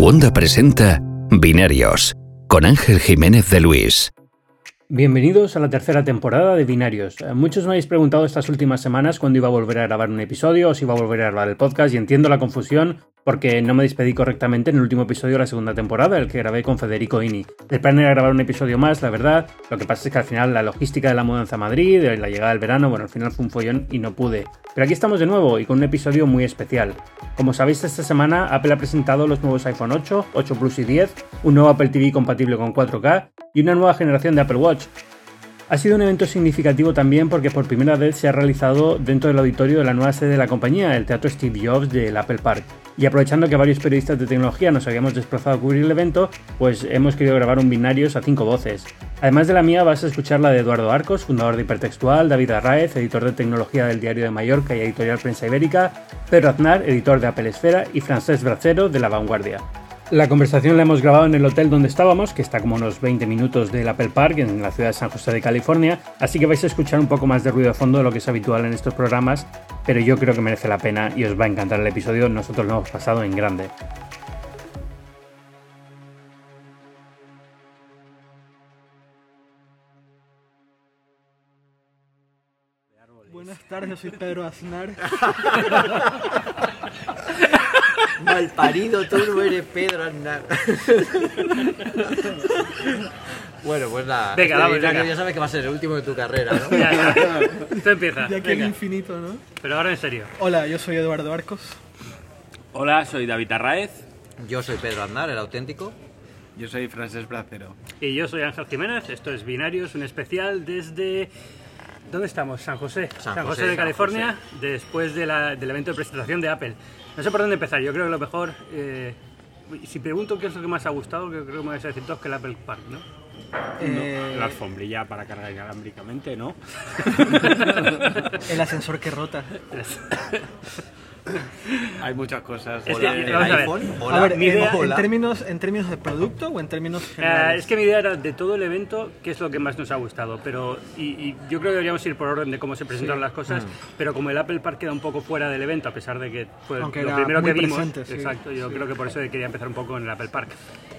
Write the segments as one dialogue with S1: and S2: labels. S1: Onda presenta Binarios con Ángel Jiménez de Luis.
S2: Bienvenidos a la tercera temporada de Binarios. Eh, Muchos me habéis preguntado estas últimas semanas cuándo iba a volver a grabar un episodio o si iba a volver a grabar el podcast y entiendo la confusión porque no me despedí correctamente en el último episodio de la segunda temporada, el que grabé con Federico Ini. El plan era grabar un episodio más, la verdad, lo que pasa es que al final la logística de la mudanza a Madrid, la llegada del verano, bueno, al final fue un follón y no pude. Pero aquí estamos de nuevo y con un episodio muy especial. Como sabéis, esta semana Apple ha presentado los nuevos iPhone 8, 8 Plus y 10, un nuevo Apple TV compatible con 4K y una nueva generación de Apple Watch. Ha sido un evento significativo también porque por primera vez se ha realizado dentro del auditorio de la nueva sede de la compañía, el Teatro Steve Jobs del Apple Park. Y aprovechando que varios periodistas de tecnología nos habíamos desplazado a cubrir el evento, pues hemos querido grabar un binarios a cinco voces. Además de la mía, vas a escuchar la de Eduardo Arcos, fundador de Hipertextual, David Arraez, editor de tecnología del Diario de Mallorca y editorial Prensa Ibérica, Pedro Aznar, editor de Apple Esfera, y Francés Bracero, de La Vanguardia. La conversación la hemos grabado en el hotel donde estábamos, que está como unos 20 minutos del Apple Park, en la ciudad de San José de California, así que vais a escuchar un poco más de ruido de fondo de lo que es habitual en estos programas, pero yo creo que merece la pena y os va a encantar el episodio, nosotros lo hemos pasado en grande.
S3: Buenas tardes, soy Pedro Aznar.
S4: Malparido, tú no eres Pedro Aznar. bueno, pues nada.
S5: Venga,
S4: Este
S5: vamos,
S4: binario
S5: venga.
S4: Ya sabes que va a ser el último de tu carrera, ¿no?
S5: Ya, ya. Tú empiezas.
S3: De aquí al
S5: venga.
S3: infinito, ¿no?
S5: Pero ahora en serio.
S3: Hola, yo soy Eduardo Arcos.
S6: Hola, soy David Arraez.
S4: Yo soy Pedro Aznar, el auténtico.
S7: Yo soy Francés Bracero.
S5: Y yo soy Ángel Jiménez. Esto es Binarios, un especial desde. ¿Dónde estamos? San José.
S4: San
S5: José,
S4: José,
S5: de
S4: San
S5: California, después de la- del evento de presentación de Apple. No sé por dónde empezar. Yo creo que lo mejor. eh, si pregunto qué es lo que más ha gustado, yo creo que me vais a decir todos que el Apple Park, ¿no?
S3: Eh,
S6: La alfombrilla para cargar inalámbricamente, ¿no?
S3: el ascensor que rota.
S7: Hay muchas cosas.
S5: Es
S4: Hola,
S5: que-
S4: el
S5: vamos a ver.
S4: iPhone. Hola,
S3: a ver,
S5: mi
S3: en,
S5: idea-
S3: en
S4: hola.
S3: términos, ¿en términos de producto o en términos
S5: Eh,
S3: generales?
S5: es que mi idea era de todo el evento qué es lo que más nos ha gustado, pero y, y yo creo que deberíamos ir por orden de cómo se presentaron las cosas,
S3: Mm.
S5: pero como el Apple Park queda un poco fuera del evento, a pesar de que fue
S3: Aunque
S5: lo
S3: era
S5: primero
S3: muy
S5: que vimos,
S3: presente, sí,
S5: exacto, yo creo que por eso quería empezar un poco en el Apple Park.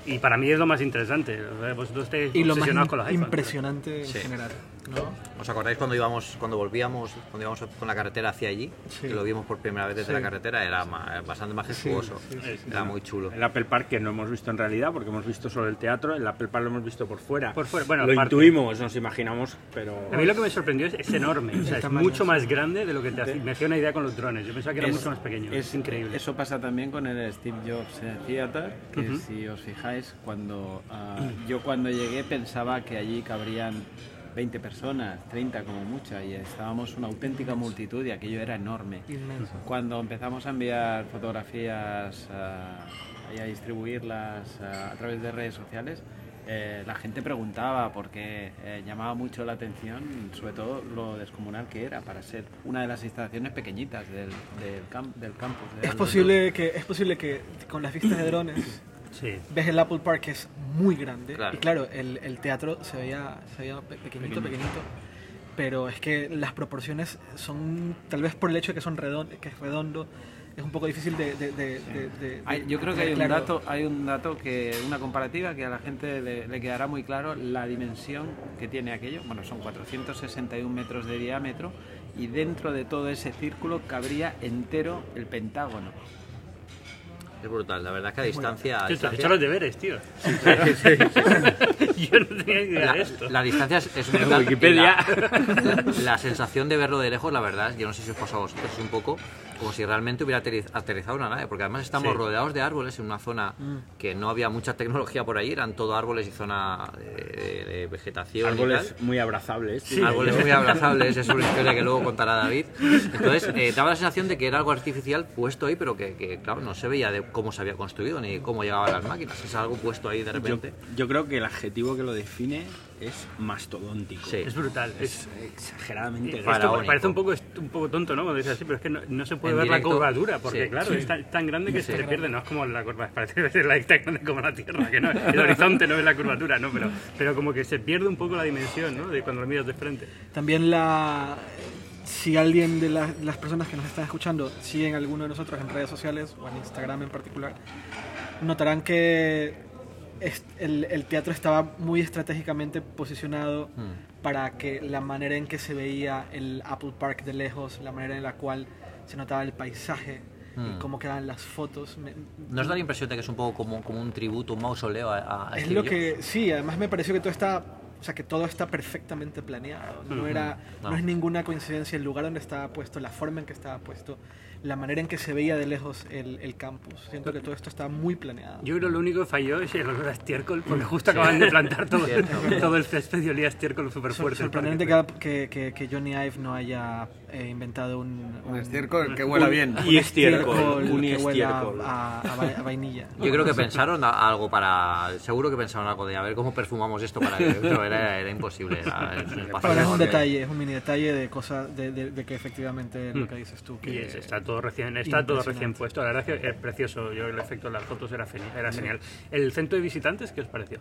S5: Y para mí es lo más interesante, vosotros estáis
S3: y lo más
S5: obsesionados
S3: im-
S5: con los iPhones.
S3: impresionante en
S4: Sí.
S3: general, ¿no?
S4: ¿Os acordáis cuando íbamos, cuando volvíamos, cuando íbamos con la carretera hacia allí?
S3: Sí.
S4: Que lo vimos por primera vez desde
S3: Sí.
S4: la carretera. Era ma- bastante majestuoso. Era muy chulo.
S6: El Apple Park que no hemos visto en realidad porque hemos visto solo el teatro, el Apple Park lo hemos visto por fuera.
S5: Por fuera, bueno,
S6: lo
S5: aparte.
S6: intuimos, nos imaginamos, pero...
S5: A mí lo que me sorprendió es, es enorme, o sea, es
S3: tamaño,
S5: mucho
S3: sí.
S5: más grande de lo que te hacía- me hacía una idea con los drones, yo pensaba que era mucho más pequeño, es increíble.
S7: Eso pasa también con el Steve Jobs eh, Theater, que si os fijáis, cuando ah, yo cuando llegué pensaba que allí cabrían 20 personas, 30 como mucho, y estábamos una auténtica multitud y aquello era enorme.
S3: Inmenso.
S7: Cuando empezamos a enviar fotografías ah, y a distribuirlas ah, a través de redes sociales, eh, la gente preguntaba porque eh, llamaba mucho la atención, sobre todo lo descomunal que era para ser una de las instalaciones pequeñitas del, del, camp- del campus.
S3: Es
S7: del-
S3: posible, que, es posible que con las vistas de drones
S5: Sí.
S3: ves el Apple Park que es muy grande.
S4: Claro.
S3: Y claro, el, el teatro se veía, se veía pe- pequeñito, pequeñito. Pero es que las proporciones son, tal vez por el hecho de que, son redon- que es redondo, es un poco difícil de... de- de- de- de-
S7: Hay- yo creo que
S3: de-
S7: hay un,
S3: claro.
S7: dato, hay un dato que, una comparativa que a la gente le, le quedará muy claro la dimensión que tiene aquello. Bueno, son 461 metros de diámetro y dentro de todo ese círculo cabría entero el Pentágono.
S4: Es brutal. La verdad es que a distancia.
S5: Tío,
S4: a
S5: te has
S4: distancia-
S5: hecho los deberes, tío. Yo no tenía ni idea
S4: La,
S5: de esto.
S4: la distancia es, es brutal.
S6: Wikipedia.
S4: Y La, la sensación de verlo de lejos, la verdad, yo no sé si os pasó a vosotros, es un poco como si realmente hubiera ateri- aterrizado una nave, porque además estamos
S5: Sí.
S4: rodeados de árboles en una zona que no había mucha tecnología por ahí, eran todo árboles y zona de, de- de vegetación. y
S6: Árboles
S4: tal.
S6: muy abrazables.
S5: Sí.
S4: Árboles muy abrazables, es una historia que luego contará David. Entonces, eh, daba la sensación de que era algo artificial puesto ahí, pero que, que, claro, no se veía de cómo se había construido ni cómo llegaban las máquinas. Es algo puesto ahí de
S6: Yo,
S4: repente.
S6: yo creo que el adjetivo que lo define es mastodóntico.
S4: Sí.
S5: Es brutal. Es,
S6: Es exageradamente
S5: esto
S6: grande.
S4: faraónico.
S5: parece un poco, est- un poco tonto, ¿no? Cuando dices así, pero es que no, no se puede
S4: En
S5: ver
S4: directo,
S5: la curvatura, porque
S4: sí.
S5: claro,
S4: Sí.
S5: es tan, tan grande que se
S4: Sí.
S5: te pierde, no es como la curva, parece la tan grande como la Tierra, que no, el horizonte no es la curvatura, ¿no? Pero, pero como que se pierde un poco la dimensión, ¿no? De cuando lo miras de frente.
S3: También la, si alguien de la- las personas que nos están escuchando siguen alguno de nosotros en redes sociales o en Instagram en particular, notarán que es- el, el teatro estaba muy estratégicamente posicionado
S7: Hmm.
S4: Mm.
S3: para que la manera en que se veía el Apple Park de lejos, la manera en la cual se notaba el paisaje y
S4: Mm.
S3: cómo quedaban las fotos. me-
S4: ¿No os da la impresión de que es un poco como, como un tributo, un mausoleo a, a- a
S3: Ah, es
S4: Steve
S3: lo
S4: Jobs?
S3: que sí, además me pareció que todo está, o sea, que todo está perfectamente planeado. No era, no.
S4: No.
S3: es ninguna coincidencia el lugar donde estaba puesto, la forma en que estaba puesto, la manera en que se veía de lejos el, el campus. Siento que todo esto está muy planeado.
S5: Yo creo que lo único que falló es el olor a estiércol, porque justo acaban de plantar todo,
S4: Cierto.
S5: todo el césped y olía a estiércol súper
S3: Sor-
S5: fuerte.
S3: sorprendente que, que, que- que Johnny Ive no haya eh, inventado un,
S7: Un
S3: un-
S7: estiércol que huela bien.
S6: Y estiércol, un
S3: que huela
S6: estiércol.
S3: a, a va- a vainilla.
S4: Yo creo que pensaron a- algo para. Seguro que pensaron algo de a ver cómo perfumamos esto para que. Pero era, era imposible. Era, era un espacio
S3: Ahora es un
S4: enorme.
S3: detalle, es un mini detalle de cosas, de, de- de que efectivamente lo que dices tú.
S5: Mm. Y
S3: Que eh,
S5: es- está todo recién está todo recién
S3: Impresionante.
S5: puesto. La verdad es que es precioso. Yo el efecto de las fotos era, geni- era genial. ¿El centro de visitantes qué os pareció?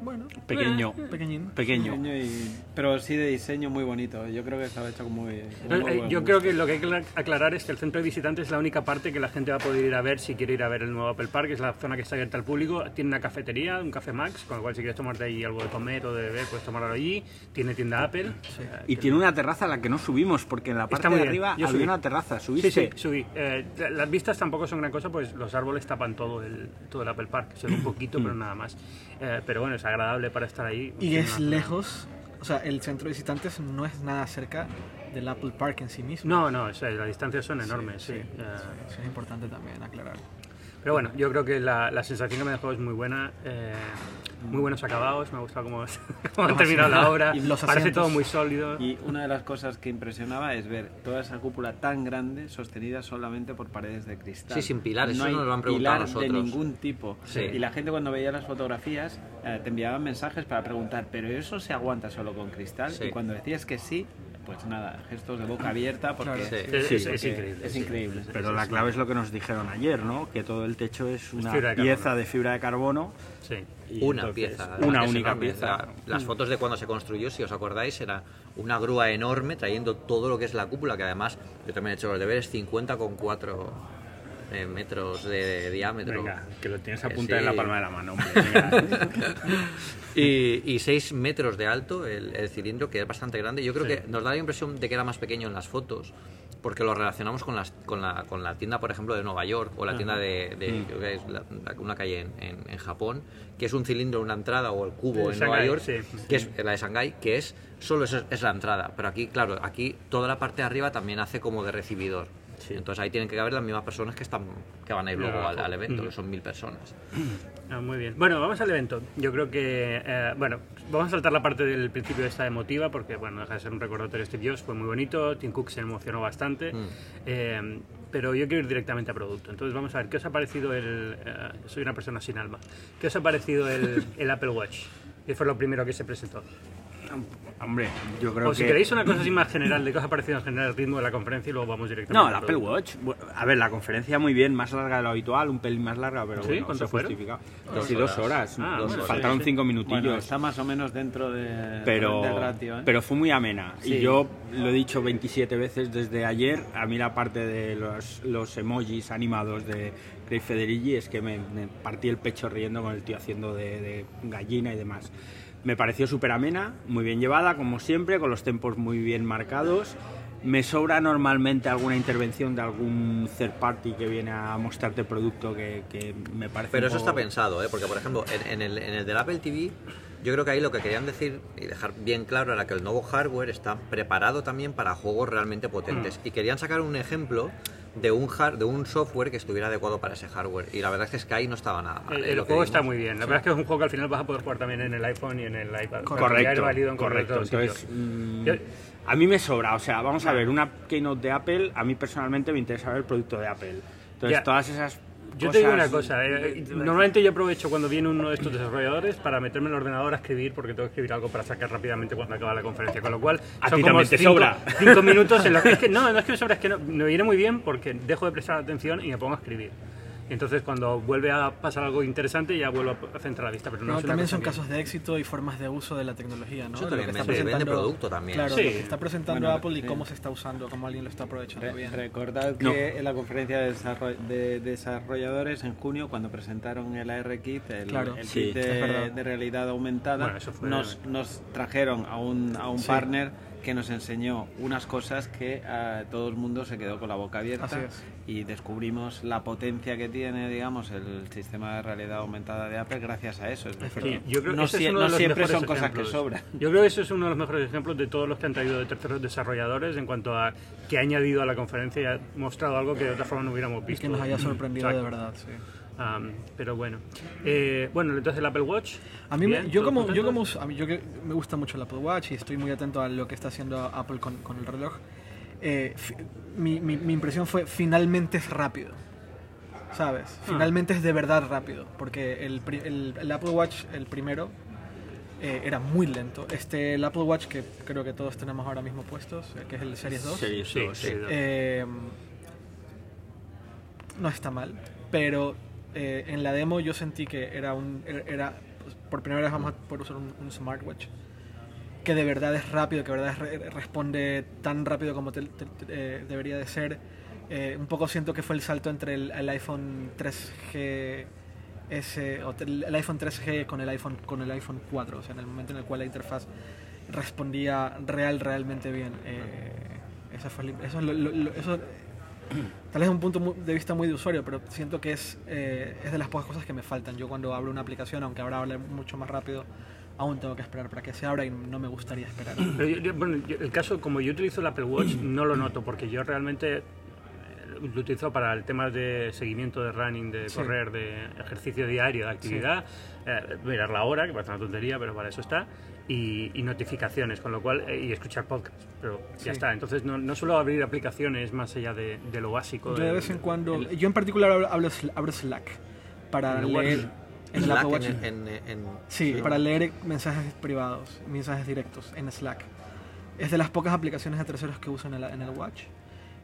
S3: Bueno,
S6: Pequeño.
S3: pequeñín.
S6: Pequeño.
S7: Diseño y- pero sí de diseño muy bonito. Yo creo que estaba hecho con muy. con
S5: Eh,
S7: muy
S5: eh,
S7: buen
S5: Yo
S7: gusto.
S5: creo que lo que hay que aclar- aclarar es que el centro de visitantes es la única parte que la gente va a poder ir a ver si quiere ir a ver el nuevo Apple Park, es la zona que está abierta al público. Tiene una cafetería, un café Max, con lo cual si quieres tomarte ahí algo de comer o de beber, puedes tomarlo allí. Tiene tienda Apple. Eh,
S6: Y tiene una terraza a la que no subimos, porque en la parte
S5: muy
S6: de
S5: bien.
S6: arriba
S5: Yo
S6: había
S5: subí.
S6: una terraza.
S5: Sí,
S6: ¿Subiste?
S5: sí, subí. Eh, la- las vistas tampoco son gran cosa, pues los árboles tapan todo el, todo el Apple Park. Se ve un poquito, pero nada más. Eh, pero bueno, es agradable para estar ahí.
S3: Mm. Y
S5: Tiene
S3: es
S5: una-
S3: lejos, o sea, el centro de visitantes no es nada cerca del Apple Park en sí mismo.
S5: No, no, o sea, las distancias son enormes, sí. Eh,
S3: Eso es importante también aclarar.
S5: Pero bueno, yo creo que la, la sensación que me dejó es muy buena. eh, muy buenos acabados, me ha gustado cómo, cómo ha terminado la obra.
S3: Y los
S5: Parece
S3: asientos.
S5: todo muy sólido.
S7: Y una de las cosas que impresionaba es ver toda esa cúpula tan grande sostenida solamente por paredes de cristal.
S4: Sí, sin pilares, eso nos lo han preguntado
S7: pilar
S4: a nosotros.
S7: de ningún tipo.
S4: Sí.
S7: Y la gente cuando veía las fotografías eh, te enviaban mensajes para preguntar, ¿pero eso se aguanta solo con cristal?
S4: Sí.
S7: Y cuando decías que sí, pues nada, gestos de boca abierta porque
S4: Sí.
S5: Es,
S6: Sí,
S5: es-
S6: porque
S5: es increíble.
S7: es
S5: sí.
S7: increíble.
S6: Pero la clave es lo que nos dijeron ayer, ¿no? Que todo el techo es una
S5: fibra de carbono.
S6: pieza de fibra de carbono.
S5: Sí.
S6: y
S4: Una
S6: entonces,
S4: pieza.
S6: Una
S4: que es
S6: única
S4: enorme.
S6: pieza.
S4: La- las fotos de cuando se construyó, si os acordáis, era una grúa enorme trayendo todo lo que es la cúpula, que además yo también he hecho los deberes, 50 con 4 metros de diámetro.
S6: Venga, que lo tienes
S4: Eh,
S6: apuntado en la
S4: sí.
S6: palma de la mano, hombre. Venga.
S4: Y, y 6 metros de alto el, el cilindro, que es bastante grande. Yo creo que nos da la impresión de que era más pequeño en las fotos, porque lo relacionamos con, las- con, la, con la tienda, por ejemplo, de Nueva York, o la tienda de, de-
S5: Mm.
S4: creo que es la- la- una calle en, en- en Japón, que es un cilindro, una entrada, o el cubo
S5: En
S4: en Nueva
S5: Shanghái,
S4: York,
S5: sí.
S4: que es la de Shanghái, que es solo es, es la entrada. Pero aquí, claro, aquí toda la parte de arriba también hace como de recibidor. Entonces ahí tienen que haber las mismas personas que, están, que van a ir luego al, al evento, que son mil personas.
S5: Ah, muy bien. Bueno, vamos al evento. Yo creo que, eh, bueno, vamos a saltar la parte del principio de esta emotiva porque, bueno, no deja de ser un recordatorio de Steve Jobs, fue muy bonito, Tim Cook se emocionó bastante,
S6: Mm.
S5: Eh, pero yo quiero ir directamente a producto. Entonces vamos a ver, ¿qué os ha parecido el... eh, soy una persona sin alma. ¿Qué os ha parecido el, el Apple Watch? Que fue lo primero que se presentó.
S6: Hombre, yo creo
S5: o si
S6: que...
S5: queréis una cosa así más general, de qué os ha parecido en general el ritmo de la conferencia y luego vamos directamente
S6: No, el
S5: al
S6: Apple
S5: producto.
S6: Watch. bu- A ver, la conferencia muy bien, más larga de lo habitual, un pelín más larga, pero
S5: ¿Sí?
S6: bueno,
S5: ¿Cuánto
S6: se
S5: fueron?
S6: justifica.
S4: Dos
S6: Casi dos
S4: horas.
S6: horas.
S5: Ah,
S6: Nos
S5: bueno,
S6: faltaron
S5: sí, sí.
S6: cinco
S7: Bueno,
S6: minutillos.
S7: está más o menos dentro de,
S6: pero,
S7: del ratio. ¿eh?
S6: pero fue muy amena.
S7: Sí.
S6: Y yo lo he dicho 27 veces desde ayer. A mí la parte de los, los emojis animados de Craig Federici es que me, me partí el pecho riendo con el tío haciendo de, de gallina y demás. Me pareció súper amena, muy bien llevada, como siempre, con los tempos muy bien marcados. Me sobra normalmente alguna intervención de algún third party que viene a mostrarte el producto que, que me parece.
S4: Pero
S6: un
S4: eso está
S6: poco-
S4: pensado, ¿eh? porque por ejemplo, en, en el, en el del Apple TV, yo creo que ahí lo que querían decir y dejar bien claro era que el nuevo hardware está preparado también para juegos realmente potentes.
S3: Mm.
S4: Y querían sacar un ejemplo de un, har- de un software que estuviera adecuado para ese hardware. Y la verdad es que Sky no estaba nada mal.
S5: El,
S4: ¿eh?
S5: el
S4: Lo que
S5: juego
S4: vimos.
S5: está muy bien. La verdad es que es un juego que al final vas a poder jugar también en el iPhone y en el iPad. Ya es
S6: Correcto,
S5: válido en cualquier
S6: correcto.
S5: otro sitio.
S6: Entonces, mm,
S5: Yo-
S6: a mí me sobra. O sea, vamos a ver, una keynote de Apple, a mí personalmente me interesa ver el producto de Apple. Entonces,
S5: Ya.
S6: todas esas.
S5: Yo te digo
S6: cosas-
S5: una cosa, eh, normalmente yo aprovecho cuando viene uno de estos desarrolladores para meterme en el ordenador a escribir, porque tengo que escribir algo para sacar rápidamente cuando acaba la conferencia, con lo cual
S6: A
S5: son
S6: ti
S5: como
S6: también te
S5: cinco,
S6: sobra.
S5: cinco minutos en los que, es que no, no es que me sobra, es que no, me viene muy bien porque dejo de prestar atención y me pongo a escribir. Entonces, cuando vuelve a pasar algo interesante, ya vuelve a centrar la vista. Pero no,
S3: No,
S5: es una
S3: también
S5: cosa
S3: son
S5: que-
S3: casos de éxito y formas de uso de la tecnología, ¿no?
S4: Eso
S3: Lo
S4: también
S3: que está
S4: vende- vende
S3: presentando-
S4: producto también.
S3: Claro,
S5: Sí.
S3: lo que está presentando
S6: Bueno,
S3: Apple y
S7: sí.
S3: cómo se está usando, cómo alguien lo está aprovechando
S7: Re-
S3: bien.
S7: recordad
S6: No.
S7: que en la conferencia de, desarroll- de desarrolladores en junio, cuando presentaron el ARKit, el,
S3: Claro.
S7: el
S6: Sí,
S7: kit de,
S3: es verdad.
S7: de realidad aumentada,
S5: Bueno, eso fue-
S7: nos, nos trajeron a un, a un
S3: Sí.
S7: partner que nos enseñó unas cosas que ah, todo el mundo se quedó con la boca
S3: Así
S7: abierta
S3: es.
S7: y descubrimos la potencia que tiene, digamos, el sistema de realidad aumentada de Apple gracias a eso. es verdad.
S5: Sí, yo creo que
S7: no
S5: ese es
S7: sie-
S5: uno de
S7: no
S5: los
S7: siempre
S5: mejores
S7: son cosas que
S5: ejemplos.
S7: sobran.
S5: Yo creo que eso es uno de los mejores ejemplos de todos los que han traído de terceros desarrolladores en cuanto a que ha añadido a la conferencia y ha mostrado algo que de otra forma no hubiéramos
S3: Y
S5: visto.
S3: que nos haya sorprendido de
S5: Exacto.
S3: verdad, sí.
S5: Am, pero bueno. Eh, bueno, entonces el Apple Watch.
S3: A mí,
S5: bien,
S3: me, yo,
S5: ¿todos
S3: como, yo
S5: contentos?
S3: como us- a mí- yo que me gusta mucho el Apple Watch y estoy muy atento a lo que está haciendo Apple con, con el reloj. eh, fi- mi, mi- mi impresión fue finalmente es rápido, ¿sabes? Finalmente es de verdad rápido, porque el, pri- el- el Apple Watch, el primero, eh, era muy lento. Este, el Apple Watch que creo que todos tenemos ahora mismo puestos, eh, que es el Series 2,
S6: Series
S5: Sí,
S6: 2,
S5: sí,
S6: sí.
S5: dos.
S3: eh, no está mal, pero eh, en la demo yo sentí que era un era- era pues, por primera vez vamos a poder usar un, un smartwatch que de verdad es rápido, que de verdad es re- responde tan rápido como te- te- te- eh, debería de ser. Eh, un poco siento que fue el salto entre el, el iPhone 3G S o te- el iPhone 3G con el iPhone con el iPhone 4, o sea, en el momento en el cual la interfaz respondía real realmente bien. Eh, esa fue la- eso, es lo- lo- lo- eso- tal vez es un punto mu- de vista muy de usuario, pero siento que es, eh, es de las pocas cosas que me faltan. Yo cuando abro una aplicación, aunque ahora hable mucho más rápido, aún tengo que esperar para que se abra y no me gustaría esperar.
S5: Pero yo- yo- bueno, yo- el caso, como yo utilizo el Apple Watch, no lo noto porque yo realmente eh, lo utilizo para el tema de seguimiento de running, de
S3: Sí.
S5: correr, de ejercicio diario, de actividad, eh, mirar la hora, que parece una tontería, pero para eso está, y, y notificaciones, con lo cual, eh, y escuchar podcasts, pero
S3: Sí.
S5: ya está. Entonces no, no suelo abrir aplicaciones más allá de, de lo básico.
S3: Yo de
S5: del-
S3: vez en cuando, yo en particular hablo- hablo Sl- abro Slack para
S5: En el
S3: leer
S5: Watch.
S3: en el
S4: Slack
S3: Apple Watch.
S4: en- en- en-
S3: Sí,
S4: en-
S3: para leer mensajes privados, mensajes directos en Slack. Es de las pocas aplicaciones de terceros que uso en el, en el Watch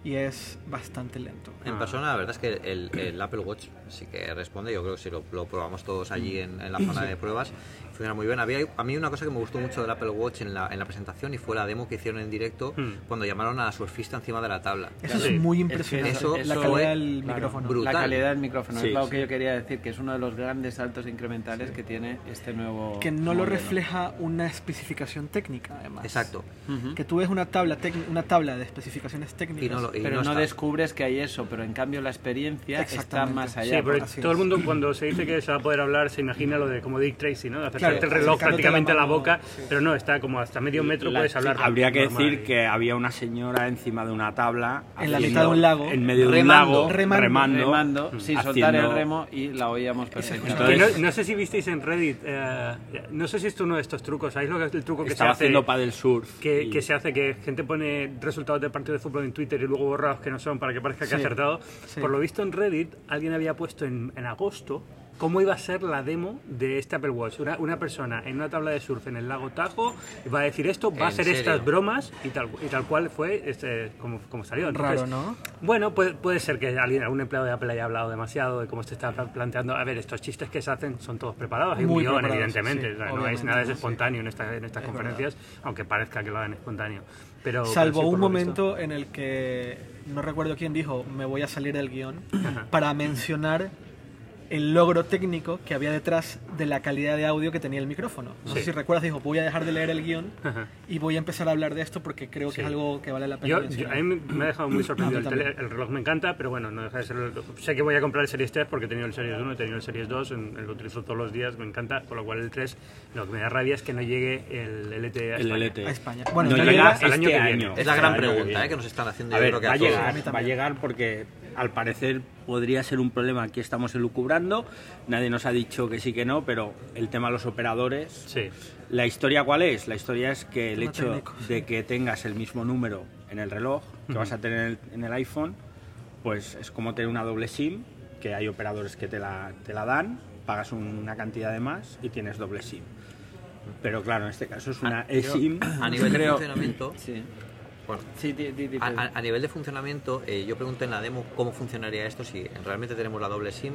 S3: y es bastante lento.
S6: Ah.
S4: En persona, la verdad es que el, el Apple Watch sí que responde. Yo creo que si lo, lo probamos todos allí en, en la zona de pruebas, funciona muy bien. Había, a mí una cosa que me gustó mucho del Apple Watch en la, en la presentación y fue la demo que hicieron en directo
S6: Hmm.
S5: Mm.
S4: cuando llamaron a la surfista encima de la tabla.
S3: Eso
S5: Sí.
S3: es muy
S7: Es que
S3: impresionante,
S4: eso-
S3: la
S4: eso
S3: calidad
S4: es,
S3: del
S7: Claro,
S3: micrófono.
S4: brutal.
S7: La calidad del micrófono
S6: Sí,
S7: es lo
S6: sí.
S7: que yo quería decir, que es uno de los grandes saltos incrementales que tiene este nuevo.
S3: Que no lo
S7: modelo.
S3: refleja una especificación técnica, además.
S4: Exacto.
S7: Ujú.
S3: Que tú ves una tabla, tecni- una tabla de especificaciones técnicas.
S4: Y no lo- y
S7: Pero no,
S4: está.
S7: descubres que hay eso, pero en cambio la experiencia está
S3: Exactamente.
S7: más
S5: Sí,
S7: allá.
S5: porque
S3: así
S5: todo el
S3: es.
S5: mundo cuando se dice que se va a poder hablar se imagina lo de como Dick Tracy, ¿no? De
S3: Claro,
S5: acercarte el reloj
S3: acercándote
S5: prácticamente a
S3: la
S5: la
S3: mano,
S5: boca,
S3: sí.
S5: pero no, está como hasta medio metro
S7: La-
S5: puedes hablar.
S6: Habría que
S5: normal
S6: decir
S5: y-
S6: que había una señora encima de una tabla.
S3: En la mitad
S6: haciendo-
S3: de un lago.
S6: En medio de
S4: Remando. mm,
S6: un lago.
S3: Remando.
S6: Remando. mm,
S7: remando, sin soltar el
S6: haciendo-
S7: remo y la oíamos perfectamente.
S5: Que
S6: Entonces-
S5: no, no sé si visteis en Reddit, eh, no sé si es uno de estos trucos, ¿sabéis lo que es el truco que
S6: Estaba
S5: se hace?
S6: haciendo paddle surf.
S5: que,
S6: y-
S5: que se hace que gente pone resultados de partidos de fútbol en Twitter y luego borrados que no son para que parezca que ha
S3: Sí,
S5: acertado.
S3: sí.
S5: Por lo visto en Reddit alguien había puesto en, en agosto cómo iba a ser la demo de este Apple Watch. Una, una persona en una tabla de surf en el lago Tajo va a decir esto, va a
S4: ¿En
S5: hacer
S4: serio?
S5: estas bromas y tal, y tal cual fue este, como, como salió. Entonces,
S3: Raro, ¿no?
S5: Pues, Bueno, puede, puede ser que alguien, algún empleado de Apple haya hablado demasiado de cómo se está pla- planteando. A ver, estos chistes que se hacen son todos preparados, hay un
S3: Muy
S5: guión,
S3: preparados,
S5: evidentemente.
S3: sí,
S5: o sea, no es
S3: obviamente,
S5: nada es
S3: ¿no? Sí.
S5: espontáneo en, esta- en estas
S3: Es
S5: conferencias, aunque parezca que lo hagan espontáneo. Pero,
S3: Salvo
S5: pero sí, por
S3: un
S5: lo visto.
S3: momento en el que no recuerdo quién dijo, me voy a salir del guión, para mencionar el logro técnico que había detrás de la calidad de audio que tenía el micrófono. No sé
S5: Sí.
S3: si recuerdas, dijo, voy a dejar de leer el guión
S5: Ajá.
S3: y voy a empezar a hablar de esto porque creo que
S5: Sí.
S3: es algo que vale la pena.
S5: Yo, yo-
S3: mencionar".
S5: a mí me- me ha dejado muy sorprendido.
S3: A mí
S5: El, tele-
S3: también.
S5: el reloj me encanta, pero bueno, no deja de ser. Sé que voy a comprar el Series 3 porque he tenido el Series 1, he tenido el Series 2, en- lo utilizo todos los días, me encanta. Con lo cual, el 3, lo que me da rabia es que no llegue el LTE. a
S6: El
S5: España.
S6: LT.
S3: A España. Bueno,
S6: no
S5: hasta
S6: llega
S5: hasta el
S6: este
S5: año que
S6: año.
S5: viene.
S4: Es la
S6: Este
S4: gran
S6: año
S4: pregunta
S6: viene.
S4: eh, que nos están haciendo.
S6: A
S4: yo
S6: ver,
S4: creo que
S6: va a
S4: todos.
S3: mí
S6: llegar, va a
S3: también.
S6: llegar porque al parecer podría ser un problema. Aquí estamos elucubrando, nadie nos ha dicho que sí que no, pero el tema de los operadores.
S5: Sí.
S6: ¿La historia cuál es? La historia es que el
S3: Tema
S6: hecho
S3: técnico, sí.
S6: de que tengas el mismo número en el reloj que vas a tener en el, en el iPhone, pues es como tener una doble SIM, que hay operadores que te la, te la dan, pagas una cantidad de más y tienes doble SIM. Pero claro, en este caso es una eSIM.
S4: A nivel de funcionamiento,
S7: Sí.
S4: Bueno,
S7: Sí, di- di- di-
S4: a, a- a nivel de funcionamiento, eh, yo pregunté en la demo cómo funcionaría esto si realmente tenemos la doble SIM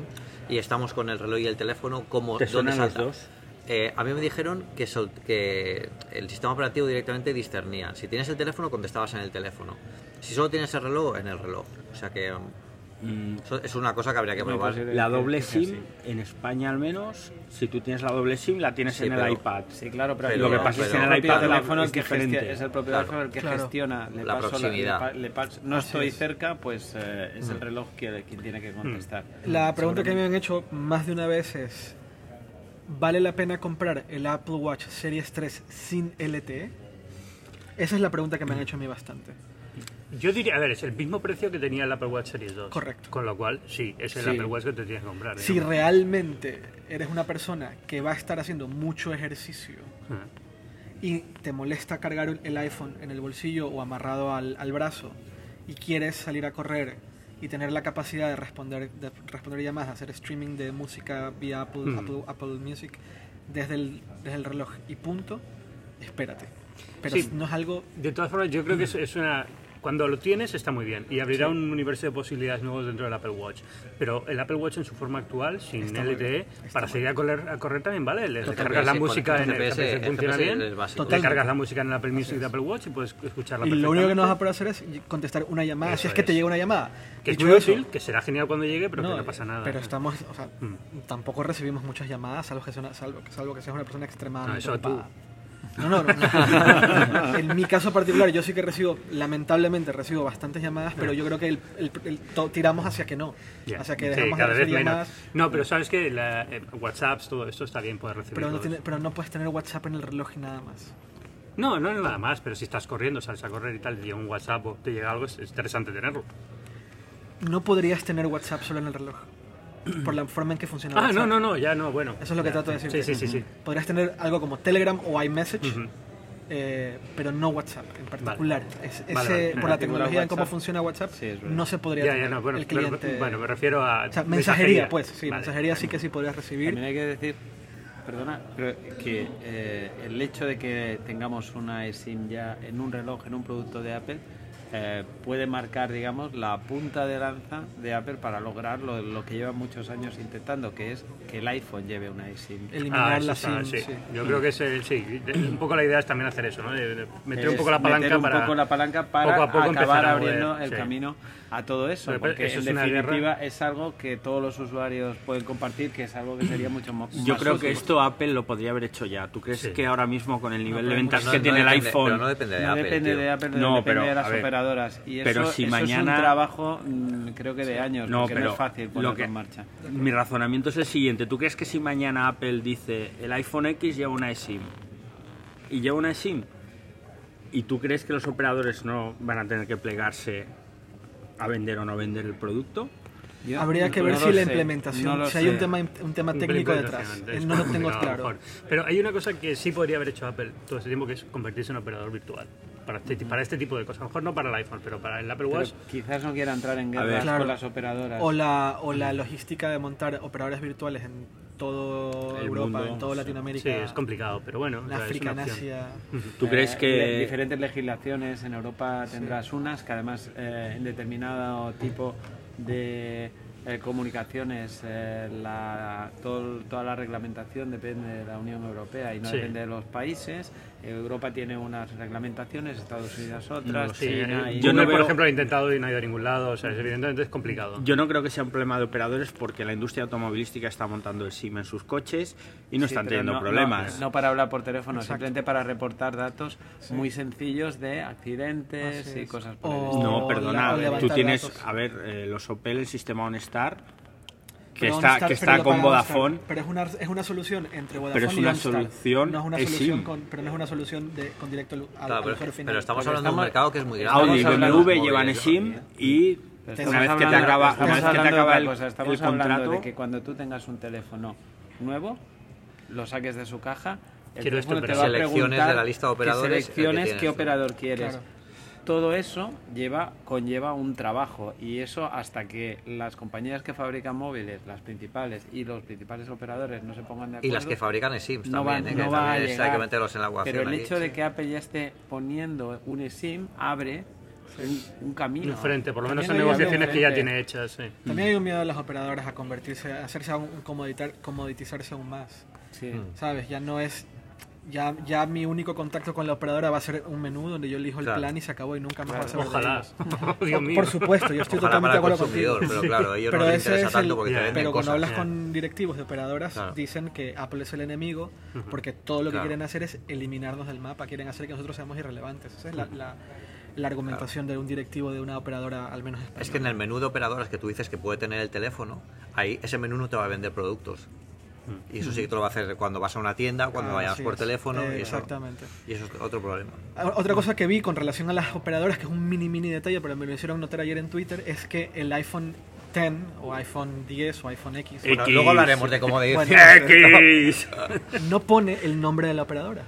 S4: y estamos con el reloj y el teléfono, cómo,
S6: ¿Te
S4: dónde
S6: suenan los
S4: salta.
S6: dos?
S4: Eh, a mí me dijeron que, sol- que el sistema operativo directamente discernía. Si tienes el teléfono, contestabas en el teléfono. Si solo tienes el reloj, en el reloj. O sea que mm,
S6: Mm,
S4: eso es una cosa que habría que
S7: Muy
S4: probar.
S7: posible.
S6: La
S7: que-
S6: doble
S7: que sea
S6: SIM, en España al menos, si tú tienes la doble SIM, la tienes
S4: Sí,
S6: en el
S4: pero-
S6: iPad.
S7: Sí, claro, pero,
S4: Pero-
S7: aquí
S4: Lo que pasa es que
S7: el
S4: en el
S7: propio
S4: iPad
S7: teléfono
S6: es
S7: el que
S6: diferente.
S7: gestiona- es el propio
S4: Claro,
S7: teléfono el que
S3: claro.
S7: gestiona. Le
S4: La
S7: paso
S4: proximidad. Mm.
S7: le pa- le paso- no
S3: Así
S7: estoy
S3: es.
S7: cerca, pues eh, es el reloj que- quien tiene que contestar.
S3: La pregunta que me
S7: Seguramente.
S3: han hecho más de una vez es, ¿vale la pena comprar el Apple Watch Series 3 sin LTE? Esa es la pregunta que me
S5: Mm.
S3: han hecho a mí bastante.
S5: Yo diría, a ver, es el mismo precio que tenía el Apple Watch Series 2.
S3: Correcto.
S5: Con lo cual, sí, es el
S7: Sí.
S5: Apple Watch que te tienes que comprar.
S3: Si
S5: digamos.
S3: realmente eres una persona que va a estar haciendo mucho ejercicio
S5: Ah.
S3: y te molesta cargar el iPhone en el bolsillo o amarrado al, al brazo y quieres salir a correr y tener la capacidad de responder, de responder llamadas, hacer streaming de música vía Apple,
S5: Mm.
S3: Apple, Apple Music desde el, desde el reloj y punto, espérate. Pero
S5: Sí.
S3: no es algo...
S5: De todas formas, yo creo que es, es una... Cuando lo tienes está muy bien y abrirá un universo de posibilidades nuevos dentro del Apple Watch. Pero el Apple Watch en su forma actual, sin
S3: Está muy bien,
S5: LTE,
S3: está
S5: para
S3: muy
S5: seguir a correr, a correr también vale. Le
S4: El
S5: cargas la
S4: GPS,
S5: música
S4: con
S5: en el
S4: GPS,
S5: GPS, funciona
S4: el
S5: bien.
S4: es básico.
S5: Te
S3: Total.
S5: cargas la música en el Apple Music de Apple Watch y puedes escucharla
S3: Y lo único que no vas a
S5: perfectamente.
S3: poder hacer es contestar una llamada, si
S5: Eso
S3: es que te
S5: es.
S3: llega una llamada.
S5: Que es
S3: Dicho
S5: muy
S3: eso,
S5: útil, que será genial cuando llegue, pero que no pasa nada.
S3: eh, Pero estamos, o sea,
S5: Mm.
S3: tampoco recibimos muchas llamadas, salvo que, sea una- salvo, salvo que seas una persona extremadamente
S5: No, eso tú.
S3: ocupada. No, no, no, no. en mi caso particular, yo sí que recibo, lamentablemente recibo bastantes llamadas, pero yo creo que el, el- el- to- tiramos hacia que no.
S5: Ya.
S3: Hacia que
S5: Sí,
S3: dejamos de
S5: cada vez
S3: recibir
S5: menos.
S3: llamadas.
S5: No, pero sabes que la, eh, WhatsApps, todo esto está bien poder recibir.
S3: Pero no,
S5: todo
S3: tiene-
S5: eso.
S3: pero no puedes tener WhatsApp en el reloj y nada más.
S5: no, no es nada más, pero si estás corriendo, sales a correr y tal, te llega un WhatsApp o te llega algo, es es interesante tenerlo.
S3: No podrías tener WhatsApp solo en el reloj, por la forma en que funciona
S5: Ah, no,
S3: WhatsApp.
S5: no, no, ya no, bueno.
S3: Eso es lo que
S5: Ya.
S3: trato de decirte.
S5: Sí, sí, sí. sí.
S3: Podrías tener algo como Telegram o iMessage,
S5: Ujú.
S3: eh, pero no WhatsApp en particular. Es-
S5: Vale,
S3: ese-
S5: vale.
S3: Por la
S7: Particular
S3: tecnología en cómo
S7: WhatsApp.
S3: funciona WhatsApp,
S7: Sí, es verdad.
S3: no se podría
S5: Ya, ya,
S3: tener
S5: no, bueno,
S3: el
S5: pero-
S3: cliente.
S5: bueno, me refiero a.
S3: o sea, mensajería, pues, sí,
S5: Vale. Ah,
S3: mensajería sí que sí podrías recibir.
S7: También hay que decir, perdona, pero que eh, el hecho de que tengamos una SIM ya en un reloj, en un producto de Apple, eh, puede marcar, digamos, la punta de lanza de Apple para lograr lo, lo que lleva muchos años intentando, que es que el iPhone lleve una SIM.
S5: Ah,
S3: Eliminar
S5: eso
S3: la
S5: está,
S3: SIM.
S5: sí.
S3: sí.
S5: Yo creo que es el, sí. de- Un poco la idea es también hacer eso, ¿no? De- de meter un
S7: Es
S5: poco la palanca
S7: meter un
S5: para.
S7: poco la palanca para
S5: poco a poco
S7: acabar
S5: empezar a mover,
S7: abriendo el
S5: sí.
S7: camino a todo eso,
S5: Pero, pero
S7: porque
S5: eso
S7: en
S5: es una guerra.
S7: definitiva es algo que todos los usuarios pueden compartir, que es algo que sería mucho mo- más
S6: Yo creo
S7: útil.
S6: que esto Apple lo podría haber hecho ya. ¿Tú crees
S5: Sí.
S6: que ahora mismo con el nivel de
S7: pero
S6: ventas
S4: No-
S6: que
S4: no
S6: tiene el
S4: depende-
S6: iPhone...
S4: Pero no depende de
S7: no
S4: Apple.
S7: depende
S4: tío.
S7: de Apple,
S6: No,
S7: depende
S6: pero,
S7: de las
S6: a ver,
S7: operadoras. Y
S6: pero
S7: eso,
S6: si
S7: eso es
S6: mañana-
S7: un trabajo, mm, creo que de años,
S6: No,
S7: porque
S6: pero
S7: no es fácil
S6: lo
S7: ponerlo
S6: que-
S7: en marcha.
S6: Mi razonamiento es el siguiente. ¿Tú crees que si mañana Apple dice el iPhone X lleva una eSIM y lleva una eSIM y tú crees que los operadores no van a tener que plegarse a vender o no vender el producto?
S7: Yo
S3: Habría que
S7: no
S3: ver
S7: lo
S3: si la
S7: sé, no
S3: implementación,
S7: lo
S3: si hay
S7: sé.
S3: un tema, un tema técnico detrás. eh,
S5: Implementación,
S3: No lo
S5: es
S3: tengo
S5: complicado, a lo
S3: claro.
S5: mejor. Pero hay una cosa que sí podría haber hecho Apple todo este tiempo, que es convertirse en operador virtual. Para este, para este tipo de cosas. A lo mejor no para el iPhone, pero para el Apple
S7: Pero
S5: Watch.
S7: quizás no quiera entrar en
S6: ver.
S7: guerras
S3: Claro.
S7: con las operadoras.
S3: O la, o la logística de montar operadores virtuales en todo
S6: El
S3: Europa,
S6: mundo,
S3: en toda
S6: sí.
S3: Latinoamérica,
S5: Sí, es complicado, pero bueno.
S3: en
S5: o sea, es
S3: África,
S5: una
S3: en
S5: opción.
S3: Asia.
S6: ¿Tú
S7: Eh,
S6: crees
S7: le-
S6: que
S7: diferentes legislaciones en Europa tendrás unas que además eh, en determinado tipo de eh, comunicaciones eh, la- todo- toda la reglamentación depende de la Unión Europea y no
S5: Sí.
S7: depende de los países Europa tiene unas reglamentaciones Estados Unidos otras
S5: Sí,
S7: China
S5: eh,
S7: y
S5: Yo
S6: Yo no
S5: por
S6: veo-
S5: ejemplo, lo he intentado y no ha ido a ningún lado. O sea, es- evidentemente es complicado.
S6: Yo no creo que sea un problema de operadores porque la industria automovilística está montando el SIM en sus coches y no
S7: Sí,
S6: están
S7: pero
S6: teniendo
S7: no-
S6: problemas.
S7: No, no para hablar por teléfono,
S3: Exacto.
S7: simplemente para reportar datos muy sencillos de accidentes
S3: Así
S7: y
S3: es.
S7: cosas por
S3: O-
S7: el estilo.
S6: No,
S3: o
S6: perdona,
S3: la- o
S6: eh, tú
S3: levantar
S6: tienes,
S3: datos.
S6: a ver, eh, los Opel, el sistema OnStar, que
S3: Pero
S6: está,
S3: OnStar,
S6: que
S3: pero
S6: está
S3: lo
S6: con
S3: paga OnStar.
S6: Vodafone.
S3: Pero es una, es una solución entre Vodafone
S6: Pero es
S3: y
S6: una
S3: OnStar.
S6: solución
S3: no es una
S6: eSIM.
S3: solución con, pero no es una solución de, con directo al, al
S4: Claro, pero,
S3: usuario final.
S4: pero estamos
S7: Porque
S4: hablando de un
S7: estamos-
S4: mercado que es muy grande.
S6: Audi y
S7: Estamos hablando-
S6: BMW llevan SIM y
S7: ¿eh? Estamos
S6: una vez que te
S7: hablando-
S6: acaba, una
S7: estamos
S6: vez que te
S7: hablando de
S6: acaba
S7: otra
S6: el,
S7: cosa,
S6: el
S7: estamos hablando
S6: contrato,
S7: de que cuando tú tengas un teléfono nuevo, lo saques de su caja, el
S5: Quiero esto,
S7: teléfono te
S5: pero
S7: va a
S4: selecciones
S7: preguntar
S4: de la lista de
S7: que
S4: operadores el que
S7: selecciones
S4: tienes,
S7: qué
S4: ¿no?
S7: operador quieres.
S3: Claro.
S7: Tú todo eso lleva, conlleva un trabajo y eso hasta que las compañías que fabrican móviles, las principales y los principales operadores no se pongan de
S4: Y
S7: acuerdo.
S4: las que fabrican SIMs
S7: no
S4: también,
S7: va-
S4: ¿eh?
S7: no
S4: que
S7: va a
S4: también es- hay que
S7: llegar.
S4: meterlos en la ecuación
S7: Pero el
S4: ahí.
S7: hecho de que Apple ya esté poniendo un SIM abre un, un camino.
S5: Un frente, por lo menos
S7: También
S5: son
S7: hay algún
S5: negociaciones que ya
S7: frente.
S5: tiene hechas. sí.
S3: También hay un miedo de las operadoras a convertirse, a hacerse aún, comoditar, comoditizarse aún más.
S7: Sí.
S4: Mm.
S3: ¿Sabes? Ya no es. Ya, ya mi único contacto con la operadora va a ser un menú donde yo elijo el
S4: Claro.
S3: plan y se acabó y nunca más vas a ver de
S5: Ojalá.
S3: ellos.
S5: Dios
S3: Por-
S5: mío.
S3: Por supuesto, yo estoy
S4: Ojalá
S3: totalmente de
S4: para el
S3: acuerdo
S4: consumidor,
S3: contigo.
S4: pero claro, a ellos
S3: Pero
S4: no les
S3: ese
S4: interesa
S3: es
S4: tanto
S3: el-
S4: porque te
S5: ya,
S4: venden
S3: Pero cuando
S4: cosas.
S3: hablas
S5: ya.
S3: con directivos de operadoras,
S4: Claro.
S3: dicen que Apple es el enemigo porque todo lo que
S4: Claro.
S3: quieren hacer es eliminarnos del mapa, quieren hacer que nosotros seamos irrelevantes. Esa es la, la- la argumentación de un directivo de una operadora, al menos española.
S4: Es que en el menú de operadoras que tú dices que puede tener el teléfono, ahí ese menú no te va a vender productos.
S5: Mm.
S4: Y eso sí que te lo va a hacer cuando vas a una tienda, cuando
S3: Ah,
S4: vayas
S3: así
S4: por
S3: es.
S4: teléfono.
S3: Eh,
S4: y eso,
S3: exactamente.
S4: y eso es otro problema.
S3: Ah, Otra cosa que vi con relación a las operadoras, que es un mini mini detalle, pero me lo hicieron notar ayer en Twitter, es que el iPhone 10 o iPhone 10 o iPhone X
S5: X.
S4: Bueno, luego hablaremos de cómo de
S3: Bueno,
S5: X.
S3: no pone el nombre de la operadora.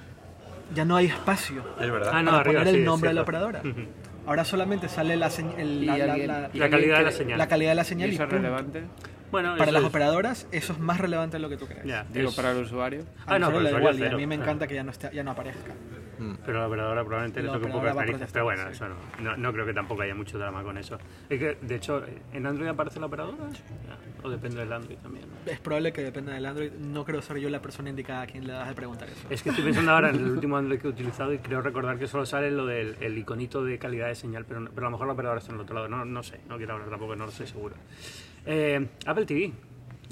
S3: Ya no hay espacio
S4: Es verdad.
S5: Ah, no,
S3: para
S5: arriba,
S3: poner
S5: sí,
S3: el nombre de la
S5: cierto.
S3: operadora. Ahora solamente sale la, señ- el-
S7: Y
S3: la, la-
S7: alguien-
S3: la-
S5: La
S7: alguien
S5: calidad de
S7: que-
S5: la señal.
S3: la calidad de la
S7: ¿Y
S3: señal y
S7: eso es
S3: punto.
S7: relevante?
S5: Bueno,
S3: Para
S5: eso
S3: las
S5: es-
S3: operadoras eso es más relevante de lo que tú crees.
S5: ya,
S7: Digo,
S5: es-
S7: para el usuario.
S5: Ah, no,
S3: a nosotros
S5: pero
S3: le da
S5: el
S3: igual y
S5: usuario
S3: a mí me
S5: cero.
S3: encanta que ya no, esté- ya no aparezca.
S5: Pero la operadora probablemente le
S3: La
S5: toque un poco
S3: operadora
S5: las
S3: va a
S5: narices,
S3: protestar,
S5: pero bueno,
S3: sí.
S5: eso no, no. no creo que tampoco haya mucho drama con eso. Es que, de hecho, ¿en Android aparece la operadora? O depende del Android también. ¿no?
S3: Es probable que dependa del Android. No creo ser yo la persona indicada a quien le das de preguntar eso.
S5: Es que estoy pensando ahora en el último Android que he utilizado y creo recordar que solo sale lo del el iconito de calidad de señal, pero, no- pero a lo mejor la operadora está en el otro lado. No, no sé, no quiero hablar tampoco, no lo estoy seguro. Eh, Apple TV.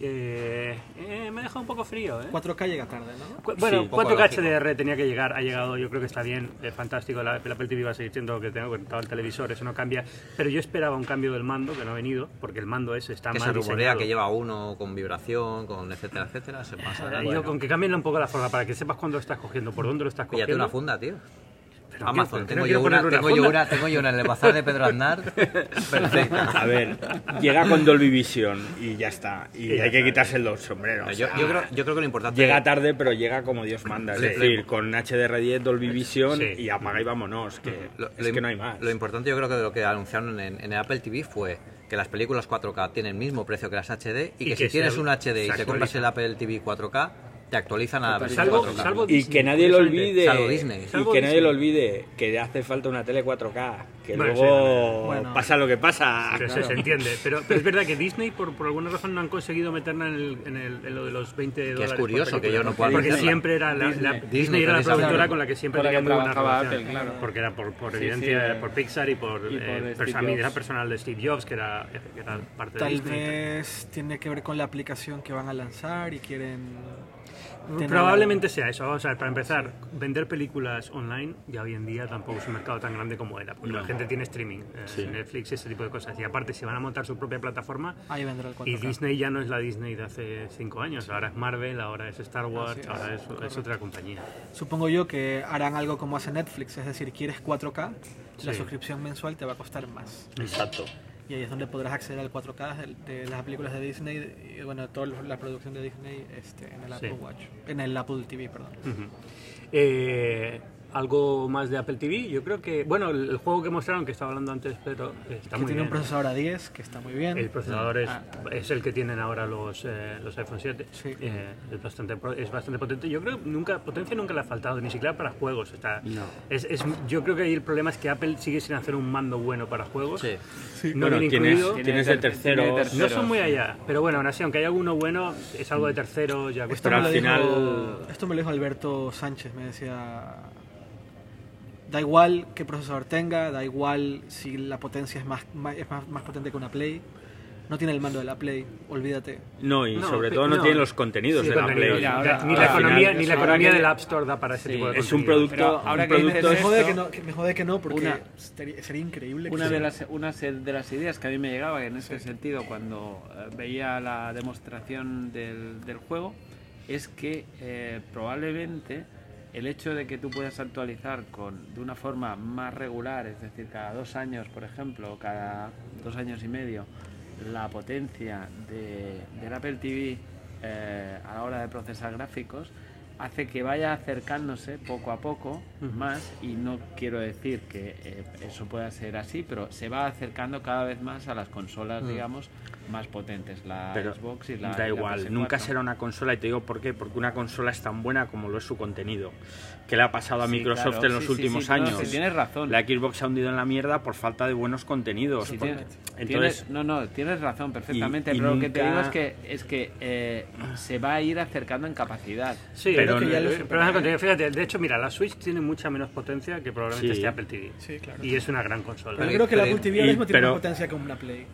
S5: Eh, eh, me deja un poco frío, ¿eh?
S3: 4K llega tarde, ¿no?
S5: Cu- Bueno,
S4: Sí, un poco
S5: 4K
S4: lógico.
S5: HDR tenía que llegar, ha llegado, yo creo que está bien, es fantástico, la, el Apple TV va a seguir siendo lo que tengo conectado al televisor, eso no cambia, pero yo esperaba un cambio del mando, que no ha venido, porque el mando ese está
S4: que
S5: mal
S4: se rumorea
S5: diseñado.
S4: que lleva uno con vibración, con etcétera, etcétera, se pasa.
S5: Eh,
S4: Bueno.
S5: Yo con que cambien un poco la forma para que sepas cuándo lo estás cogiendo, por dónde lo estás
S4: Píllate
S5: cogiendo.
S4: una funda, tío.
S5: Pero qué,
S4: Amazon,
S5: pero
S4: tengo,
S5: no
S4: yo
S5: quiero
S4: una,
S5: poner una
S4: tengo yo
S5: funda.
S4: una, tengo yo una en el bazar de Pedro Aznar. Perfecta.
S6: A ver, llega con Dolby Vision y ya está. Y hay que
S7: eh.
S6: quitarse los sombreros.
S4: Yo, yo creo, yo creo que lo importante
S5: Eh,
S6: Llega tarde, pero llega como Dios manda. Es
S4: Sí.
S6: decir, con HDR10, Dolby Vision
S5: Sí.
S6: y apaga y vámonos. Que
S4: Lo-
S6: es
S4: lo
S6: que
S4: im-
S6: no hay más.
S4: Lo importante yo creo que de lo que anunciaron en, en el Apple TV fue que las películas 4K tienen el mismo precio que las HD y,
S5: Y
S4: que,
S5: que
S4: si
S5: se
S4: tienes
S5: al-
S4: un HD y
S5: se
S4: te compras
S5: actualiza.
S4: el Apple TV 4K, te actualizan a la versión
S5: Salvo,
S4: 4K.
S5: salvo
S6: Y
S5: Disney,
S6: que nadie lo
S5: curiosamente.
S6: olvide.
S4: Salvo Disney.
S5: Salvo
S6: y que nadie
S5: Disney.
S6: lo olvide que hace falta una tele 4K. Que
S5: Bueno,
S6: luego
S5: sí,
S3: bueno.
S6: pasa lo que
S3: Ah,
S6: pasa.
S5: Pero se, se entiende, pero, pero es verdad que Disney por, por alguna razón no han conseguido meterla en, el- en el- en lo de los 20 dólares. por
S4: curioso que
S5: película,
S4: yo no
S5: porque
S4: pueda
S5: Porque
S4: meterla.
S5: siempre era la, la- Disney,
S7: Disney.
S5: era la
S4: Disney,
S5: productora
S4: claro.
S5: con la que siempre
S7: Con la
S5: tenía
S7: que
S5: muy buena
S7: trabajaba
S5: relación.
S7: Apple, claro.
S5: Porque era por, por
S7: Sí,
S5: evidencia,
S7: sí.
S5: por Pixar y por,
S7: Y por
S5: eh,
S7: Steve
S5: perso- amenidad
S7: Jobs.
S5: personal de Steve Jobs, que era, que era parte de
S3: Tal
S5: Disney.
S3: vez tiene que ver con la aplicación que van a lanzar y quieren... tener
S5: Probablemente sea eso. Vamos a ver, para empezar, vender películas online ya hoy en día tampoco es un mercado tan grande como era, porque la gente tiene streaming, eh, Netflix y ese tipo de cosas. Y aparte, si van a montar su propia plataforma,
S3: Ahí vendrá el
S5: Y
S3: 4K.
S5: Disney ya no es la Disney de hace cinco años, ahora es Marvel, ahora es Star Wars, ahora es, es otra compañía.
S3: Supongo yo que harán algo como hace Netflix, es decir, quieres 4K, la
S5: Sí.
S3: suscripción mensual te va a costar más.
S6: Exacto.
S3: Y ahí es donde podrás acceder al 4K del- de, las películas de Disney y bueno, toda la producción de Disney este, en el Apple
S5: Sí.
S3: Watch, en el Apple TV, perdón.
S5: Eh, algo más de Apple TV, yo creo que, bueno, el, el juego que mostraron, que estaba hablando antes, pero eh, está
S3: que
S5: muy bien.
S3: tiene un procesador A10 que está muy bien.
S5: El procesador es,
S3: Ah.
S5: es el que tienen ahora los, eh, los iPhone 7.
S3: Sí.
S5: Eh, es, bastante, pro- es bastante potente. Yo creo que nunca, potencia nunca le ha faltado, ni siquiera para juegos. Está, es, es- yo creo que ahí el problema es que Apple sigue sin hacer un mando bueno para juegos.
S4: Sí.
S5: No
S6: bueno,
S5: viene
S6: tienes,
S5: incluido.
S6: tienes el tercero.
S7: Tiene
S5: No
S7: terceros.
S5: son muy allá, pero bueno, aún así, aunque hay alguno bueno, es algo de tercero, ya
S3: Esto
S5: cuesta
S6: Pero
S3: me
S6: al
S3: lo dijo-
S6: final-
S3: esto me lo dijo Alberto Sánchez, me decía, da igual qué procesador tenga, da igual si la potencia es más, más- es más, más potente que una Play, no tiene el mando de la Play, olvídate.
S6: No, y
S5: No,
S6: sobre
S5: pe-
S6: todo no,
S5: no.
S6: tiene los contenidos
S5: Sí,
S6: de la
S5: contenido.
S6: Play.
S5: Ya,
S7: ahora-
S5: ni la
S6: ahora
S5: economía,
S6: al final
S5: ni la
S7: es
S5: economía
S7: ahora
S5: del
S7: que-
S5: App Store da para ese
S7: Sí,
S5: tipo de
S6: Es un
S5: contenido.
S6: producto,
S7: Pero ahora
S6: un
S7: que dices
S6: producto
S3: Me
S7: esto-
S3: jode que no, que- me jode que no, porque
S7: Una-
S3: sería, sería increíble. que
S7: Una
S3: se-
S7: de las, una se- de las ideas que a mí me llegaba en ese sentido cuando eh, veía la demostración del, del juego es que eh, probablemente el hecho de que tú puedas actualizar con, de una forma más regular, es decir, cada dos años, por ejemplo, o cada dos años y medio, la potencia de, del Apple TV eh, a la hora de procesar gráficos, hace que vaya acercándose poco a poco más y no quiero decir que eh, eso pueda ser así, pero se va acercando cada vez más a las consolas, digamos, más potentes, la
S6: Mm. Pero
S7: Xbox y la
S6: da
S7: y la
S6: igual,
S7: PS4.
S6: nunca será una consola y te digo por qué, porque una consola es tan buena como lo es su contenido, que le ha pasado a
S7: Sí,
S6: Microsoft
S7: claro,
S6: en los
S7: sí, sí,
S6: últimos
S7: sí, no,
S6: años.
S7: sí, tienes razón.
S6: La Xbox se ha hundido en la mierda por falta de buenos contenidos.
S7: Sí,
S6: porque-
S7: tiene-
S6: entonces,
S7: tienes- no, no, tienes razón perfectamente,
S6: y
S7: pero lo que te
S6: nunca-
S7: digo es que, es que eh, se va a ir acercando en capacidad.
S5: Sí,
S6: Pero
S5: pero,
S6: no-
S5: el problema es el contenido. Fíjate, de hecho, mira, la Switch tiene mucha menos potencia que probablemente
S6: Sí.
S5: esté Apple TV.
S3: Sí, claro.
S5: Y es una gran consola.
S3: Pero yo creo que la Apple TV ahora
S6: Y-
S3: mismo tiene
S6: pero-
S3: más potencia que una Play.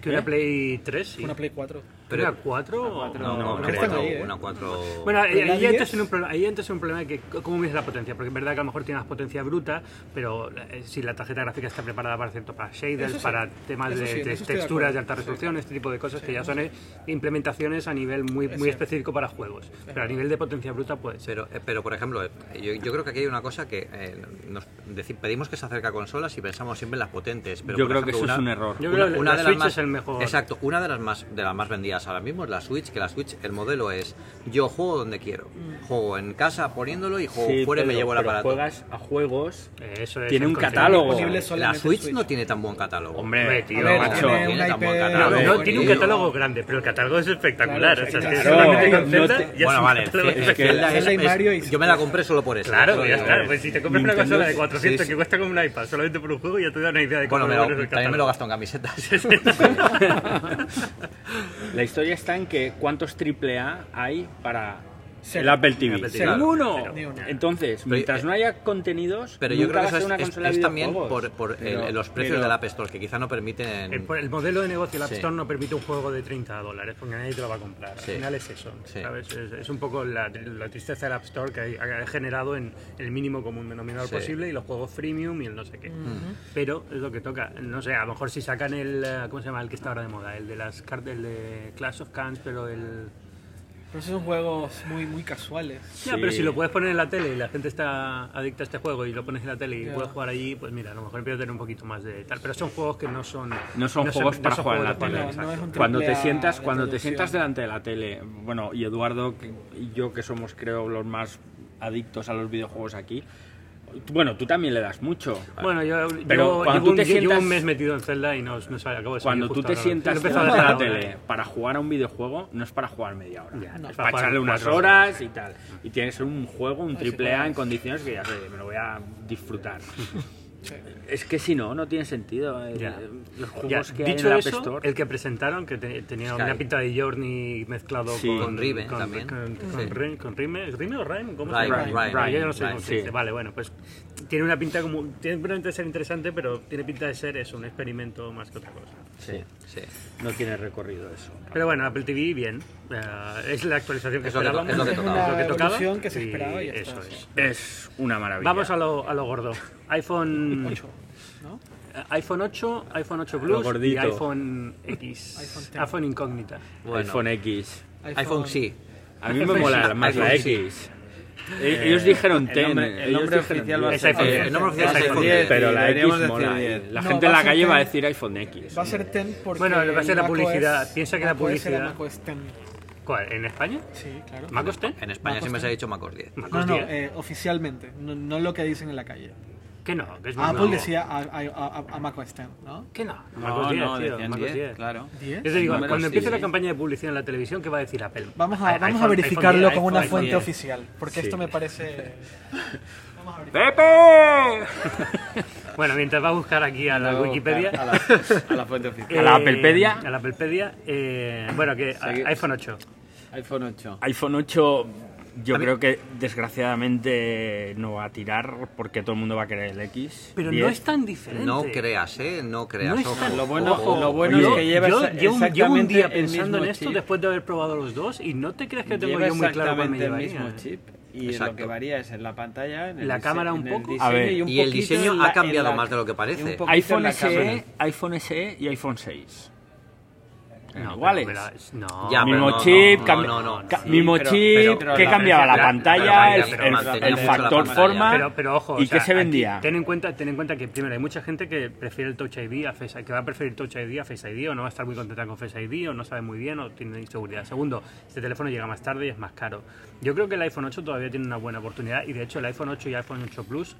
S5: Que una Play 3, sí.
S3: Una Play 4.
S5: ¿Pero ¿Una 4?
S4: No, no,
S3: no,
S4: una
S3: no,
S4: cuatro-
S3: ahí, ¿eh?
S4: una cuatro-
S5: Bueno, ahí,
S3: Pero la
S5: ahí
S3: 10.
S5: entras en un problema, ahí entras en un problema de que c- cómo mides la potencia, porque es verdad que a lo mejor tiene más potencia bruta, pero eh, si la tarjeta gráfica está preparada para cierto para shaders,
S3: Eso sí.
S5: para temas
S3: Eso
S5: de,
S3: sí, en
S5: de
S3: eso estoy de
S5: texturas de
S3: acuerdo.
S5: alta resolución, este tipo de cosas
S3: Sí,
S5: que ya
S3: no,
S5: son eh, implementaciones a nivel muy, muy
S3: cierto.
S5: específico para juegos, pero a nivel de potencia bruta puede ser.
S4: Pero, eh, pero por ejemplo, eh, yo, yo creo que aquí hay una cosa que eh, nos deci- pedimos que se acerque a consolas y pensamos siempre en las potentes. Pero
S6: yo
S4: por
S6: creo que
S4: ejemplo,
S6: eso es
S4: una-
S6: un error.
S5: Yo creo que la Switch es el mejor.
S4: Exacto, una de las más de las más vendidas ahora mismo es la Switch, que la Switch el modelo es yo juego donde quiero. Juego en casa poniéndolo y juego
S6: Sí,
S4: fuera y me
S6: Pedro,
S4: llevo el
S6: pero
S4: aparato.
S6: juegas a juegos.
S5: Eh, eso es
S6: Tiene
S5: el
S6: un
S5: concepto.
S6: catálogo.
S3: Disponible
S4: La
S3: solamente en
S4: Switch
S3: Switch.
S4: no tiene tan buen catálogo.
S5: Hombre,
S6: tío,
S5: a ver,
S6: macho.
S3: tiene un
S4: Tiene tan buen
S3: iPad-
S5: No,
S4: catálogo.
S5: no,
S3: Claro,
S5: tiene un
S3: bonito.
S5: catálogo grande, pero el catálogo es espectacular.
S3: Claro,
S5: o sea, es que
S3: claro.
S5: solamente con
S6: No
S5: Zelda
S6: te-
S5: ya es
S4: Bueno,
S5: un
S4: vale,
S5: catálogo
S4: es que
S5: espectacular.
S4: la- es-
S3: Zelda y
S4: es-
S3: Mario y-
S4: yo me la compré solo por eso.
S5: Claro,
S4: Eso
S5: ya
S4: digo.
S5: está. Pues si te compras una consola de
S6: Nintendo-
S5: 400
S4: sí, sí.
S5: que cuesta como un iPad solamente por un juego, ya te da una idea de cómo
S4: Bueno, me
S5: bueno es
S4: lo-
S5: el
S4: también me
S5: catálogo.
S4: lo gasto en camisetas.
S6: La historia está en que cuántos triple A hay para
S3: Cero.
S6: el Apple TV.
S5: Apple
S3: TV,
S6: Ninguno.
S3: claro. Ni uno.
S6: Entonces, mientras
S4: eh,
S6: no haya contenidos,
S4: Pero yo
S6: nunca
S4: creo que
S6: va a
S4: eso
S6: ser
S4: es,
S6: una
S4: es-
S6: consola
S4: es
S6: de
S4: también
S6: videojuegos.
S4: por, por el-
S6: Pero-
S4: los precios
S6: pero-
S4: del App Store, que quizá no permiten...
S5: El, el modelo de negocio del App
S4: Sí.
S5: Store no permite un juego de 30 dólares porque nadie te lo va a comprar.
S4: Sí.
S5: Al final es eso.
S4: Sí.
S5: ¿sabes? Es, es un poco la, la tristeza del App Store que hay- ha generado en el mínimo común denominador
S4: Sí.
S5: posible y los juegos freemium y el no sé qué. Pero es lo que toca. No sé, a lo mejor si sacan el. eh, ¿Cómo se llama el que está ahora de moda? El de las cartas, el de Clash of Clans, pero el.
S3: Pero esos son juegos muy, muy casuales.
S5: Ya, pero si lo puedes poner en la tele y la gente está adicta a este juego y lo pones en la tele y
S3: Ya.
S5: puedes jugar allí, pues mira, a lo mejor empieza a tener un poquito más de tal. Pero son juegos que no son.
S6: No son juegos para jugar en la
S5: juegos de
S6: tele.
S3: No, no es un
S6: cuando
S3: triple
S6: te
S3: A
S6: sientas,
S3: de
S6: cuando te
S3: producción.
S6: sientas delante de la tele, bueno, y Eduardo que- y yo que somos creo los más adictos a los videojuegos aquí. tú- Bueno, tú también le das mucho.
S5: Bueno, yo, yo
S6: Pero cuando
S5: llevo,
S6: tú
S5: un,
S6: te
S5: yo llevo
S6: sientas-
S5: un mes metido en Zelda y no, no sé, acabo de salir
S6: Cuando
S5: justo
S6: tú te
S5: ahora. Lo
S6: sientas
S5: he empezado
S6: delante de la
S5: a hacer ahora.
S6: tele para jugar a un videojuego, no es para jugar media hora.
S5: Ya, no. Para
S6: es para
S5: jugar
S6: echarle unas
S5: cuatro
S6: horas y tal. Y tienes un juego, un
S3: Ay,
S6: triple
S3: sí,
S6: A en
S3: claro.
S6: condiciones que ya sé, me lo voy a disfrutar.
S3: Sí.
S6: Es que si no, no tiene sentido. eh,
S5: Ya.
S6: Los
S5: Ya,
S6: juegos que hay en
S5: dicho
S6: el App
S5: eso,
S6: Store.
S5: el que presentaron, que te- tenía
S4: Sky.
S5: una pinta de Journey mezclado
S6: Sí.
S5: con,
S4: Con Rime
S5: con,
S4: también.
S5: Con, con
S4: Sí.
S5: Rime- con Rime, ¿Rime o Rime? ¿Cómo
S4: Rime,
S5: se llama?
S4: Rime,
S5: Vale, yo ya no sé
S4: Rime,
S5: cómo se dice.
S6: sí.
S5: Vale, bueno, pues tiene una pinta como. Tiene pinta de ser interesante, pero tiene pinta de ser eso, un experimento más que otra cosa.
S6: Sí,
S4: Sí.
S6: no tiene recorrido eso.
S5: Pero bueno, Apple TV, bien. Eh, es la actualización que
S4: Es lo que to-
S5: esperábamos.
S4: es lo que tocaba.
S5: Es lo
S3: Es la evolución que se esperaba y ya
S5: eso
S3: está,
S5: es.
S3: sí.
S6: Es una maravilla.
S5: Vamos a lo, a lo gordo. iPhone 8.
S3: ¿no?
S5: iPhone 8, iPhone 8 Plus y
S6: gordito.
S5: iPhone X.
S3: iPhone
S5: iPhone,
S3: X.
S5: incógnita.
S4: Bueno,
S6: iPhone X.
S4: iPhone sí.
S6: A mí me mola más la
S4: iPhone sí.
S6: X. Eh, ellos dijeron
S7: el
S6: ten.
S7: nombre- el
S6: ellos
S7: nombre
S6: dijeron
S7: oficial
S6: 10.
S7: va a
S5: Es iPhone
S4: Eh,
S5: 10.
S4: el nombre oficial es
S5: Es
S4: iPhone
S5: iPhone 10.
S4: 10.
S6: Pero la
S7: Deberíamos
S6: X mola.
S7: decir
S6: eh. La
S3: No,
S6: gente en
S3: va a
S6: la
S3: ser
S6: calle va a
S3: 10.
S6: decir iPhone X.
S3: Va a ser TEN porque.
S5: Bueno, lo que va a ser la
S3: macOS-
S5: publicidad. Piensa que la
S3: macOS era
S5: publicidad-
S3: macOS 10.
S5: ¿Cuál? ¿En España?
S3: Sí, claro.
S5: ¿Macos 10?
S4: En España
S3: Macos
S4: siempre se ha
S3: también.
S4: dicho Macos 10.
S3: No,
S5: ¿Macos
S3: no,
S5: 10?
S3: eh, oficialmente. No, no lo que dicen en la calle.
S5: que no, que es muy
S3: Apple
S5: nuevo.
S3: decía a, a, a, a macOS 10, ¿no?
S5: Que no,
S7: No,
S5: Macos 10,
S7: no,
S5: tío,
S7: decían
S5: Macos
S7: 10,
S5: 10.
S7: claro.
S5: Yo
S3: 10.
S5: te digo,
S7: Números,
S5: cuando
S7: sí,
S5: empiece
S7: sí.
S5: la campaña de publicidad en la televisión, ¿qué va a decir Apple?
S3: Vamos a,
S5: Ay,
S3: vamos a
S5: iPhone-
S3: verificarlo
S5: iPhone
S3: con una
S5: 10,
S3: fuente
S5: iPhone 10.
S3: oficial. Porque esto me parece. vamos a verificar.
S6: ¡Pepe!
S5: Bueno, mientras va a buscar aquí a la
S7: Luego,
S5: Wikipedia. Eh,
S7: A la, a la fuente oficial.
S6: ¿A la Applepedia?
S5: A la Applepedia. eh, bueno, que a-
S7: Seguir-
S5: iPhone 8.
S7: iPhone 8.
S6: iPhone 8 yo creo que desgraciadamente no va a tirar porque todo el mundo va a querer el X.
S5: Pero
S6: 10.
S5: no es tan diferente.
S4: No creas, ¿eh? No creas.
S5: No es tan-
S4: ojo.
S7: Lo bueno,
S4: Ojo.
S7: lo bueno
S5: Yo-
S7: es que lleva
S5: yo
S7: exa-
S5: llevo, un- llevo un
S7: exactamente
S5: día
S7: el
S5: pensando en
S7: mismo
S5: esto
S7: chip.
S5: después de haber probado los dos y no te creas que tengo
S7: Lleva
S5: yo muy claro cuál me ¿eh?
S7: exactamente el
S5: llevaría.
S7: mismo chip y lo que
S4: Exacto.
S7: varía es en la pantalla, en el
S5: La
S7: dise-
S5: cámara un
S7: en el
S5: poco.
S7: diseño
S6: A ver,
S7: un
S4: y el
S7: poquito
S4: diseño
S7: en
S4: ha
S7: la-
S4: cambiado
S7: en la- E
S4: más de lo que parece.
S7: y un poquito
S6: E, iPhone
S7: en la cámara.
S6: SE, iPhone SE y iPhone 6.
S5: No,
S7: iguales.
S5: pero- pero- no.
S4: Ya, Ah, pero
S6: Mismo
S4: no,
S6: chip,
S4: no,
S6: cambi-
S4: no, no, no,
S6: ca-
S4: sí,
S6: mismo
S7: pero-
S6: chip,
S7: pero- pero
S6: ¿qué
S7: la-
S6: cambiaba? La,
S5: la-
S6: pantalla,
S5: la- pero
S6: el, el-
S5: mantenía
S6: el
S5: mucho la
S6: factor
S4: pantalla.
S6: forma.
S4: Ah,
S5: Pero, pero ojo, o
S6: ¿Y
S5: sea,
S6: qué se
S5: aquí
S6: vendía?
S5: ten, en cuenta, ten en cuenta que primero hay mucha gente que prefiere el Touch ID a Face que va a preferir Touch ID a Face ID o no va a estar muy contenta con Face ID o no sabe muy bien o tiene inseguridad. Segundo, este teléfono llega más tarde y es más caro. Yo creo que el iPhone 8 todavía tiene una buena oportunidad y de hecho el iPhone 8 y iPhone 8 Plus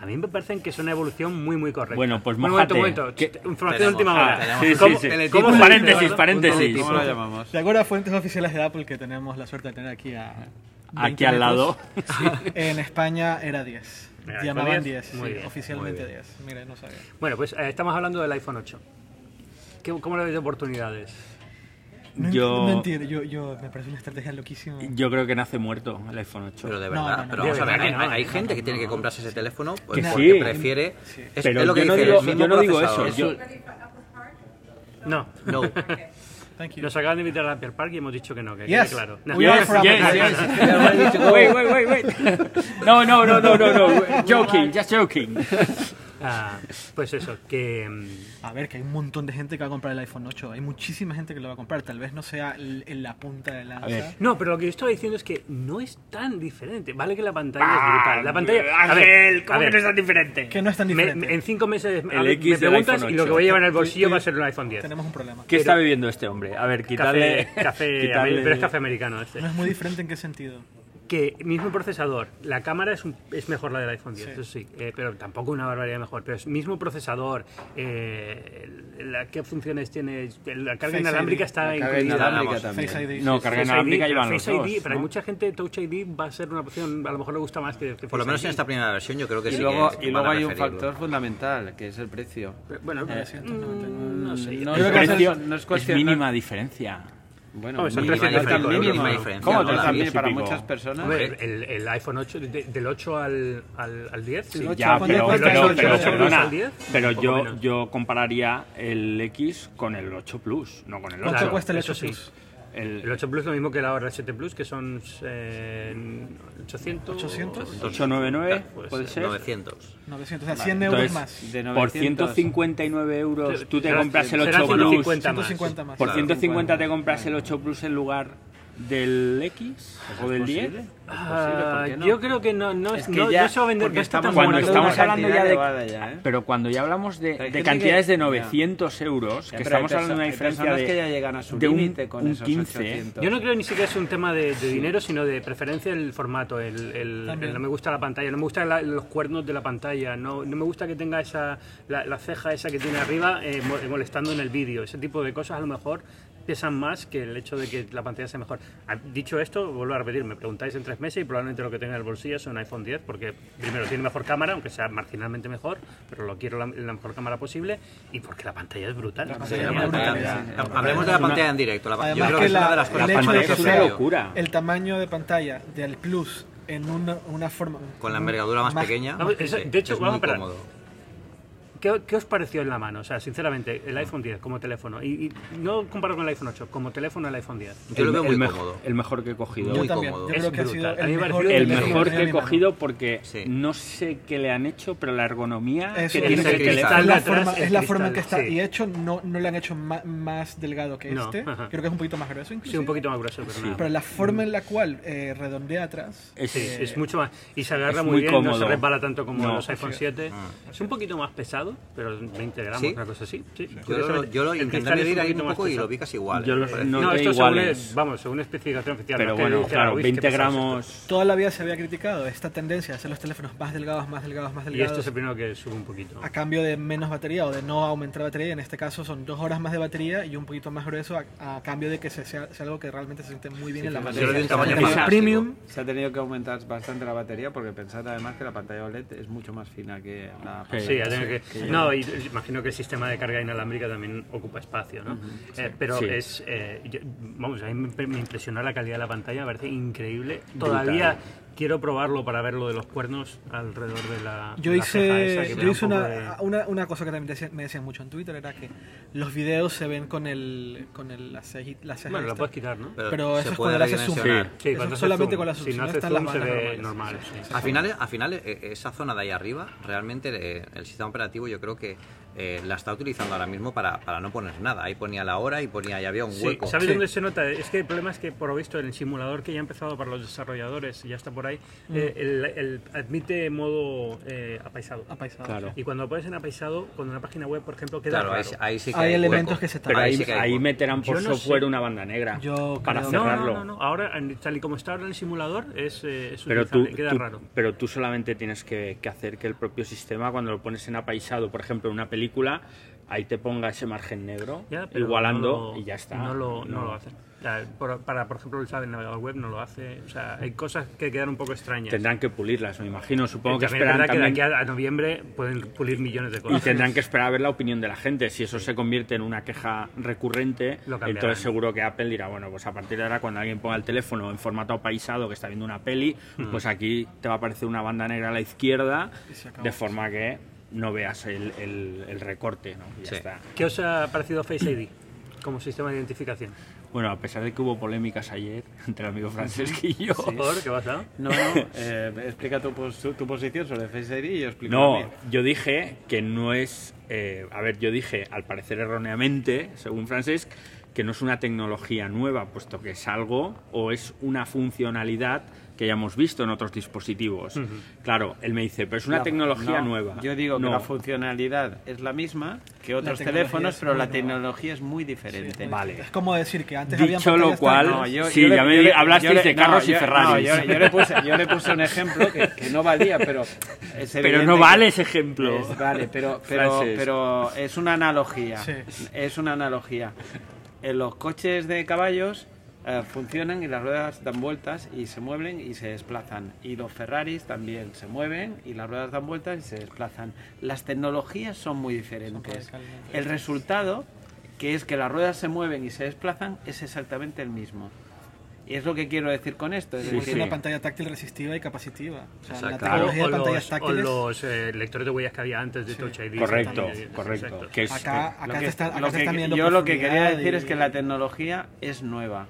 S5: a mí me parecen que es una evolución muy muy correcta.
S6: Bueno, pues
S5: Un momento, un
S6: mójate.
S5: momento.
S6: ¿Qué?
S5: Información de última
S4: Tenemos, ah,
S5: hora.
S6: Sí,
S4: tenemos
S6: sí,
S4: ¿Cómo-
S6: sí.
S4: el
S5: cómo-
S6: Paréntesis,
S4: Un
S6: paréntesis.
S4: teletipo.
S7: ¿Cómo lo llamamos?
S3: De acuerdo a fuentes oficiales de Apple que tenemos la suerte de tener aquí a 20
S6: Aquí al lado.
S3: metros, En España era 10.
S5: Era
S3: Llamaban
S5: 10,
S3: 10,
S5: muy
S3: sí,
S5: bien,
S3: oficialmente
S4: muy
S3: 10. Mire, no sabía.
S5: Bueno, pues eh, estamos hablando del iPhone 8. ¿Qué- ¿Cómo le ves de oportunidades?
S3: No
S6: Yo-
S3: ent- no entiendo, yo, yo- me parece una estrategia loquísima.
S6: Yo creo que nace muerto el iPhone 8.
S4: Pero de
S3: No,
S4: verdad,
S3: no, no,
S4: pero
S5: de
S4: vamos a ver,
S5: verdad
S4: hay,
S5: que no,
S4: hay
S5: no,
S4: gente
S5: no,
S4: que tiene que comprarse ese teléfono pues,
S6: Que
S4: porque
S6: sí.
S4: prefiere.
S3: Sí.
S4: Es,
S6: Pero
S4: es lo que
S6: yo no
S4: dice,
S6: digo-
S4: el mismo
S6: yo no digo
S4: procesador.
S6: eso, yo-
S5: No.
S4: No.
S3: Thank you.
S5: Nos acaban de invitar a Apple Park y hemos dicho que no, que
S3: Yes.
S5: quede claro.
S3: We
S5: No.
S3: are from
S6: yes,
S3: Apple.
S6: yes. Wait, wait, wait, wait. No, no, no, no, no, no. Joking, just joking.
S5: Ah, pues eso, que... mm,
S3: A ver, que hay un montón de gente que va a comprar el iPhone 8. Hay muchísima gente que lo va a comprar. Tal vez no sea el- en la punta de lanza.
S6: ver.
S5: No, pero lo que yo estaba diciendo es que no es tan diferente. Vale que la pantalla es brutal. La pantalla... A
S6: Ah, Ángel,
S5: ver, a
S6: ¿cómo que no
S5: ver,
S6: es tan diferente?
S3: Que no es tan
S5: me-
S3: diferente.
S5: me- en cinco meses a
S6: El
S5: ver,
S6: X
S5: me
S6: del
S5: preguntas
S6: iPhone
S5: y lo que voy a llevar en el bolsillo
S3: Estoy-
S5: va a ser un iPhone 10.
S3: Tenemos un problema.
S6: ¿Qué está bebiendo este hombre? A ver, quitarle.
S5: Café, café
S6: quitarle-
S5: pero es café americano este.
S3: No es muy diferente en qué sentido.
S5: que mismo procesador, la cámara es, un- es mejor la del iPhone 10,
S3: Sí.
S5: eso sí, eh, pero tampoco una barbaridad mejor, pero es mismo procesador, eh, la, ¿qué funciones tiene? La carga
S3: Face
S5: inalámbrica
S3: ID.
S5: está
S7: La carga
S5: incluida.
S7: inalámbrica
S4: Vamos,
S7: también.
S3: Face ID.
S6: No,
S3: sí,
S6: carga
S5: Face
S6: inalámbrica
S5: ID,
S6: llevan los
S5: Face
S6: dos.
S5: ID, pero hay
S6: ¿no?
S5: mucha gente, Touch ID va a ser una opción, a lo mejor le gusta más que, que
S4: Por lo
S5: Face
S4: menos en
S5: ID.
S4: esta primera versión yo creo que
S7: Y
S4: sí.
S7: luego,
S4: que
S7: y luego
S4: van a
S7: hay un
S4: preferirlo.
S7: factor fundamental, que es el precio.
S5: Pero, Bueno,
S3: Eh,
S5: mm,
S3: 199.
S5: no sé.
S7: No,
S3: creo
S6: El
S3: que es
S6: precio
S7: no es
S6: es
S7: cuestión-
S6: mínima diferencia.
S7: Bueno,
S5: No, es el
S7: mínimo,
S5: precio
S7: tan
S5: típico,
S7: mínimo.
S5: mínima
S4: diferencia,
S7: ¿Cómo?
S4: ¿no?
S7: Pero
S4: La
S7: también
S6: diez y
S7: para
S6: pico.
S7: muchas personas.
S5: Hombre, el, el iPhone 8, de- del 8 al, al, al 10, sí,
S6: Ya,
S3: ¿Cuánto-
S6: pero,
S3: cuánto
S6: pero,
S3: es el
S6: pero,
S3: ocho?
S6: perdona,
S5: ¿Al diez?
S6: pero
S5: Un poco
S6: yo,
S5: menos.
S6: yo compararía el X con el 8 Plus, no con el 8.
S3: ¿Cuánto
S5: Claro,
S3: cuesta el
S5: eso
S3: 8
S5: sí.
S3: Plus?
S5: El 8 Plus lo mismo que la ahora el 7 Plus, que son eh, 800.
S3: 800?
S6: 899, puede ser.
S4: 900.
S3: 900, o sea, 100 euros
S6: Entonces,
S3: más.
S7: De
S6: por
S7: 900.
S6: 159 euros tú te
S5: Serán-
S6: compras el
S5: serán
S6: 8 Plus.
S5: 150 más.
S3: 150 más.
S6: Por
S4: Claro.
S6: 150 te compras el 8 Plus en lugar del X o del 10.
S5: Ah,
S7: ¿por qué no?
S5: Yo creo que no, no,
S7: Es
S5: es
S7: que
S5: no,
S7: ya-
S5: no se va a vender.
S7: porque
S5: no está tan
S7: estamos
S6: cuando
S5: bueno.
S6: estamos
S7: una
S6: hablando ya
S7: cantidad
S6: de-
S7: elevada ya, ¿eh?
S6: Pero cuando ya hablamos de,
S7: Hay
S6: de
S7: gente
S6: cantidades
S7: que-
S6: de 900 euros,
S7: Ya,
S6: que
S7: pero hay
S6: estamos hablando de una
S7: perso- hay
S6: diferencia
S7: personas
S6: de,
S7: que ya llegan a su
S6: de un-
S7: límite con
S6: un
S7: esos
S6: 15.
S7: 800.
S5: Yo no creo ni siquiera es un tema de, de dinero, sino de preferencia el formato. El, el-
S3: También.
S5: el no me gusta la pantalla, no me gustan la- los cuernos de la pantalla, no, no me gusta que tenga esa la, la ceja esa que tiene arriba eh, mo- molestando en el vídeo. Ese tipo de cosas a lo mejor pesan más que el hecho de que la pantalla sea mejor. Ah, Dicho esto, vuelvo a repetir, me preguntáis en tres meses y probablemente lo que tenga en el bolsillo es un iPhone 10 porque primero tiene mejor cámara, aunque sea marginalmente mejor, pero lo quiero la, la mejor cámara posible y porque la pantalla es brutal.
S3: La
S4: Sí,
S3: pantalla
S4: la
S3: es
S5: Genial.
S3: brutal.
S4: pantalla- Hablemos de la pantalla en directo. la pa- Yo
S3: Además
S4: creo
S3: que
S4: que es una
S3: la-
S4: de las cosas
S3: el hecho de
S4: más
S3: que
S6: es
S4: bonitas
S6: una
S3: sea-
S4: que veo.
S6: locura.
S3: El tamaño de pantalla del Plus en una, una forma.
S4: Con la envergadura más pequeña.
S5: Vamos, eso- de hecho,
S4: es
S5: vamos,
S4: muy
S5: espera.
S4: cómodo.
S5: ¿Qué, qué os pareció en la mano? O sea, sinceramente, el iPhone 10 como teléfono. Y, y no comparo con el iPhone 8, como teléfono el iPhone 10.
S4: Yo lo
S6: el-
S4: veo
S6: el
S4: muy
S6: mejo-
S4: cómodo.
S6: el mejor que he cogido.
S3: Yo
S4: Muy
S3: también.
S4: cómodo.
S3: Yo
S5: Es
S3: creo que ha
S5: brutal.
S3: sido
S5: A mí
S3: el
S5: me
S3: mejor,
S5: pareció
S6: El
S5: Elegí,
S6: mejor
S3: elegí,
S6: que he
S3: elegí,
S6: cogido porque
S4: Sí.
S6: no sé qué le han hecho, pero la
S3: Eso
S6: ergonomía que
S3: es.
S6: tiene
S3: Es
S6: el
S5: cristal.
S3: el
S6: teléfono.
S3: Es la,
S5: Atrás
S3: forma,
S5: es
S3: es la forma en que
S5: cristal,
S3: está.
S5: sí.
S3: Y de hecho, no, no le han hecho ma- más, delgado que
S5: No,
S3: este.
S5: ajá.
S3: Creo que es un poquito más grueso, incluso.
S5: Sí, un poquito más grueso, pero nada.
S3: Pero la forma en la cual eh, redondea atrás.
S6: Es-
S5: Sí, es mucho más. Y se agarra
S6: es
S5: muy,
S6: muy
S5: bien, no se
S6: cómodo.
S5: resbala tanto como
S6: No,
S5: los iPhone
S3: sí.
S5: 7. Es un poquito más pesado, pero 20 gramos,
S4: Ah. ¿Sí?
S5: una cosa así. Sí,
S4: Yo lo,
S5: curiosamente.
S4: yo lo
S5: El
S4: intenté
S5: cristal es
S4: medir ahí un
S5: poquito más
S4: poco y
S5: pesado.
S4: lo vi casi igual. ¿eh?
S6: Yo
S4: me
S6: los-
S4: parece.
S6: no-
S5: No,
S6: noté
S5: esto según,
S6: iguales.
S5: es- vamos, según especificación oficial.
S6: Pero
S5: no es que
S6: bueno,
S5: dice,
S6: claro,
S5: "Uy, qué
S6: 20
S5: pesado es esto".
S6: gramos.
S3: Toda la vida se había criticado esta tendencia a hacer los teléfonos más delgados, más delgados, más
S5: Y esto
S3: delgados.
S5: es el primero que sube un poquito.
S3: a cambio de menos batería o de no aumentar batería. En este caso son dos horas más de batería y un poquito más grueso a, a cambio de que se sea, sea algo que realmente se siente muy bien en la
S7: sí,
S3: mano.
S7: sí, Yo le doy un
S4: tamaño fantástico.
S3: premium.
S7: Se ha tenido que aumentar bastante la batería porque pensad además que la pantalla OLED es mucho más fina que la pantalla.
S5: Sí, ha tenido que- No, y imagino que el sistema de carga inalámbrica también ocupa espacio, ¿no? Eh, pero
S6: Sí.
S5: es... eh, yo- vamos, a mí me, me impresionó la calidad de la pantalla, me parece increíble. Todavía quiero probarlo para ver lo de los cuernos alrededor de la
S3: Yo
S5: la ceja esa, que
S3: hice,
S5: me da
S3: yo
S5: un
S3: hice
S5: poco
S3: una, Ah,
S5: de-
S3: una, una cosa que también decía- me decían mucho en Twitter, era que los videos se ven con el con el, la ceji- la ceja
S5: Bueno, lo
S3: esta.
S5: puedes quitar, ¿no?
S4: Pero
S3: pero
S4: se
S3: eso es
S4: puede
S3: cuando le haces zoom.
S4: redimensionar.
S5: Sí,
S3: Eso
S5: cuando haces
S3: solamente
S5: zoom.
S3: con la zoom,
S5: Si
S3: si
S5: no
S3: no
S5: haces
S3: están las
S5: zoom se
S3: bandas
S5: ve
S3: normales.
S5: normal. sí.
S4: Al final, al final, eh, esa zona de ahí arriba, realmente eh, el sistema operativo yo creo que eh, la está utilizando ahora mismo para, para no poner nada. Ahí ponía la hora y ponía, ya había un
S5: Sí,
S4: hueco.
S5: ¿Sabes
S3: Sí.
S5: dónde se nota? Es que el problema es que, por lo visto, en el simulador que ya ha empezado para los desarrolladores, ya está por ahí,
S3: Mm.
S5: eh, el, el- admite modo eh, apaisado.
S3: Apaisado.
S6: Claro.
S5: Y cuando pones en apaisado, cuando una página web, por ejemplo, queda
S4: Claro, ahí,
S5: raro.
S4: ahí sí que
S3: Hay
S4: hay,
S3: elementos
S4: hueco.
S3: que se tapan.
S4: Ahí,
S6: Ahí,
S4: sí que hay
S6: ahí
S4: hueco.
S6: meterán por
S5: Yo no
S6: software
S5: sé.
S6: una banda negra
S3: Yo
S6: para
S3: creo-
S5: No,
S6: cerrarlo.
S5: no, no, no. Ahora, en- tal y como está ahora el simulador, es, eh, es
S6: Pero tú,
S5: utilizable, queda
S6: tú-
S5: raro.
S6: pero tú solamente tienes que, que hacer que el propio sistema, cuando lo pones en apaisado, por ejemplo, en una película, ahí te ponga ese margen negro,
S5: Ya, pero
S6: igualando
S5: no lo-
S6: y ya está.
S5: No lo, no lo hacen. O sea, por- para, por ejemplo, usar el navegador web no lo hace. O sea, hay cosas que quedan un poco extrañas.
S6: Tendrán que pulirlas, me imagino. Supongo que
S5: También es
S6: esperarán
S5: verdad que de
S6: también
S5: aquí a, a noviembre pueden pulir millones de
S6: Y
S5: cosas.
S6: tendrán que esperar a ver la opinión de la gente. Si eso se convierte en una queja recurrente,
S5: Lo cambiarán.
S6: entonces seguro que Apple dirá, bueno, pues a partir de ahora cuando alguien ponga el teléfono en formato apaisado que está viendo una peli, pues aquí te va a aparecer una banda negra a la izquierda,
S3: se acabó.
S6: de forma que no veas el, el- el recorte, ¿no? Y ya
S4: Sí.
S6: está.
S5: ¿Qué os ha parecido Face ID como sistema de identificación?
S6: Bueno, a pesar de que hubo polémicas ayer entre el amigo Francesc y yo...
S5: ¿Por qué vas a?
S7: No, no, eh, explica tu, pos- tu posición sobre Face ID y yo explico la
S6: No,
S7: mía.
S6: yo dije que no es. eh, a ver, yo dije, al parecer erróneamente, según Francesc, que no es una tecnología nueva, puesto que es algo o es una funcionalidad que ya hemos visto en otros dispositivos. Claro, él me dice, pero es una
S7: La-
S6: tecnología
S7: no,
S6: nueva.
S7: Yo digo
S6: No.
S7: que la funcionalidad es la misma que otros
S3: tecnología
S7: teléfonos,
S3: es
S7: pero
S3: muy
S7: la
S3: nueva.
S7: tecnología es muy diferente.
S6: Vale.
S3: Es como decir que antes había
S6: Dicho lo cual,
S7: No, yo-
S6: sí,
S7: yo le-
S6: ya
S7: yo
S6: me
S7: le- yo
S6: hablasteis
S7: le-
S6: de
S7: no,
S6: carros y
S7: yo-
S6: Ferraris.
S7: no, yo, yo le puse, yo le puse un ejemplo que, que no valía, pero. es
S6: pero
S7: evidente
S6: no
S7: que-
S6: vale ese ejemplo.
S7: es- vale, pero, pero,
S6: Frases.
S7: pero es una analogía.
S3: Sí.
S7: Es una analogía. En los coches de caballos eh, funcionan y las ruedas dan vueltas y se mueven y se desplazan. Y los Ferraris también se mueven y las ruedas dan vueltas y se desplazan. Las tecnologías son muy diferentes. El resultado, que es que las ruedas se mueven y se desplazan, es exactamente el mismo. Y es lo que quiero decir con esto. Es
S6: Sí,
S7: decir,
S6: sí.
S3: una pantalla táctil resistiva y capacitiva. O sea, la
S4: Exacto.
S3: tecnología
S5: O,
S3: de pantallas
S5: los, o
S3: táctiles.
S5: los, eh, lectores de huellas que había antes de Touch ID.
S6: correcto,
S5: Sí, sí, sí,
S6: correcto.
S5: exacto.
S6: Que es-
S3: Acá,
S7: Lo
S3: acá
S7: que-
S3: te está- acá
S7: lo
S3: te
S7: que-
S3: están viendo
S7: yo lo que
S3: profundidad
S7: quería decir
S3: y-
S7: es que la tecnología es nueva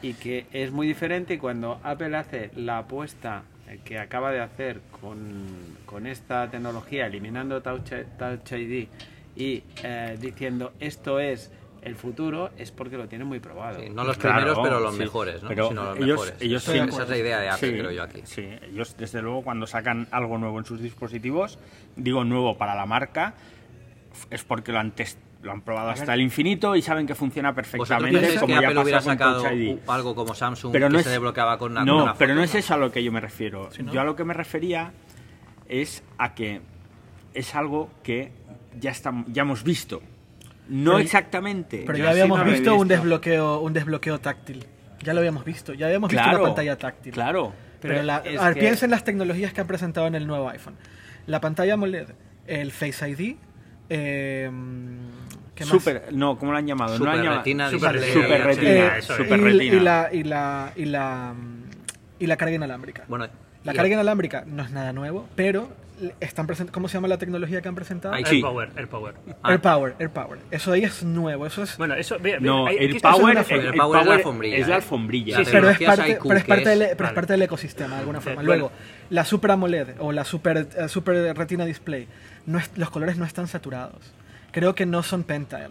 S3: Sí.
S7: y que es muy diferente y cuando Apple hace la apuesta que acaba de hacer con, con esta tecnología, eliminando Touch, Touch ID y eh, diciendo esto es el futuro, es porque lo tiene muy probado.
S4: Sí, no los
S6: Claro,
S4: primeros, pero los
S6: sí.
S4: mejores, ¿no?
S6: Pero
S4: Sino los
S6: ellos-
S4: mejores.
S6: ellos
S4: Esa
S3: sí-
S4: es la idea de Apple, creo yo, aquí.
S6: Sí, ellos desde luego cuando sacan algo nuevo en sus dispositivos, digo nuevo para la marca, f- es porque lo han, test- lo han probado hasta el infinito y saben que funciona
S4: ¿Vosotros
S6: perfectamente
S4: pensáis
S6: como
S4: que
S6: ya
S4: Apple hubiera
S6: pasa con
S4: sacado
S6: Touch ID?
S4: u- algo como Samsung
S6: Pero no
S4: que
S6: es-
S4: se desbloqueaba con una,
S6: no,
S4: con una
S6: pero
S4: foto?
S6: no es eso a lo que yo me refiero.
S3: no?
S6: Yo a lo que me refería es a que es algo que ya, está, ya hemos visto. No exactamente.
S3: Pero
S7: Yo
S3: ya
S7: así
S3: habíamos
S7: no lo he
S3: visto, un
S7: visto.
S3: desbloqueo, un desbloqueo táctil. Ya lo habíamos visto. Ya habíamos visto una pantalla táctil.
S6: Claro.
S3: Pero,
S7: Pero
S3: la-
S7: es
S3: a ver,
S7: que-
S3: piensa en las tecnologías que han presentado en el nuevo iPhone. La pantalla AMOLED, el Face ID, eh, ¿qué más?
S6: Super, no, ¿cómo lo han llamado? no lo han
S4: Super
S6: llamado-
S4: retina,
S5: Super
S4: display,
S5: retina.
S6: Super
S4: HD.
S6: retina,
S3: Eh,
S5: eso es.
S6: super
S3: y,
S6: retina.
S3: y la, y, la, y, la, mm, y la carga inalámbrica.
S4: Bueno,
S3: la
S4: y-
S3: carga inalámbrica no es nada nuevo, pero le- están present- ¿cómo se llama la tecnología que han presentado?
S4: Ahí-
S5: Air
S6: Sí.
S5: Power, Air Power.
S4: Ah.
S3: AirPower, AirPower. Eso ahí es nuego, eso es...
S5: Bueno, eso. ve- ve,
S6: No,
S5: hay- esto
S6: el
S5: es
S6: power,
S5: una
S6: el,
S5: forma-
S4: el
S6: el
S4: power es la
S6: power
S4: alfombrilla,
S6: es la
S4: ¿eh?
S6: alfombrilla.
S4: Sí,
S3: pero es,
S4: tecnologías
S3: parte,
S4: IQ,
S3: pero es
S4: que
S3: parte del,
S4: es-
S3: pero es
S5: vale.
S3: parte del ecosistema, de alguna forma.
S5: De
S3: Luego, la Super AMOLED o la Super, eh, super Retina Display, no es- los colores no están saturados. Creo que no son Pentile.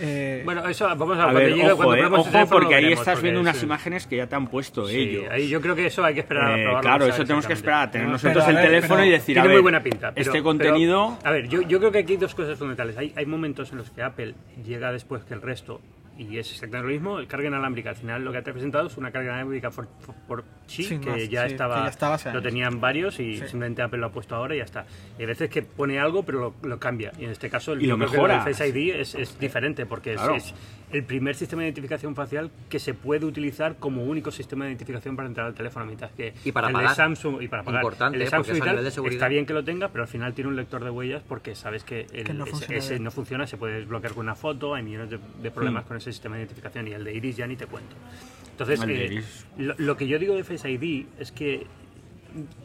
S3: Eh,
S5: Bueno, eso vamos a,
S6: A
S5: cuando
S6: ver,
S5: llegue-
S6: ojo,
S5: cuando
S6: eh,
S5: probemos el
S6: ojo,
S5: teléfono lo
S6: porque ahí
S5: veremos,
S6: estás
S5: porque
S6: viendo unas
S5: sí.
S6: imágenes que ya te han puesto
S5: Sí,
S6: ellos.
S5: ahí yo creo que eso hay que esperar a
S6: Eh,
S5: probarlo.
S6: claro,
S5: ¿sabes?
S6: eso tenemos que esperar a
S5: Exactamente.
S6: tener
S3: Pero,
S6: nosotros
S3: a
S6: el
S3: ver,
S6: teléfono
S3: pero-
S6: y decir, a
S5: Tiene
S6: ver,
S5: muy buena pinta. pero-
S6: este
S5: pero,
S6: contenido...
S5: a ver, yo, yo creo que aquí hay dos cosas fundamentales. Hay, hay momentos en los que Apple llega después que el resto y es exactamente lo mismo. El carga inalámbrica, al final lo que ha presentado es una carga inalámbrica por, por- por chi
S3: Sin
S5: que,
S3: más,
S5: ya
S3: sí,
S5: estaba,
S3: que ya estaba hace
S5: lo
S3: años.
S5: tenían varios y
S3: Sí.
S5: simplemente Apple lo ha puesto ahora y ya está. Y hay veces que pone algo pero lo, lo cambia. Y en este caso el,
S6: Y lo
S5: yo creo que
S6: mejora.
S5: del Face ID es, es diferente porque es-
S6: Claro.
S5: es, el primer sistema de identificación facial que se puede utilizar como único sistema de identificación para entrar al teléfono, mientras que
S4: Y para
S5: el de
S4: pagar.
S5: Samsung y para pagar
S4: Importante,
S5: el de
S4: ¿eh? porque
S5: Samsung y
S4: es a
S5: tal,
S4: nivel de seguridad.
S5: está bien que lo tenga, pero al final tiene un lector de huellas porque sabes que, el-
S3: Que no
S5: ese-
S3: funciona
S5: ese
S3: bien.
S5: no funciona, se puede desbloquear con una foto, hay millones de, de problemas
S4: Hmm.
S5: con ese sistema de identificación y el de Iris ya ni te cuento. Entonces,
S6: El de
S5: eh,
S6: Iris.
S5: lo, lo que yo digo de Face ID es que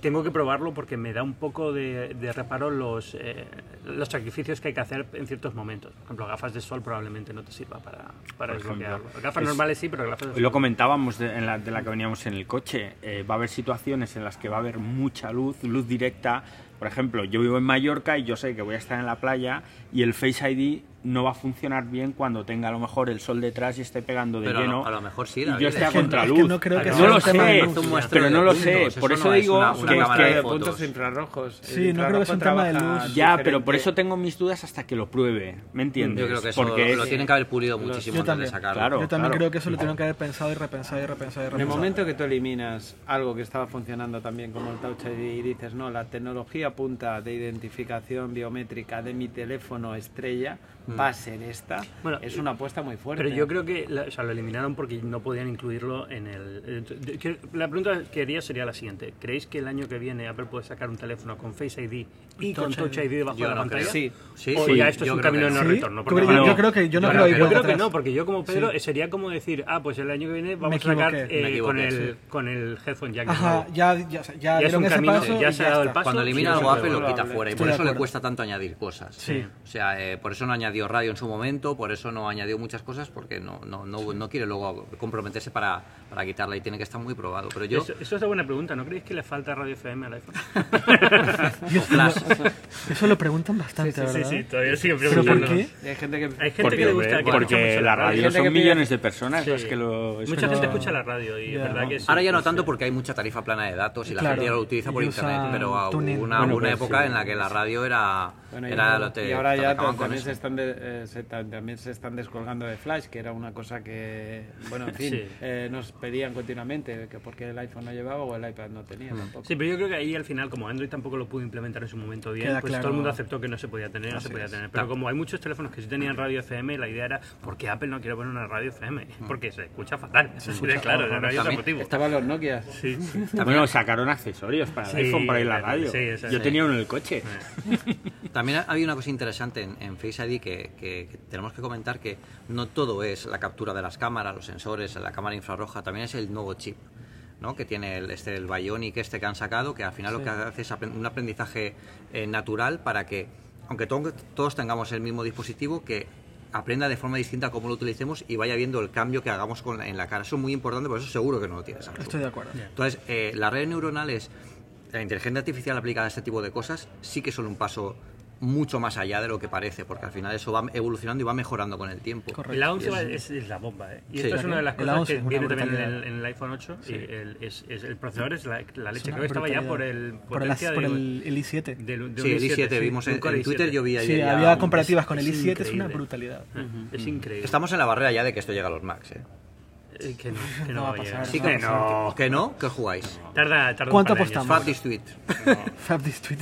S5: tengo que probarlo porque me da un poco de, de reparo los, eh, los sacrificios que hay que hacer en ciertos momentos. Por ejemplo, gafas de sol probablemente no te sirva para, para
S6: Por ejemplo.
S5: desbloquearlo. Gafas
S6: Es-
S5: normales sí, pero gafas de
S6: Hoy
S5: sol.
S6: lo comentábamos de, en la, de la que veníamos en el coche. eh, va a haber situaciones en las que va a haber mucha luz, luz directa, Por ejemplo, yo vivo en Mallorca y yo sé que voy a estar en la playa y el Face ID no va a funcionar bien cuando tenga a lo mejor el sol detrás y esté pegando de
S4: Pero a lo-
S6: lleno.
S4: a lo mejor sí,
S6: Y
S4: David,
S6: yo
S4: es
S6: esté a
S4: que-
S6: contraluz.
S3: es que no creo que
S6: no
S3: sea
S6: lo
S3: un
S6: sé,
S3: tema de
S4: luz, un muestreo
S6: pero
S4: de
S6: no lo
S4: puntos,
S6: sé.
S4: eso
S6: Por
S4: no
S6: eso
S4: es
S6: digo
S4: una- una
S6: que es
S4: cámara
S6: que
S4: de fotos.
S8: puntos infrarrojos. El
S3: Sí, no creo que sea un
S8: infrarrojo
S3: tema de
S8: trabaja
S3: luz.
S6: Ya,
S8: diferente.
S6: pero por eso tengo mis dudas hasta que lo pruebe, ¿me entiendes?
S4: Yo creo que eso
S6: Porque
S4: lo
S6: es-
S4: tienen que haber pulido muchísimo
S3: yo
S4: antes de
S3: también.
S4: sacarlo.
S6: Claro.
S3: Yo también
S6: claro.
S3: creo que eso lo tuvieron que haber pensado y repensado y repensado y
S7: En el
S3: repensado.
S7: momento que tú eliminas algo que estaba funcionando también como el Touch ID y dices, no, la tecnología punta de identificación biométrica de mi teléfono estrella va a ser esta,
S5: Mm. Bueno,
S7: es una apuesta muy fuerte.
S5: Pero yo creo que la- o sea, lo eliminaron porque no podían incluirlo en el... eh, de- que- La pregunta que haría sería la siguiente. ¿Creéis que el año que viene Apple puede sacar un teléfono con Face ID y con Touch ID debajo
S4: Yo
S5: de la
S4: no
S5: pantalla?
S4: creo.
S7: Sí.
S4: Sí,
S5: o
S4: sí,
S5: ya esto es
S4: yo
S5: un
S4: creo
S5: camino
S4: que
S5: de no
S3: sí.
S5: retorno.
S3: Creo-
S5: bueno,
S3: yo creo que- yo no creo que
S5: Yo creo
S3: vuelva
S5: que
S3: atrás.
S5: no, porque yo como Pedro
S3: Sí.
S5: eh, sería como decir, ah, pues el año que viene vamos a
S3: equivoqué.
S5: sacar
S3: Me
S5: eh, con,
S4: equivoqué,
S5: el,
S4: sí.
S5: con el headphone jack. de
S3: Ajá,
S5: nuevo.
S3: ya, ya, ya,
S5: es
S3: dieron
S5: un
S3: ese
S5: camino,
S3: paso.
S5: ya
S3: y
S5: se ha dado el
S3: está.
S5: paso.
S4: Cuando elimina
S5: Sí,
S4: algo
S5: eso es
S4: Apple lo
S5: probable.
S4: quita fuera y
S3: Estoy
S4: por
S3: de
S4: eso le
S3: acuerdo.
S4: cuesta tanto añadir cosas.
S3: Sí.
S4: O sea, eh, por eso no añadió radio en su momento, por eso no añadió muchas cosas, porque no, no, no, no quiere luego comprometerse para, para quitarla y tiene que estar muy probado. Pero yo,
S5: Eso, eso es una buena pregunta. ¿No creéis que le falta radio FM al iPhone?
S3: Dios,
S4: Flash.
S3: Eso lo preguntan bastante, ¿verdad?
S5: todavía sigue
S3: ¿Pero por qué?
S7: que... Hay gente que...
S5: Hay gente
S6: Porque,
S5: que le gusta... que escucha
S6: porque
S5: mucho
S6: la radio
S7: Gente que
S6: son
S7: pide-
S6: millones de personas
S5: Sí.
S6: las que lo
S5: Mucha gente
S6: escuchan.
S5: escucha la radio y es
S3: Ya,
S5: verdad
S3: ¿no?
S5: que sí,
S4: ahora ya no
S5: pues,
S4: tanto
S5: eh,
S4: porque hay mucha tarifa plana de datos y la
S3: Claro.
S4: gente ya lo utiliza por
S3: Y
S4: internet,
S3: usan
S4: pero a
S3: TuneIn.
S4: una,
S3: Bueno,
S4: una
S6: pues
S4: época
S6: sí.
S4: en la que la radio era...
S7: Bueno, y,
S4: era
S7: ahora-
S4: lo te-
S7: y ahora
S4: te
S7: ya
S4: atacaban
S7: tam-
S4: con
S7: también
S4: eso.
S7: se, están de- eh, se ta- también se están descolgando de Flash, que era una cosa que, bueno, en fin,
S5: Sí.
S7: eh, nos pedían continuamente, que porque el iPhone no llevaba o el iPad no
S5: Mm.
S7: tenía tampoco.
S5: Sí, pero yo creo que ahí al final, como Android tampoco lo pudo implementar en su momento bien,
S3: Queda
S5: pues
S3: claro.
S5: todo el mundo aceptó que no se podía tener, no se podía tener. Pero como hay muchos teléfonos que sí tenían radio FM, la idea era, ¿por qué Apple no quiere poner una radio FM? Porque se escucha fatal, eso sería claro, no hay otro
S4: También
S5: motivo.
S7: Estaban los Nokia.
S5: Sí, sí.
S6: Bueno, sacaron accesorios para el
S5: Sí,
S6: iPhone, para ir la
S5: claro,
S6: radio.
S5: sí, eso
S6: Yo
S5: sí.
S6: tenía uno en el coche.
S4: También había una cosa interesante en, en Face ID que, que- que tenemos que comentar que no todo es la captura de las cámaras, los sensores, la cámara infrarroja, también es el nuevo chip. ¿no? que tiene el, este, el Bionic este que han sacado, que al final lo que hace es apren- un aprendizaje eh, natural para que, aunque to- todos tengamos el mismo dispositivo, que aprenda de forma distinta cómo lo utilicemos y vaya viendo el cambio que hagamos con la- en la cara. Eso es muy importante, por eso seguro que no lo tienes. Samsung.
S3: Estoy de acuerdo.
S4: Entonces, eh, las redes neuronales, la inteligencia artificial aplicada a este tipo de cosas, sí que son un paso mucho más allá de lo que parece, porque al final eso va evolucionando y va mejorando con el tiempo.
S3: Correcto.
S5: La 11 va- es, es la bomba, ¿eh? Y
S4: Sí.
S5: esto es una de las
S3: La
S5: cosas
S3: 11
S5: que
S3: es una
S5: viene también en el,
S3: brutalidad.
S5: en el iPhone 8. y el, es- es- el procesador es la, la
S3: Es
S5: leche, creo
S3: una
S5: que estaba ya
S3: brutalidad.
S5: por el
S3: por, el,
S5: potencia
S3: as- por
S5: de un-
S3: el, el i7.
S5: de un- de un
S4: Sí, el i7
S5: sí,
S4: vimos
S5: un
S4: en,
S5: Core
S4: en
S5: i7.
S4: Twitter, yo vi ayer.
S3: sí,
S4: ya
S3: había
S4: un-
S3: comparativas con el
S5: es
S3: i7, es una
S5: increíble.
S3: brutalidad.
S5: Es increíble.
S4: Estamos en la barrera ya de que esto llega a los Macs, ¿eh?
S5: Eh, Que no, que no,
S3: No va a
S5: vaya.
S3: pasar.
S4: Sí que no. ¿Que no? ¿Que jugáis?
S5: Tarda, tarda un
S3: ¿Cuánto
S5: par de años.
S3: apostamos?
S4: Fat is tweet.
S3: Fab this tweet.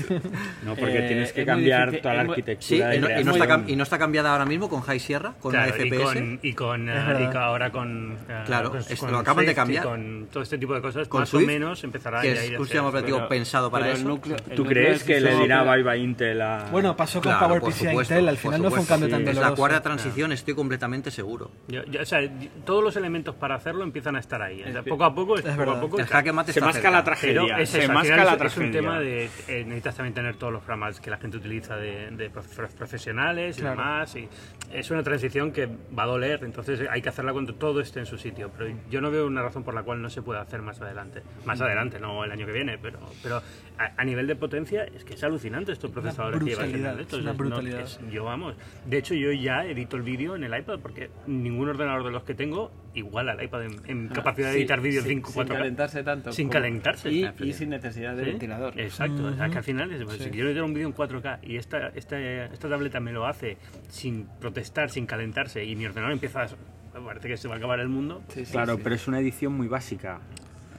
S6: No, porque
S7: Eh,
S6: tienes que
S7: es muy
S6: cambiar
S7: difícil,
S6: toda la
S7: es muy-
S4: Sí, y
S6: arquitectura.
S4: no, y
S6: de
S4: no
S6: creación.
S4: está, cam- y no está cambiada ahora mismo con High Sierra, con
S5: Claro,
S4: una
S5: y
S4: FPS.
S5: con, y con, eh,
S3: verdad.
S5: y con- ahora con eh,
S4: Claro,
S5: con-
S4: es-
S5: con
S4: lo acaban de
S5: Swift y
S4: cambiar.
S5: con todo este tipo de cosas
S4: Con
S5: más
S4: Swift,
S5: o menos empezará
S4: que
S5: ya a ir
S4: es un
S5: hacia-
S4: sistema operativo
S6: pero-
S4: pensado para
S7: Pero el
S4: eso.
S7: núcleo- el
S6: ¿Tú
S7: núcleo
S6: crees
S7: del
S6: que le
S7: sistema
S6: dirá
S7: opera-
S6: bye bye Intel a...
S3: Bueno, pasó con
S4: Claro, por
S3: PowerPC a
S4: supuesto,
S3: Intel, al
S4: por
S3: final no fue un
S4: supuesto.
S3: cambio tan
S4: Es
S3: doloroso.
S4: la cuarta transición, estoy completamente seguro.
S5: Yo- yo- o sea, di- todos los elementos para hacerlo empiezan a estar ahí. O sea, poco a poco, es, poco a
S3: verdad.
S5: poco.
S4: El hack and mate
S6: se
S4: está
S6: masca
S4: cerca.
S6: la
S5: Pero
S6: tragedia.
S5: es,
S6: se
S5: eso, al
S6: masca
S5: final es-
S6: la
S5: es
S6: tragedia.
S5: un tema de eh, necesitas también tener todos los programas que la gente utiliza de, de prof- prof- profesionales y
S3: Claro.
S5: demás. Y es una transición que va a doler, entonces hay que hacerla cuando todo esté en su sitio. Pero yo no veo una razón por la cual no se pueda hacer más adelante. Más adelante, no el año que viene, pero, pero a, a nivel de potencia es que es alucinante estos procesadores que llevan.
S3: brutalidad,
S5: esto.
S3: es una
S5: O sea, no-
S3: brutalidad.
S5: es- yo vamos. De hecho, yo ya edito el vídeo en el iPad porque ningún ordenador de los que tengo iguala al iPad en, en capacidad de
S7: Ah, Sí,
S5: editar vídeos
S7: sí,
S5: 5
S7: Sin
S5: 4
S7: calentarse tanto.
S5: Sin
S7: como-
S5: calentarse.
S7: Y,
S5: me
S7: y
S5: refiero.
S7: sin necesidad de
S5: ¿Sí?
S7: ventilador.
S5: Exacto, o sea, que al final, es, pues, si quiero editar un vídeo en 4K y esta, esta, esta tableta me lo hace sin protestar, sin calentarse, y mi ordenador empieza a... me Parece que se va a acabar el mundo.
S7: Sí, sí,
S6: Claro,
S7: sí.
S6: pero es una edición muy básica.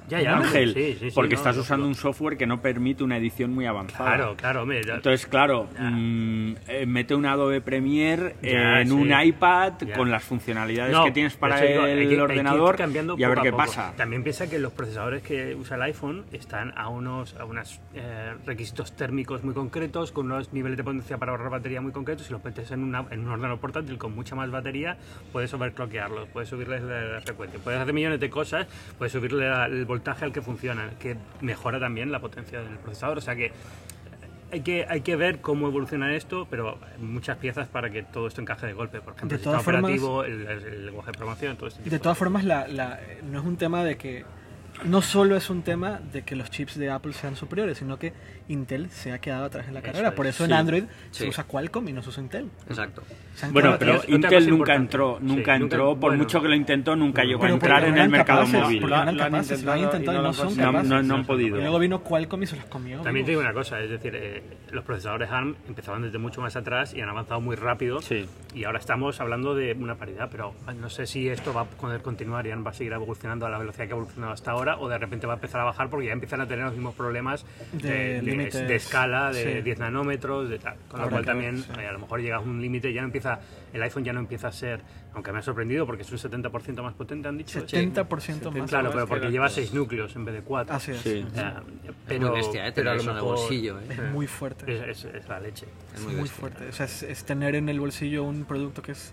S5: Ya, ya.
S6: Ángel,
S5: sí, sí, sí,
S6: porque
S5: no,
S6: estás
S5: no,
S6: usando
S5: no.
S6: un software que no permite una edición muy avanzada.
S5: Claro, claro, hombre, ya-
S6: Entonces, claro, mm, eh, mete un Adobe Premiere eh,
S5: Ya,
S6: en
S5: sí.
S6: un iPad
S5: Ya.
S6: con las funcionalidades
S5: No,
S6: que tienes para
S5: por eso digo,
S6: el
S5: hay que- hay que ir
S6: ordenador
S5: cambiando
S6: y a ver
S5: poco
S6: qué
S5: poco.
S6: pasa.
S5: También piensa que los procesadores que usa el iPhone están a unos a unas, eh, requisitos térmicos muy concretos, con unos niveles de potencia para ahorrar batería muy concretos. Si los metes en, una- en un ordenador portátil con mucha más batería, puedes overclockearlos, puedes subirles la, la frecuencia, puedes hacer millones de cosas, puedes subirle la- el voltaje al que funciona, que mejora también la potencia del procesador. O sea que eh, hay que, hay que ver cómo evoluciona esto, pero muchas piezas para que todo esto encaje de golpe. Por ejemplo,
S3: De
S5: el
S3: todas
S5: sistema
S3: formas-
S5: operativo, el, el- el lenguaje de programación, todo este tipo
S3: De todas formas, la, la- no es un tema de que no solo es un tema de que los chips de Apple sean superiores, sino que Intel se ha quedado atrás en la
S5: Eso
S3: carrera.
S5: es,
S3: Por eso
S5: sí.
S3: en Android se
S4: Sí.
S3: usa Qualcomm y no se usa Intel.
S4: Exacto.
S3: Se han
S5: Bueno,
S3: quedado
S6: Pero
S5: otra cosa
S6: Intel nunca
S5: importante.
S6: entró,
S5: Sí,
S6: nunca
S5: nunca-
S6: entró, por
S5: bueno.
S6: mucho que lo intentó, nunca llegó a
S3: Pero
S6: entrar
S3: porque
S6: en
S3: no
S6: el
S3: eran
S6: mercado
S3: capaces,
S6: móvil.
S3: porque no eran capaces, lo han intentado y no son
S6: No,
S3: capaces.
S6: no- no han podido.
S3: Y luego vino Qualcomm y se los comió.
S5: También te digo
S3: vivos.
S5: una cosa, es decir, eh, los procesadores ARM empezaban desde mucho más atrás y han avanzado muy rápido.
S6: Sí.
S5: Y ahora estamos hablando de una paridad, pero no sé si esto va a poder continuar y ARM va a seguir evolucionando a la velocidad que ha evolucionado hasta ahora o de repente va a empezar a bajar porque ya empiezan a tener los mismos problemas
S3: De
S5: de, de-
S3: límites.
S5: de escala, de
S3: Sí.
S5: 10 nanómetros, de tal. Con lo
S3: Habrá
S5: cual
S3: que ver,
S5: también
S3: sí.
S5: eh, a lo mejor llegas a un límite, ya no empieza, el iPhone ya no empieza a ser, aunque me ha sorprendido porque es un 70% más potente, han dicho.
S3: 70% más.
S5: Claro, pero
S7: que
S5: porque
S7: la-
S5: lleva 6 núcleos en vez de 4.
S3: Así es.
S6: Sí.
S5: pero,
S4: muy bestia, ¿eh?
S5: pero a lo
S4: Tener eso en el
S5: mejor-
S4: bolsillo, ¿eh?
S3: Es muy fuerte.
S5: Es, es- es la leche.
S4: Es
S3: Es
S4: muy,
S3: muy
S4: bestia.
S3: fuerte. O sea, es, es tener en el bolsillo un producto que es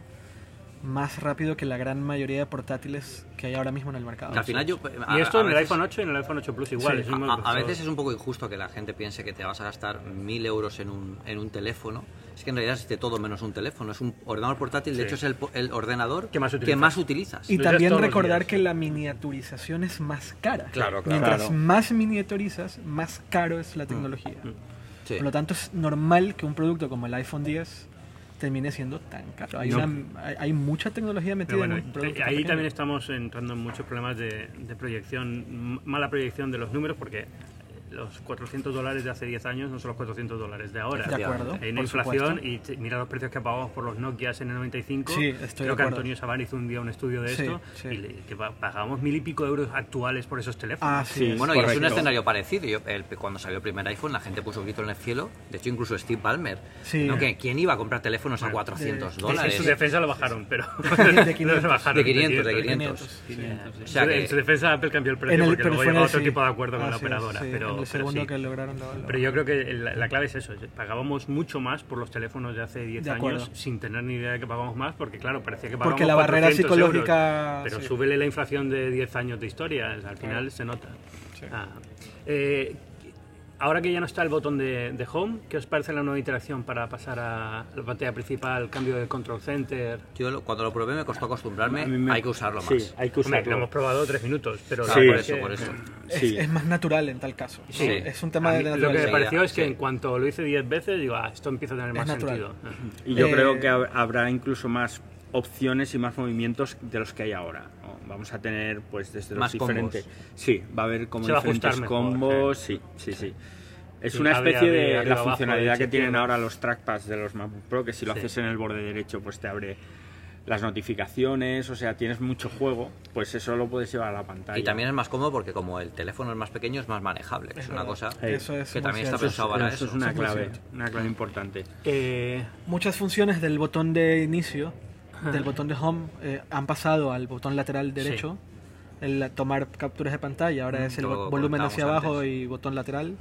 S3: más rápido que la gran mayoría de portátiles que hay ahora mismo en el mercado.
S4: Que al final yo.
S5: Y
S4: a-
S5: esto
S4: a
S5: en el
S4: veces-
S5: iPhone 8 y en el iPhone 8 Plus igual.
S3: Sí,
S5: es
S4: A-
S5: un
S4: a- A,
S5: procesador.
S4: veces es un poco injusto que la gente piense que te vas a gastar mil euros en un, en un teléfono. Es que en realidad es de todo menos un teléfono. Es un ordenador portátil. De
S5: Sí.
S4: hecho, es el, po- el ordenador
S5: Que más
S4: que
S5: utilizas.
S4: más utilizas.
S3: Y
S5: Lo usas
S3: también
S5: todos los
S3: recordar
S5: días.
S3: que la miniaturización es más cara.
S4: Claro, claro.
S3: Mientras
S6: Claro.
S3: más miniaturizas, más caro es la tecnología.
S4: Sí.
S3: Por lo tanto, es normal que un producto como el iPhone 10 termine siendo tan caro. Hay,
S5: No.
S3: una- hay- hay mucha tecnología metida
S5: Pero bueno,
S3: en un producto.
S5: te-
S3: tan
S5: ahí
S3: pequeño.
S5: también estamos entrando en muchos problemas de, de proyección, m- mala proyección de los números, porque los 400 dólares de hace 10 años no son los 400 dólares de ahora.
S3: De acuerdo,
S5: Hay una
S3: por
S5: inflación
S3: supuesto.
S5: y te- mira los precios que pagamos por los Nokias en el 95.
S3: Sí, estoy de
S5: Creo que
S3: acuerdo.
S5: Antonio Sabán hizo un día un estudio de
S3: Sí,
S5: esto
S3: sí.
S5: y le- que pa- pagábamos mil y pico euros actuales por esos teléfonos.
S3: Ah, sí.
S6: Sí.
S4: Bueno, y es un
S6: Correcto.
S4: escenario parecido. Yo, el- cuando salió el primer iPhone, la gente puso un grito en el cielo. De hecho, incluso Steve Palmer.
S3: Sí.
S4: ¿no? Que, ¿Quién iba a comprar teléfonos a
S5: Bueno,
S4: 400
S3: de-
S5: En
S4: dólares?
S5: su defensa lo bajaron, pero.
S3: de 500.
S5: lo bajaron,
S4: De 500, de
S3: 500.
S4: 500.
S7: 500, sí.
S4: O sea
S5: en
S4: que-
S5: su defensa Apple cambió el precio
S3: En el-
S5: porque
S3: pero
S5: luego
S3: fue en
S5: llegó
S3: el-
S5: otro
S3: sí.
S5: tipo de acuerdo con la
S3: Así es,
S5: operadora.
S3: sí,
S5: pero,
S3: en el
S5: pero
S3: segundo
S5: sí.
S3: que lograron la- la-
S5: Pero yo creo que la, la clave es eso, es- pagábamos mucho más por los teléfonos de hace 10
S3: De acuerdo.
S5: años sin tener ni idea de que pagábamos más, porque claro, parecía que pagábamos
S3: Porque la barrera
S5: 400 euros,
S3: psicológica.
S5: pero
S3: sí.
S5: súbele la inflación de 10 años de historia, o sea, al final se nota. Ah, eh, ahora que ya no está el botón de, de Home, ¿qué os parece la nueva iteración para pasar a la pantalla principal, cambio de control center?
S4: Yo lo- cuando lo probé me costó acostumbrarme.
S6: A mí me-
S4: Hay que usarlo más.
S6: Sí, hay que
S5: Hombre, lo
S6: usarlo.
S5: hemos probado tres minutos, pero la
S4: Claro,
S6: Sí.
S4: por
S5: verdad es
S4: eso,
S5: que-
S4: por eso.
S3: Es,
S6: Sí.
S3: es más natural en tal caso. ¿no?
S4: Sí.
S3: Es un tema
S5: A
S3: de
S5: mí Lo que me
S3: naturaleza.
S5: pareció es que
S4: Sí.
S5: en cuanto lo hice 10 veces, digo, ah, esto empieza a tener
S3: Es
S5: más
S3: natural.
S5: sentido.
S6: Y yo
S3: Eh,
S6: creo que hab- habrá incluso más opciones y más movimientos de los que hay ahora. ¿no? Vamos a tener, pues, desde los
S4: Más combos.
S6: diferentes. Sí, va a haber como
S5: Se va a
S6: diferentes
S5: ajustar mejor,
S6: combos. Sí, sí, sí. Es
S5: Sí,
S6: una
S5: abre,
S6: especie
S5: abre,
S6: de
S5: arriba,
S6: la
S5: abajo,
S6: funcionalidad
S5: derecha,
S6: que tienen
S5: izquierda.
S6: ahora los trackpads de los MacBook Pro, que si lo
S5: Sí.
S6: haces en el borde derecho, pues te abre las notificaciones, o sea, tienes mucho juego, pues eso lo puedes llevar a la pantalla.
S4: Y también es más cómodo porque como el teléfono es más pequeño, es más manejable. que Es,
S3: Es
S4: una
S3: verdad.
S4: cosa
S6: Eh,
S3: Eso es
S4: que también
S3: muy cierto.
S4: está
S6: eso es,
S4: pensado para
S6: eso
S4: ¿eh? eso.
S6: es una
S3: Eso es muy
S6: clave,
S3: cierto.
S6: una clave importante.
S5: Eh,
S3: Muchas funciones del botón de inicio, del botón de home, eh, han pasado al botón lateral derecho. El la- tomar capturas de pantalla,
S5: Mm,
S3: ahora es el
S4: lo
S3: vo- volumen hacia
S4: comentábamos
S3: abajo
S4: antes.
S3: y botón lateral.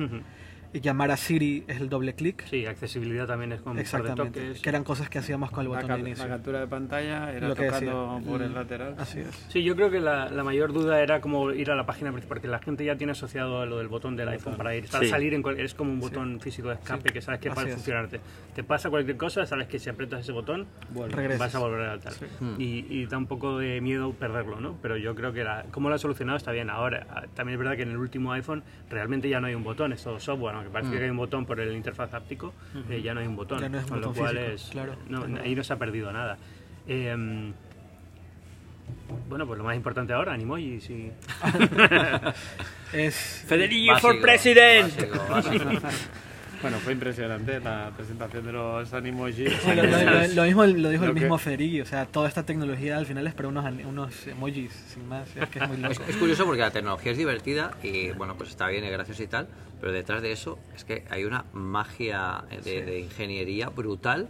S3: Y llamar a Siri es el doble clic.
S5: sí, accesibilidad también es con un par de
S3: Exactamente.
S5: toques.
S3: Que eran cosas que hacíamos con el
S7: La,
S3: botón
S7: ca-
S3: de
S7: la
S3: inicio.
S7: captura de pantalla era
S3: Lo que
S7: tocando
S3: decía.
S7: por el
S3: Mm.
S7: lateral.
S3: Así es.
S5: Sí, yo creo que la, la mayor duda era como ir a la página principal, porque la gente ya tiene asociado lo del botón del iPhone para ir, para
S6: Sí.
S5: salir, en cual- es como un botón físico de escape que sabes que
S3: Así
S5: para
S3: es.
S5: funcionarte. Te pasa cualquier cosa, sabes que si aprietas ese botón
S3: Regresas.
S5: vas a volver a tal. Y, y da un poco de miedo perderlo, ¿no? Pero yo creo que la, como lo ha solucionado está bien. Ahora, ah, también es verdad que en el último iPhone realmente ya no hay un botón, es todo software, aunque parece que hay un botón por el interfaz háptico, eh, ya no hay un botón.
S3: Ya no es un
S5: con lo
S3: botón
S5: cual
S3: físico,
S5: es-
S3: claro,
S5: no,
S3: es verdad.
S5: ahí no se ha perdido nada. Em, bueno, pues lo más importante ahora, Animojis y...
S3: Es
S6: Federici
S4: Básico,
S6: for president.
S4: básico, básico.
S7: Bueno, fue impresionante la presentación de los animojis.
S3: Bueno, lo, lo- lo mismo lo dijo
S7: Lo
S3: el
S7: que-
S3: mismo Federighi, o sea, toda esta tecnología al final es para unos, an- unos emojis, sin más, es que es muy
S4: Es,
S3: loco.
S4: es curioso porque la tecnología es divertida y bueno, pues está bien y graciosa y tal, pero detrás de eso es que hay una magia de, de ingeniería brutal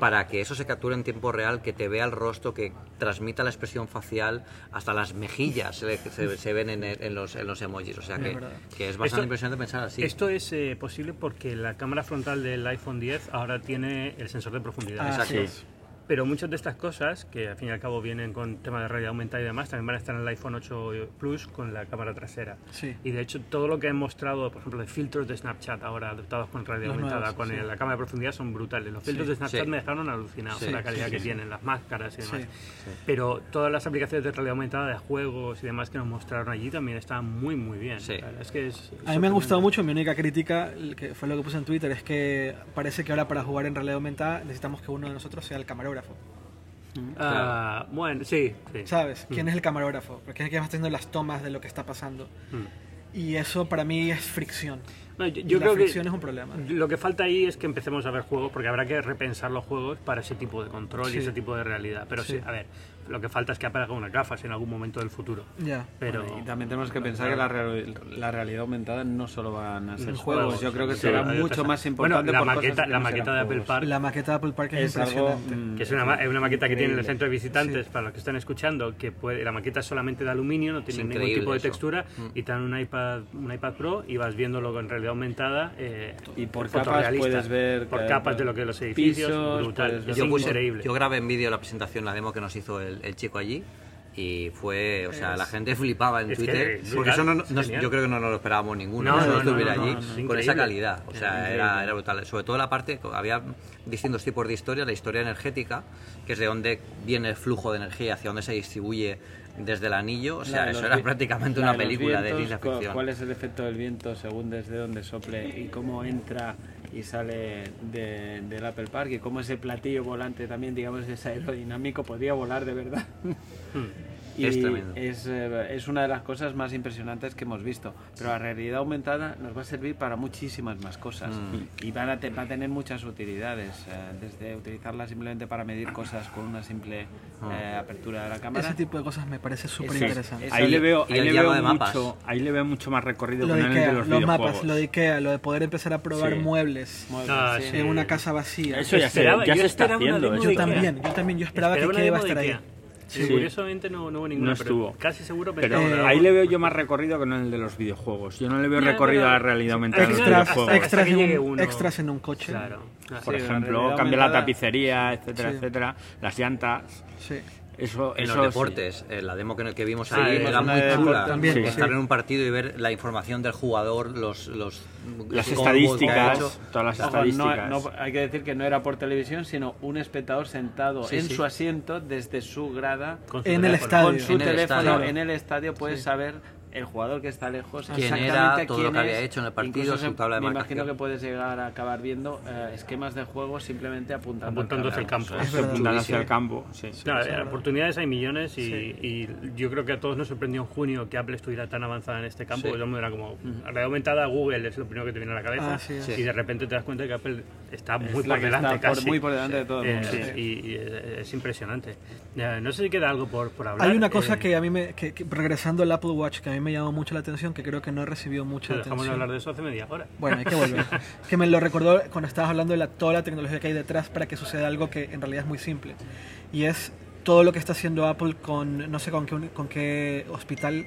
S4: para que eso se capture en tiempo real, que te vea el rostro, que transmita la expresión facial, hasta las mejillas se, le- se- se ven en, el- en los, en los emojis. O sea que,
S3: verdad.
S4: que es bastante
S5: Esto-
S4: impresionante pensar así.
S5: Esto es eh, posible porque la cámara frontal del iPhone 10 ahora tiene el sensor de profundidad.
S3: Ah,
S4: Exacto.
S3: sí.
S5: pero muchas de estas cosas, que al fin y al cabo vienen con temas de realidad aumentada y demás, también van a estar en el iPhone 8 Plus con la cámara trasera.
S3: Sí.
S5: Y de hecho, todo lo que han mostrado, por ejemplo, de filtros de Snapchat ahora adoptados con realidad
S3: Los
S5: aumentada,
S3: nuevos,
S5: con
S3: sí.
S5: el- la cámara de profundidad, son brutales. Los filtros
S3: Sí,
S5: de Snapchat
S4: sí.
S5: me dejaron alucinado
S3: Sí,
S5: por la calidad
S3: sí,
S5: que
S3: sí,
S5: tienen, las máscaras y demás.
S3: Sí.
S5: Pero todas las aplicaciones de realidad aumentada, de juegos y demás que nos mostraron allí también estaban muy, muy bien.
S4: Sí.
S5: La verdad es que es-
S3: A mí me han gustado
S5: sorprendente.
S3: mucho, mi única crítica, el que fue lo que puse en Twitter, es que parece que ahora para jugar en realidad aumentada necesitamos que uno de nosotros sea el camarógrafo.
S5: Ah, Bueno, sí. sí.
S3: ¿Sabes? ¿Quién es el camarógrafo? Porque es el que va haciendo las tomas de lo que está pasando.
S5: Mm.
S3: Y eso para mí es fricción.
S5: No, yo,
S3: Y
S5: yo
S3: la
S5: creo
S3: fricción
S5: que Mm.
S3: es un problema.
S5: lo que falta ahí es que empecemos a ver juegos, porque habrá que repensar los juegos para ese tipo de control
S3: Sí.
S5: y ese tipo de realidad. Pero sí.
S3: Sí.
S5: a ver, lo que falta es que aparezca una gafas en algún momento del futuro.
S3: Ya.
S5: Pero
S7: Bueno, y también tenemos que pensar que la, real- la realidad aumentada no solo van a ser
S5: Mm,
S7: juegos,
S5: juegos,
S7: yo creo que
S5: sí,
S7: será
S5: hay
S7: mucho
S5: otras-
S7: más
S5: Bueno,
S7: importante.
S5: la
S7: por
S5: maqueta-
S7: cosas que
S5: la
S7: no
S5: maqueta
S7: serán
S5: de Apple
S7: juegos.
S5: Park
S3: La maqueta de Apple Park es,
S7: es algo
S3: impresionante.
S7: mm,
S5: que es una, ma- es una maqueta que tiene en el
S7: increíble.
S5: centro de visitantes para los que están escuchando que puede, la maqueta es solamente de aluminio no tiene
S4: Es
S5: ningún
S4: increíble
S5: tipo de
S4: eso.
S5: textura
S4: Mm.
S5: y te dan un iPad un iPad Pro y vas viéndolo en realidad aumentada eh,
S7: Y por capas
S5: fotorrealista.
S7: puedes ver
S5: por
S7: cada-
S5: capas de lo que los edificios
S7: pisos,
S5: brutal
S7: puedes ver
S5: es
S4: yo, puse-
S5: increíble
S4: yo grabé en vídeo la presentación, la demo que nos hizo el, el chico allí. Y fue, o sea, la gente flipaba en
S5: es que
S4: Twitter.
S5: es brutal,
S4: porque eso no, no-
S5: es
S4: no-
S5: genial.
S4: yo creo que no nos lo esperábamos ninguno.
S5: No,
S4: eso
S5: no,
S4: de
S5: no,
S4: estuviera
S5: no,
S4: allí
S5: no, no,
S4: con esa
S5: increíble.
S4: calidad. O sea,
S5: Increíble.
S4: era, era brutal. Sobre todo la parte, había distintos tipos de historia. La historia energética, que es de dónde viene el flujo de energía, hacia dónde se distribuye desde el anillo. O sea,
S7: La de
S4: eso
S7: los
S4: era
S7: vi-
S4: prácticamente
S7: la
S4: una
S7: de los
S4: película de
S7: vientos,
S4: ciencia
S7: cu-
S4: ficción.
S7: ¿Cuál es el efecto del viento según desde dónde sople y cómo entra y sale de- del Apple Park y cómo ese platillo volante también, digamos, es aerodinámico, podría volar de verdad? Y
S4: Hmm. Es tremendo.
S7: Es, eh, es una de las cosas más impresionantes que hemos visto. Pero la realidad aumentada nos va a servir para muchísimas más cosas.
S4: Mm.
S7: Y van a te- va a tener muchas utilidades. eh, desde utilizarla simplemente para medir cosas con una simple
S5: Ah.
S7: eh, apertura de la cámara.
S3: Ese tipo de cosas me parece súper
S7: Eso es-
S3: interesante.
S7: eso
S6: Ahí le veo,
S4: y
S6: ahí
S4: el
S6: le
S4: llama
S6: veo
S4: de mapas.
S6: mucho, ahí le veo mucho más recorrido
S3: Lo
S6: con
S3: de
S6: el
S3: Ikea,
S6: de los,
S3: los
S6: videojuegos.
S3: mapas, lo de Ikea, lo de poder empezar a probar
S6: Sí.
S3: muebles
S7: Muebles,
S5: Ah,
S7: sí.
S5: sí.
S3: en una casa vacía.
S7: Este,
S6: Eso ya, se-
S5: Esperaba-
S6: ya
S5: yo
S6: se está
S5: esperaba una
S6: haciendo.
S5: demo
S6: eso
S5: de
S3: yo
S5: Ikea.
S3: también, yo también, yo esperaba que
S5: Esperaba
S3: Ikea iba a
S5: una
S3: estar
S5: demo de
S3: ahí.
S5: Ikea.
S6: Sí.
S5: Y Curiosamente no, no hubo ninguna,
S6: No estuvo.
S5: pero casi seguro
S6: Pero
S5: pensaba,
S3: Eh,
S5: "Ah,
S6: ahí le veo yo más recorrido que en el de los videojuegos. Yo no le veo
S5: Ya,
S6: recorrido
S5: pero-
S6: a la realidad aumentada en los
S3: Extras,
S6: videojuegos.
S5: hasta
S3: extras
S5: que
S3: en
S5: llegue
S3: un-
S5: uno.
S3: extras en un coche.
S5: claro Ah,
S6: Por
S7: Sí, la
S6: ejemplo,
S7: realidad
S6: cambiar la
S7: aumentada.
S6: tapicería, etcétera,
S3: Sí.
S6: etcétera. Las llantas.
S3: Sí.
S6: Eso,
S4: En
S6: eso
S4: los
S6: sí.
S4: deportes, eh, la demo que, que vimos
S5: Sí,
S4: ahí
S5: vimos
S4: era
S7: una
S4: muy
S7: de
S4: chula.
S7: deportes
S3: también,
S4: Sí.
S3: sí.
S4: Estar en un partido y ver la información del jugador, los, los
S6: Las
S4: combos que ha
S6: estadísticas,
S4: hecho. Ah,
S6: todas las
S7: Ojo, no-
S6: estadísticas.
S7: no- hay que decir que no era por televisión, sino un espectador sentado
S4: Sí,
S7: en
S4: sí.
S7: su asiento desde su grada
S5: con su
S3: En el
S5: teléfono.
S3: estadio.
S7: con su
S4: En el
S7: teléfono
S4: estadio.
S7: en el estadio puedes
S3: Sí.
S7: saber el jugador que está lejos,
S4: Quién era,
S7: exactamente
S4: todo lo
S7: quién
S4: que había
S7: es,
S4: hecho en el partido,
S7: incluso
S4: su
S7: se-
S4: tabla de
S7: Me
S4: marcación.
S7: imagino que puedes llegar a acabar viendo eh, esquemas de juego simplemente apuntando
S5: Apuntando hacia el campo.
S7: O sea,
S3: Es
S6: Que
S3: verdad.
S6: apuntan hacia el campo. sí.
S5: Claro,
S3: sí,
S5: eh,
S3: sí.
S5: oportunidades hay millones y,
S3: Sí.
S5: y yo creo que a todos nos sorprendió en junio que Apple estuviera tan avanzada en este campo.
S4: Sí.
S5: Todo el mundo era como, realidad aumentada, Google es lo primero que te viene a la cabeza
S3: Ah, sí,
S4: sí.
S5: y de repente te das cuenta que Apple está
S7: es
S5: muy
S7: la
S5: por
S7: que
S5: delante
S7: está por-
S5: casi.
S7: muy por delante de todo el
S5: Eh,
S7: mundo.
S5: sí, y, y, eh, es impresionante. Eh, no sé si queda algo por, por hablar.
S3: Hay una cosa
S5: eh,
S3: que a mí me. que- que regresando al Apple Watch, que a mí me llamó mucho la atención, que creo que no he recibido mucha
S5: pero Dejamos de
S3: atención.
S5: hablar de eso hace media hora.
S3: Bueno, hay que volver. que me lo recordó cuando estabas hablando de la, toda la tecnología que hay detrás para que suceda algo que en realidad es muy simple. Y es todo lo que está haciendo Apple con, no sé con qué, con qué hospital,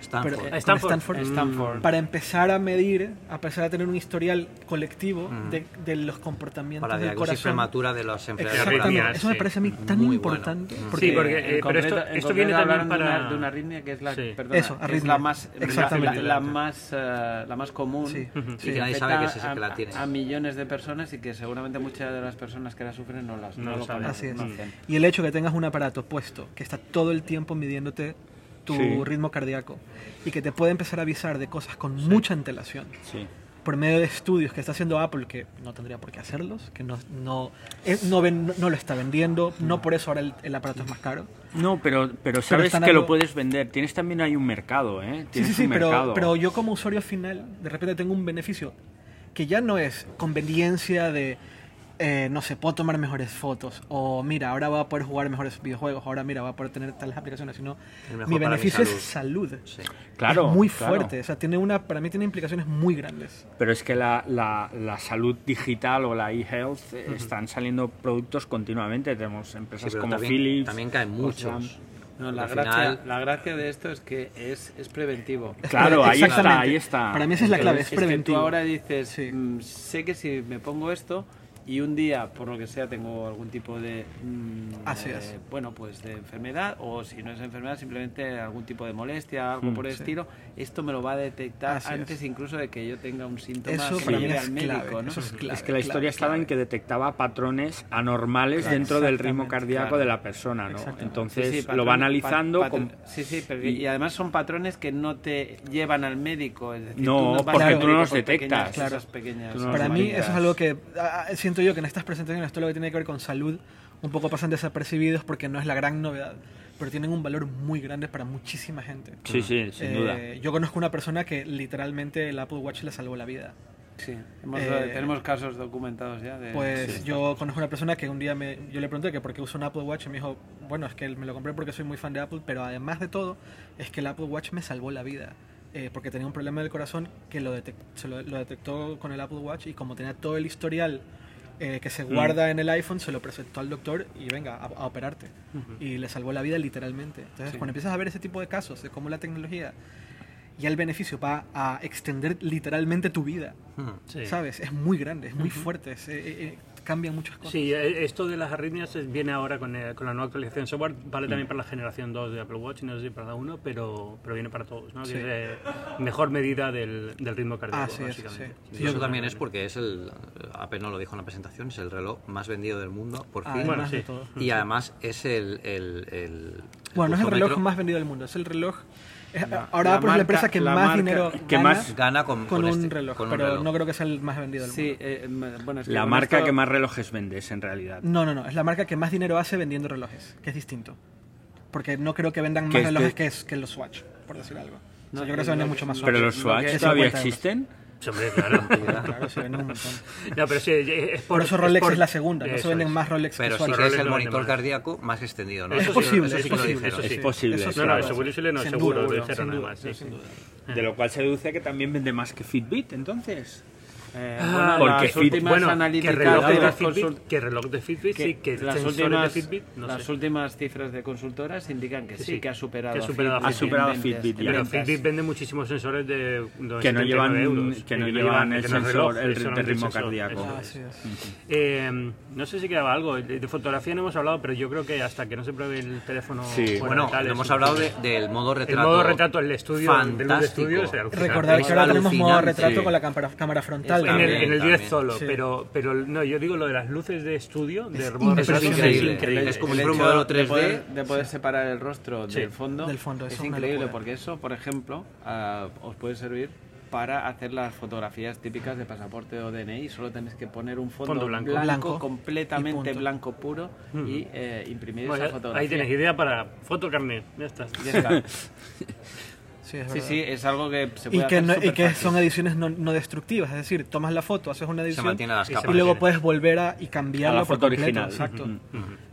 S4: Stanford.
S3: pero, eh,
S5: Ah,
S3: con
S5: Stanford.
S3: Stanford,
S7: Stanford.
S3: para empezar a medir, a pesar de tener un historial colectivo
S5: Mm.
S3: de, de los comportamientos
S4: para la
S3: del
S4: diagnosis
S3: corazón.
S4: prematura de las enfermedades
S3: Exactamente,
S5: cardíacas,
S4: cardíacas.
S3: eso me
S5: sí.
S3: parece a mí tan
S4: Muy bueno.
S3: importante.
S4: Mm.
S3: Porque,
S5: Sí, porque- eh,
S7: en
S5: pero esto-
S7: concreto- en
S5: esto viene
S7: concreto
S5: también
S7: hablaron de
S5: para-
S7: una, de una arritmia que es la,
S5: Sí.
S7: perdona,
S3: Eso,
S7: que es
S3: arritmia.
S7: la más
S3: Exactamente.
S7: la, la más eh, la más común
S3: Sí.
S4: Y que nadie
S7: afecta
S4: sabe que es esa
S7: a-
S4: que la tiene.
S7: a, millones de personas y que seguramente muchas de las personas que la sufren no las
S5: No
S7: no,
S5: lo
S7: lo
S5: saben.
S3: Así
S7: conocen.
S3: es. Mm.
S7: no hacen.
S3: Y el hecho que tengas un aparato puesto que está todo el tiempo midiéndote tu
S6: Sí.
S3: ritmo cardíaco y que te puede empezar a avisar de cosas con mucha antelación
S6: Sí.
S3: por medio de estudios que está haciendo Apple que no tendría por qué hacerlos, que no, no, eh, no, ven- no lo está vendiendo, no por eso ahora el, el aparato es más caro.
S6: No, pero, pero sabes
S3: están
S6: que
S3: algo-
S6: lo puedes vender. Tienes también hay un mercado, ¿eh?
S3: Sí,
S6: Tienes
S3: sí, sí,
S6: un
S3: pero,
S6: mercado.
S3: pero yo como usuario final de repente tengo un beneficio que ya no es conveniencia de, eh, no sé, puedo tomar mejores fotos o mira, ahora voy a poder jugar mejores videojuegos, ahora mira, voy a poder tener tales aplicaciones, sino
S4: mejor
S3: mi
S4: para mi
S3: beneficio es salud.
S4: Sí.
S6: Claro,
S3: Es muy
S6: claro.
S3: fuerte, o sea, tiene una, para mí tiene implicaciones muy grandes.
S6: Pero es que la, la- la salud digital o la e-health eh, están saliendo productos continuamente. Tenemos
S4: Sí,
S6: empresas
S4: pero
S6: como
S4: también,
S6: Philips.
S4: también caen muchos.
S6: Osram.
S7: No, la,
S4: Al
S7: gracia,
S4: final-
S7: la gracia de esto es que es, es preventivo.
S3: Es
S6: Claro,
S3: pre-
S6: ahí está,
S3: exactamente.
S6: ahí está.
S3: Para mí esa es la clave, es,
S7: que tú
S3: preventivo.
S7: ahora dices,
S3: Sí.
S7: "Mm, sé que si me pongo esto, y un día, por lo que sea, tengo algún tipo de, mm,
S3: Así
S7: eh,
S3: es.
S7: bueno, pues de enfermedad o si no es enfermedad, simplemente algún tipo de molestia, algo por el
S3: Mm, sí.
S7: estilo, esto me lo va a detectar
S3: Así
S7: antes
S3: es.
S7: incluso de que yo tenga un síntoma
S3: Eso
S7: que
S3: para mí
S7: lleve
S3: es
S7: al médico,
S3: clave,
S7: ¿no?
S3: eso es clave,
S6: es que la historia
S3: clave,
S6: estaba en
S3: clave.
S6: que detectaba patrones anormales dentro del ritmo
S7: exactamente,
S6: cardíaco
S7: claro.
S6: de la persona, ¿no?
S3: Exactamente.
S6: Entonces
S7: Sí, sí,
S6: lo
S7: patrones-
S6: va analizando
S7: pat-
S6: con-
S7: patro- Sí, sí, pero y, y además son patrones que no te llevan al médico. es decir,
S6: No,
S7: vas
S6: porque
S7: al
S3: tú no
S7: médico
S6: los
S7: por pequeñas
S6: detectas.
S7: cosas,
S3: Claro.
S7: pequeñas
S6: Tú no los
S3: Para mí
S6: Matemáticas.
S3: eso es algo que ah, ah, siento yo que en estas presentaciones todo lo que tiene que ver con salud un poco pasan desapercibidos porque no es la gran novedad, pero tienen un valor muy grande para muchísima gente.
S6: Sí, sí, sin
S3: Eh,
S6: duda.
S3: Yo conozco una persona que literalmente el Apple Watch le salvó la vida.
S7: Sí, hemos-
S3: Eh,
S7: tenemos casos documentados ya. De,
S3: Pues yo conozco una persona que un día me, yo le pregunté que por qué usa un Apple Watch y me dijo, bueno, es que me lo compré porque soy muy fan de Apple, pero además de todo, es que el Apple Watch me salvó la vida. eh, porque tenía un problema del corazón que lo, detec- se lo, lo detectó con el Apple Watch y como tenía todo el historial eh, que se guarda en el iPhone, se lo presentó al doctor y venga a, a operarte. Y le salvó la vida literalmente. Entonces,
S7: Sí.
S3: cuando empiezas a ver ese tipo de casos, de cómo la tecnología ya el beneficio va a extender literalmente tu vida.
S4: Hmm.
S5: Sí.
S3: ¿Sabes? Es muy grande, es muy fuerte, es, eh, eh, eh, cambian muchas cosas.
S5: Sí, eh, esto de las arritmias es- viene ahora con, eh, con la nueva actualización de software.
S3: Mm.
S5: Vale también para la generación 2 de Apple Watch, no sé si para la 1, pero, pero viene para todos, ¿no?
S3: Sí.
S5: Que es eh, mejor medida del, del ritmo cardíaco,
S3: Así es,
S5: básicamente.
S3: sí.
S4: Y eso también es porque es el, apenas lo dijo en la presentación, es el reloj más vendido del mundo, por fin.
S3: Además
S5: Bueno, sí.
S3: de todo.
S4: y además es el... el, el-
S3: Bueno, no es el reloj
S4: pulsómetro
S3: más vendido del mundo, es el reloj. es-
S6: la
S3: ahora Apple es la
S6: marca-
S3: empresa que
S6: la
S3: más
S6: marca
S3: dinero
S6: que
S3: gana
S6: más
S4: gana con,
S3: con,
S4: con
S3: un
S4: este-
S3: reloj,
S4: con un
S3: pero
S4: reloj.
S3: no creo que sea el más vendido del
S7: Sí,
S3: mundo.
S7: eh, m- bueno, es que
S6: La
S7: con
S6: marca
S7: esto- Mm.
S6: que más relojes vendes en realidad.
S3: No, no, no, es la marca que más dinero hace vendiendo relojes, que es distinto. Porque no creo que vendan
S6: Que
S3: más
S6: es
S3: relojes
S6: de-
S3: que, es, que los Swatch, por decir algo. O sea,
S7: No,
S3: yo creo que
S7: es
S3: se venden
S7: lo-
S3: mucho más
S7: lo
S3: Swatch.
S6: Pero los
S7: lo
S6: Swatch
S7: que es
S6: todavía
S3: 50 euros.
S6: existen.
S5: Sí, hombre, claro.
S3: Claro, se venden un montón.
S5: no, pero sí, es por,
S3: Por eso Rolex
S5: por-
S3: es la segunda, no se
S5: eso
S3: venden
S5: es.
S3: más Rolex que
S4: Pero sí
S3: Swatch.
S4: que es
S5: Reloj
S4: el
S5: no vende
S4: monitor
S5: más.
S4: cardíaco más extendido, ¿no?
S5: Es
S4: Eso sí lo-
S3: posible,
S4: eso
S3: es
S4: sí que lo
S5: posible,
S4: dijeron.
S5: eso sí.
S6: Es posible,
S3: Eso
S6: es
S3: sí,
S5: No, no,
S6: algo
S5: eso Willy Schiller no,
S3: Sin
S5: seguro,
S3: duda,
S5: lo
S3: sin
S5: dijeron
S3: duda,
S5: además. sí,
S3: sin
S5: sí.
S3: duda.
S7: Ah.
S6: De lo cual se deduce que también vende más que Fitbit, entonces.
S7: Eh,
S5: Ah,
S7: bueno,
S6: porque
S7: las
S6: Fit-
S7: últimas
S5: Bueno, que
S7: analíticas
S5: reloj
S7: de
S5: de
S7: las
S5: Fitbit,
S7: consult-
S5: que reloj de Fitbit, sí, que
S7: las
S5: sensores
S7: últimas,
S5: de Fitbit, no
S7: las
S5: sé.
S7: últimas cifras de consultoras indican que sí,
S5: Sí,
S7: que ha superado,
S5: que ha superado a
S6: Ha superado a
S7: en
S6: Fitbit
S7: ventas,
S6: ya.
S7: en
S5: Pero
S7: ventas.
S5: Fitbit vende muchísimos sensores de
S6: Que no
S5: 79
S6: llevan,
S5: euros,
S6: que no
S5: y
S6: llevan el
S5: que no es reloj,
S6: sensor, el
S5: eso no
S6: de
S5: es
S6: ritmo
S5: sensor,
S6: cardíaco.
S5: eso es.
S3: Así Ah, es.
S5: Eh, no sé si quedaba algo. De de fotografía no hemos hablado, pero yo creo que hasta que no se pruebe el teléfono.
S6: Sí.
S4: Bueno,
S5: tal, es
S4: hemos
S5: un-
S4: hablado de- del modo
S5: El
S4: retrato.
S5: modo retrato del estudio, del Luz
S4: Fantástico.
S5: estudio, es alucinante.
S3: Recordar que ahora tenemos modo
S4: alucinante.
S3: retrato con la cámara, cámara frontal.
S4: Es
S5: En el, en el
S4: También,
S5: 10
S4: también.
S5: solo,
S3: Sí.
S5: pero, pero no, yo digo lo de las luces de estudio, de eh,
S3: Es
S5: modo
S4: Eso es
S5: retrato,
S4: increíble.
S5: es increíble.
S4: Es como
S7: El
S4: si fuera un
S7: hecho
S4: modelo
S7: de
S4: 3D.
S7: poder, de poder separar el rostro
S5: Sí.
S7: del fondo,
S3: Del fondo,
S7: es
S3: eso es una
S7: increíble
S3: locura.
S7: porque eso, por ejemplo, ah, os puede servir para hacer las fotografías típicas de pasaporte o DNI. Solo tenéis que poner un fondo,
S5: Fondo blanco.
S7: blanco,
S3: Blanco y
S7: completamente
S3: punto.
S7: blanco puro y eh, imprimir
S5: Bueno,
S7: esa
S5: ahí
S7: fotografía.
S5: tienes idea para fotocarnet. Ya está.
S7: Ya está.
S3: Sí, es
S7: Sí,
S3: verdad.
S7: sí, es algo que se puede
S3: Y que,
S7: hacer
S3: no- y que
S7: superfácil.
S3: son ediciones no, no destructivas, es decir, tomas la foto, haces una edición
S4: mantiene las
S5: Y se
S4: capas.
S3: y luego
S5: mantiene.
S3: puedes volver a, y cambiarla
S6: A la
S3: por
S6: foto
S3: completo,
S6: original.
S3: Exacto.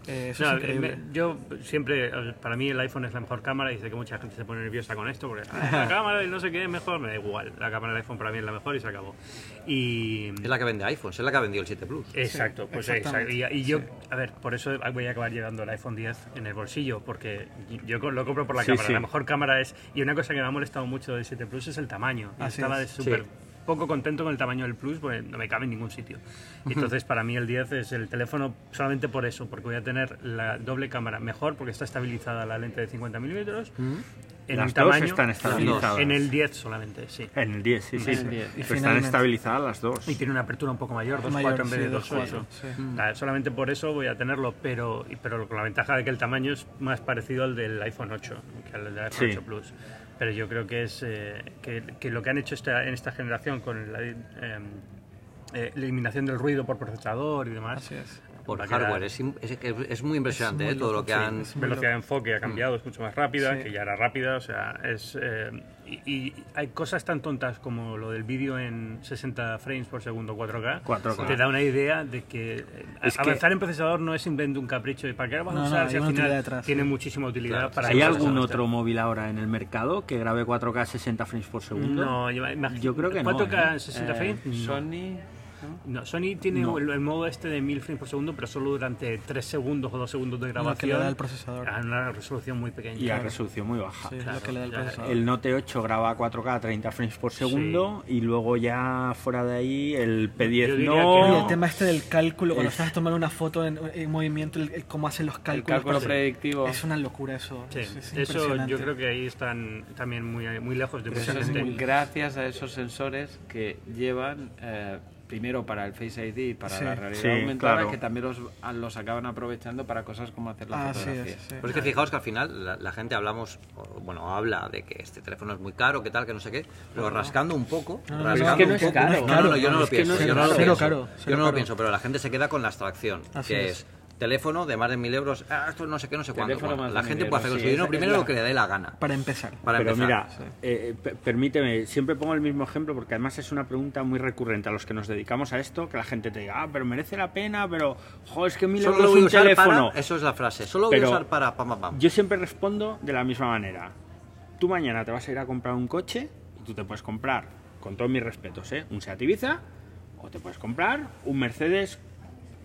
S3: Eh, eso
S5: No,
S3: es increíble.
S5: eh, me- yo siempre, eh, para mí el iPhone es la mejor cámara y sé que mucha gente se pone nerviosa con esto porque "Ah, la cámara y no sé qué es mejor, me da igual. La cámara del iPhone para mí es la mejor y se acabó. Y.
S4: Es la que vende iPhones, es la que ha vendido el 7 Plus.
S5: Exacto, pues exacto.
S3: exactamente.
S5: Y, y yo, a ver, por eso voy a acabar llevando el iPhone 10 en el bolsillo, porque yo co- lo compro por la
S6: Sí,
S5: cámara.
S6: sí.
S5: La mejor cámara es. Y una cosa que me ha molestado mucho del 7 Plus es el tamaño.
S6: Ah,
S5: Yo
S3: Así
S5: Estaba
S3: es.
S5: súper
S4: Sí.
S5: poco contento con el tamaño del Plus, porque no me cabe en ningún sitio. Entonces, para mí el 10 es el teléfono solamente por eso, porque voy a tener la doble cámara mejor, porque está estabilizada la lente de 50 milímetros. En
S6: Las
S5: el
S6: dos
S5: tamaño,
S6: están estabilizadas.
S5: En el 10 solamente, sí.
S6: En el 10, sí, sí.
S7: En el 10.
S6: Pero
S3: Y
S6: están
S3: finalmente-
S6: estabilizadas las dos.
S5: Y tiene una apertura un poco mayor, 2.4
S3: Mayor,
S5: en vez
S3: sí,
S5: de Mm. 2.8.
S3: 2.4, sí.
S5: Nada, Solamente por eso voy a tenerlo, pero, y- pero con la ventaja de que el tamaño es más parecido al del iPhone 8 que al del iPhone
S6: Sí.
S5: 8 Plus. Pero yo creo que es eh, que, que lo que han hecho esta, en esta generación con la eh, eh, eliminación del ruido por procesador y demás.
S3: Así es.
S4: Por
S5: va a quedar-
S4: hardware, es, im- es- es muy impresionante
S3: muy
S4: eh, todo
S3: loco,
S4: lo que
S3: sí,
S4: han...
S3: es
S5: Velocidad de enfoque ha cambiado, es mucho más rápida,
S3: Sí.
S5: que ya era rápida, o sea, es... eh, y, y hay cosas tan tontas como lo del vídeo en 60 frames por segundo 4K,
S6: 4K.
S5: te da una idea de que eh,
S6: Es que-
S5: avanzar en procesador no es invento un capricho de para qué lo vas
S3: No,
S5: a
S3: no,
S5: usar
S3: hay
S5: si al
S3: una
S5: final
S3: utilidad detrás,
S5: tiene
S3: sí.
S5: muchísima utilidad
S4: Claro,
S5: para...
S6: ¿Hay
S5: los
S6: algún
S5: procesadores.
S6: otro móvil ahora en el mercado que grabe 4K 60 frames por segundo?
S5: No, yo, imagino-
S6: Yo creo que no,
S5: 4K
S6: ¿eh?
S5: 60
S7: Eh,
S5: frames? No.
S7: Sony,
S5: No, Sony tiene el, el modo este de 1000 frames por segundo, pero solo durante 3 segundos o 2 segundos de
S3: Lo que le
S5: grabación.
S3: da el procesador.
S5: a una resolución muy pequeña.
S6: y a resolución muy baja.
S3: Sí,
S5: claro,
S3: lo que le da el
S5: ya,
S3: procesador.
S6: El Note 8 graba 4K a 30 frames por segundo y luego ya fuera de ahí el
S5: Yo
S6: P10
S5: diría
S3: Y
S5: que-
S6: no.
S3: el tema este del cálculo, cuando
S6: Es-
S3: estás tomando una foto en, en movimiento, el, el cómo hacen los
S7: El
S3: cálculos.
S7: cálculo
S3: Sí.
S7: predictivo.
S3: Es una locura eso.
S5: Sí,
S3: es- es
S5: eso yo
S3: impresionante.
S5: creo que ahí están también muy, muy lejos de mucha
S7: Eso es
S5: gente.
S7: muy- gracias a esos sensores que llevan eh, primero para el Face ID y para
S3: Sí.
S7: la realidad
S6: Sí,
S7: aumentada,
S6: claro.
S7: que también los, a- los acaban aprovechando para cosas como hacer la
S3: Así
S7: fotografía.
S3: es. Ah, sí.
S4: Pero es que fijaos que al final la, la gente hablamos, o, bueno, habla de que este teléfono es muy caro, que tal, que no sé qué, pero rascando un poco,
S3: No, no,
S4: rascando
S3: es que no
S4: un
S3: es
S4: poco-
S3: caro.
S4: no, no, no, yo no lo
S3: Es que no
S4: pienso,
S3: es
S4: yo no lo
S3: caro. Cero
S4: pienso,
S3: caro,
S4: yo
S3: cero
S4: no lo
S3: caro.
S4: pienso, pero la gente se queda con la abstracción,
S3: Así
S4: que es.
S3: es.
S4: teléfono de más de mil euros, ah, esto no sé qué, no sé cuánto.
S7: Teléfono
S4: Bueno,
S7: más
S4: la
S7: de
S4: gente
S7: mil
S4: puede hacer
S7: euros,
S4: con su
S7: sí,
S4: dinero
S7: esa que es
S4: primero
S7: la-
S4: lo que le dé la gana.
S3: Para empezar.
S4: Para
S6: Pero
S4: empezar.
S6: mira, eh, pe- permíteme, siempre pongo el mismo ejemplo porque además es una pregunta muy recurrente a los que nos dedicamos a esto, que la gente te diga, ah, pero merece la pena, pero, jo, es que mil
S4: solo lo
S6: euros
S4: voy a
S6: un
S4: usar
S6: teléfono.
S4: para, eso es la frase, solo voy
S6: Pero-
S4: a usar para pam, pam, pam.
S6: Yo siempre respondo de la misma manera. Tú mañana te vas a ir a comprar un coche y tú te puedes comprar, con todos mis respetos, ¿eh? un Seat Ibiza o te puedes comprar un Mercedes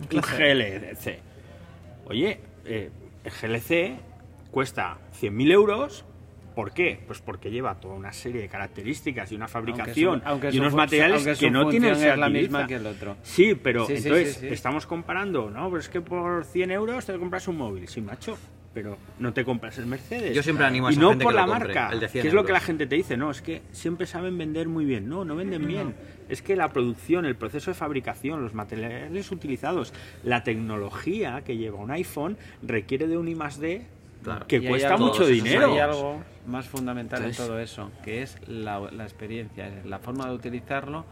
S6: un GLC. Oye, eh, el GLC cuesta 100.000 euros. ¿Por qué? Pues porque lleva toda una serie de características y una fabricación
S7: su- aunque
S6: y
S7: su
S6: unos
S7: func-
S6: materiales
S7: aunque su
S6: que no tienen
S7: función
S6: Seat
S7: es la misma
S6: Ibiza.
S7: que el otro.
S6: Sí, pero
S7: Sí, sí,
S6: entonces
S7: sí, sí.
S6: estamos comparando, ¿no? Pero es que por 100 euros te compras un móvil, sí, macho, pero no te compras el Mercedes.
S4: Yo siempre animo a
S6: Y
S4: esa
S6: no
S4: gente
S6: por
S4: que
S6: la
S4: lo compre,
S6: marca,
S4: el de 100
S6: que es lo
S4: euros.
S6: que la gente te dice, no, es que siempre saben vender muy bien, no, no venden bien. Es que la producción, el proceso de fabricación, los materiales utilizados, la tecnología que lleva un iPhone requiere de un I más D
S4: Claro.
S6: que
S7: Y hay
S6: cuesta
S7: algo-
S6: mucho
S4: eso sí,
S6: dinero.
S7: Hay algo más fundamental
S6: Entonces-
S7: en todo eso, que es la, la experiencia, es la forma de utilizarlo,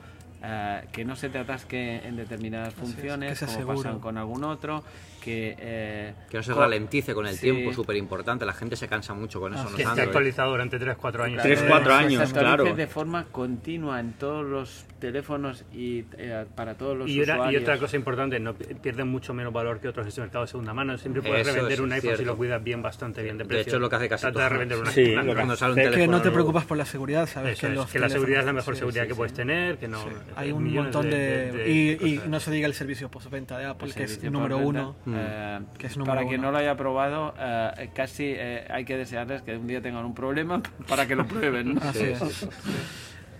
S7: eh, que no se te atasque en determinadas
S3: es, que
S7: funciones,
S3: sea
S7: como pasan
S3: seguro.
S7: con algún otro, que... eh,
S4: Que no se
S7: co-
S4: ralentice con el
S7: Sí.
S4: tiempo, súper importante. La gente se cansa mucho con eso.
S3: Ah,
S4: no
S3: sí.
S5: Que esté
S4: Android.
S5: actualizado durante 3-4 años.
S6: Tres,
S5: Eh,
S6: cuatro
S7: se
S6: años,
S7: actualice
S6: claro.
S7: de forma continua en todos los teléfonos y eh, para todos los
S5: Y, una- y
S7: usuarios.
S5: otra cosa importante, no pi- pierden mucho menos valor que otros en ese mercado de segunda mano. Siempre puedes
S4: Eso
S5: revender
S4: es
S5: un iPhone si
S4: cierto.
S5: lo cuidas bien, bastante bien de
S4: De
S5: precio.
S4: hecho, es lo que hace casi
S5: Trata de
S4: todo.
S5: revender un
S6: Sí,
S5: iPhone.
S6: lo que
S4: Cuando
S6: hace.
S4: sale un
S3: Que
S4: teléfono
S3: no te
S4: nuevo.
S3: preocupas por la seguridad, sabes
S5: Eso
S3: que,
S5: es,
S3: los
S5: que la seguridad es la mejor
S3: teléfonos-
S5: seguridad
S7: sí,
S5: que
S7: sí,
S5: puedes
S7: sí.
S5: tener, que no... Eh,
S3: Hay un
S5: millones
S3: montón de,
S5: de-
S3: y, y
S5: cosas.
S3: no se diga el servicio postventa de Apple,
S7: Pues El
S3: que es
S7: servicio
S3: número
S7: postventa,
S5: Mm.
S3: uno.
S7: eh,
S3: que es número
S7: para quien
S3: uno.
S7: no lo haya probado, eh, casi eh, hay que desearles que un día tengan un problema para que lo prueben. ¿no?
S3: Así es.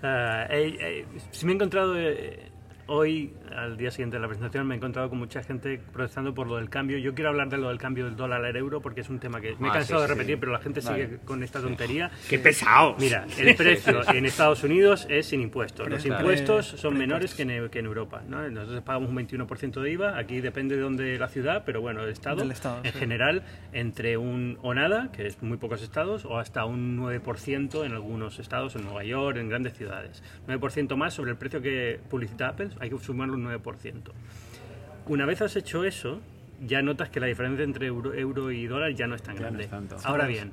S5: Ah, eh, eh, si me he encontrado eh, hoy, al día siguiente de la presentación, me he encontrado con mucha gente protestando por lo del cambio. Yo quiero hablar de lo del cambio del dólar al euro porque es un tema que me he
S4: Ah,
S5: cansado
S4: sí,
S5: de
S4: sí, eh,
S5: repetir,
S4: sí.
S5: pero la gente sigue con esta tontería.
S6: ¡Qué pesados!
S5: Mira, el precio en Estados Unidos es sin impuestos. Los
S3: Pre-
S5: impuestos
S3: pre-
S5: son menores
S3: preimpuestos.
S5: que en, que en Europa. ¿no? Nosotros pagamos un 21% de IVA. Aquí depende de dónde la ciudad, pero bueno, el Estado.
S3: Del estado,
S5: en
S3: sí.
S5: general, entre un o nada, que es muy pocos estados, o hasta un 9% en algunos estados, en Nueva York, en grandes ciudades. 9% más sobre el precio que publicita Apple, hay que sumarle un 9%. Una vez has hecho eso, ya notas que la diferencia entre euro, euro y dólar ya no es tan
S7: Ya no
S5: grande.
S7: es tanto.
S5: Ahora bien,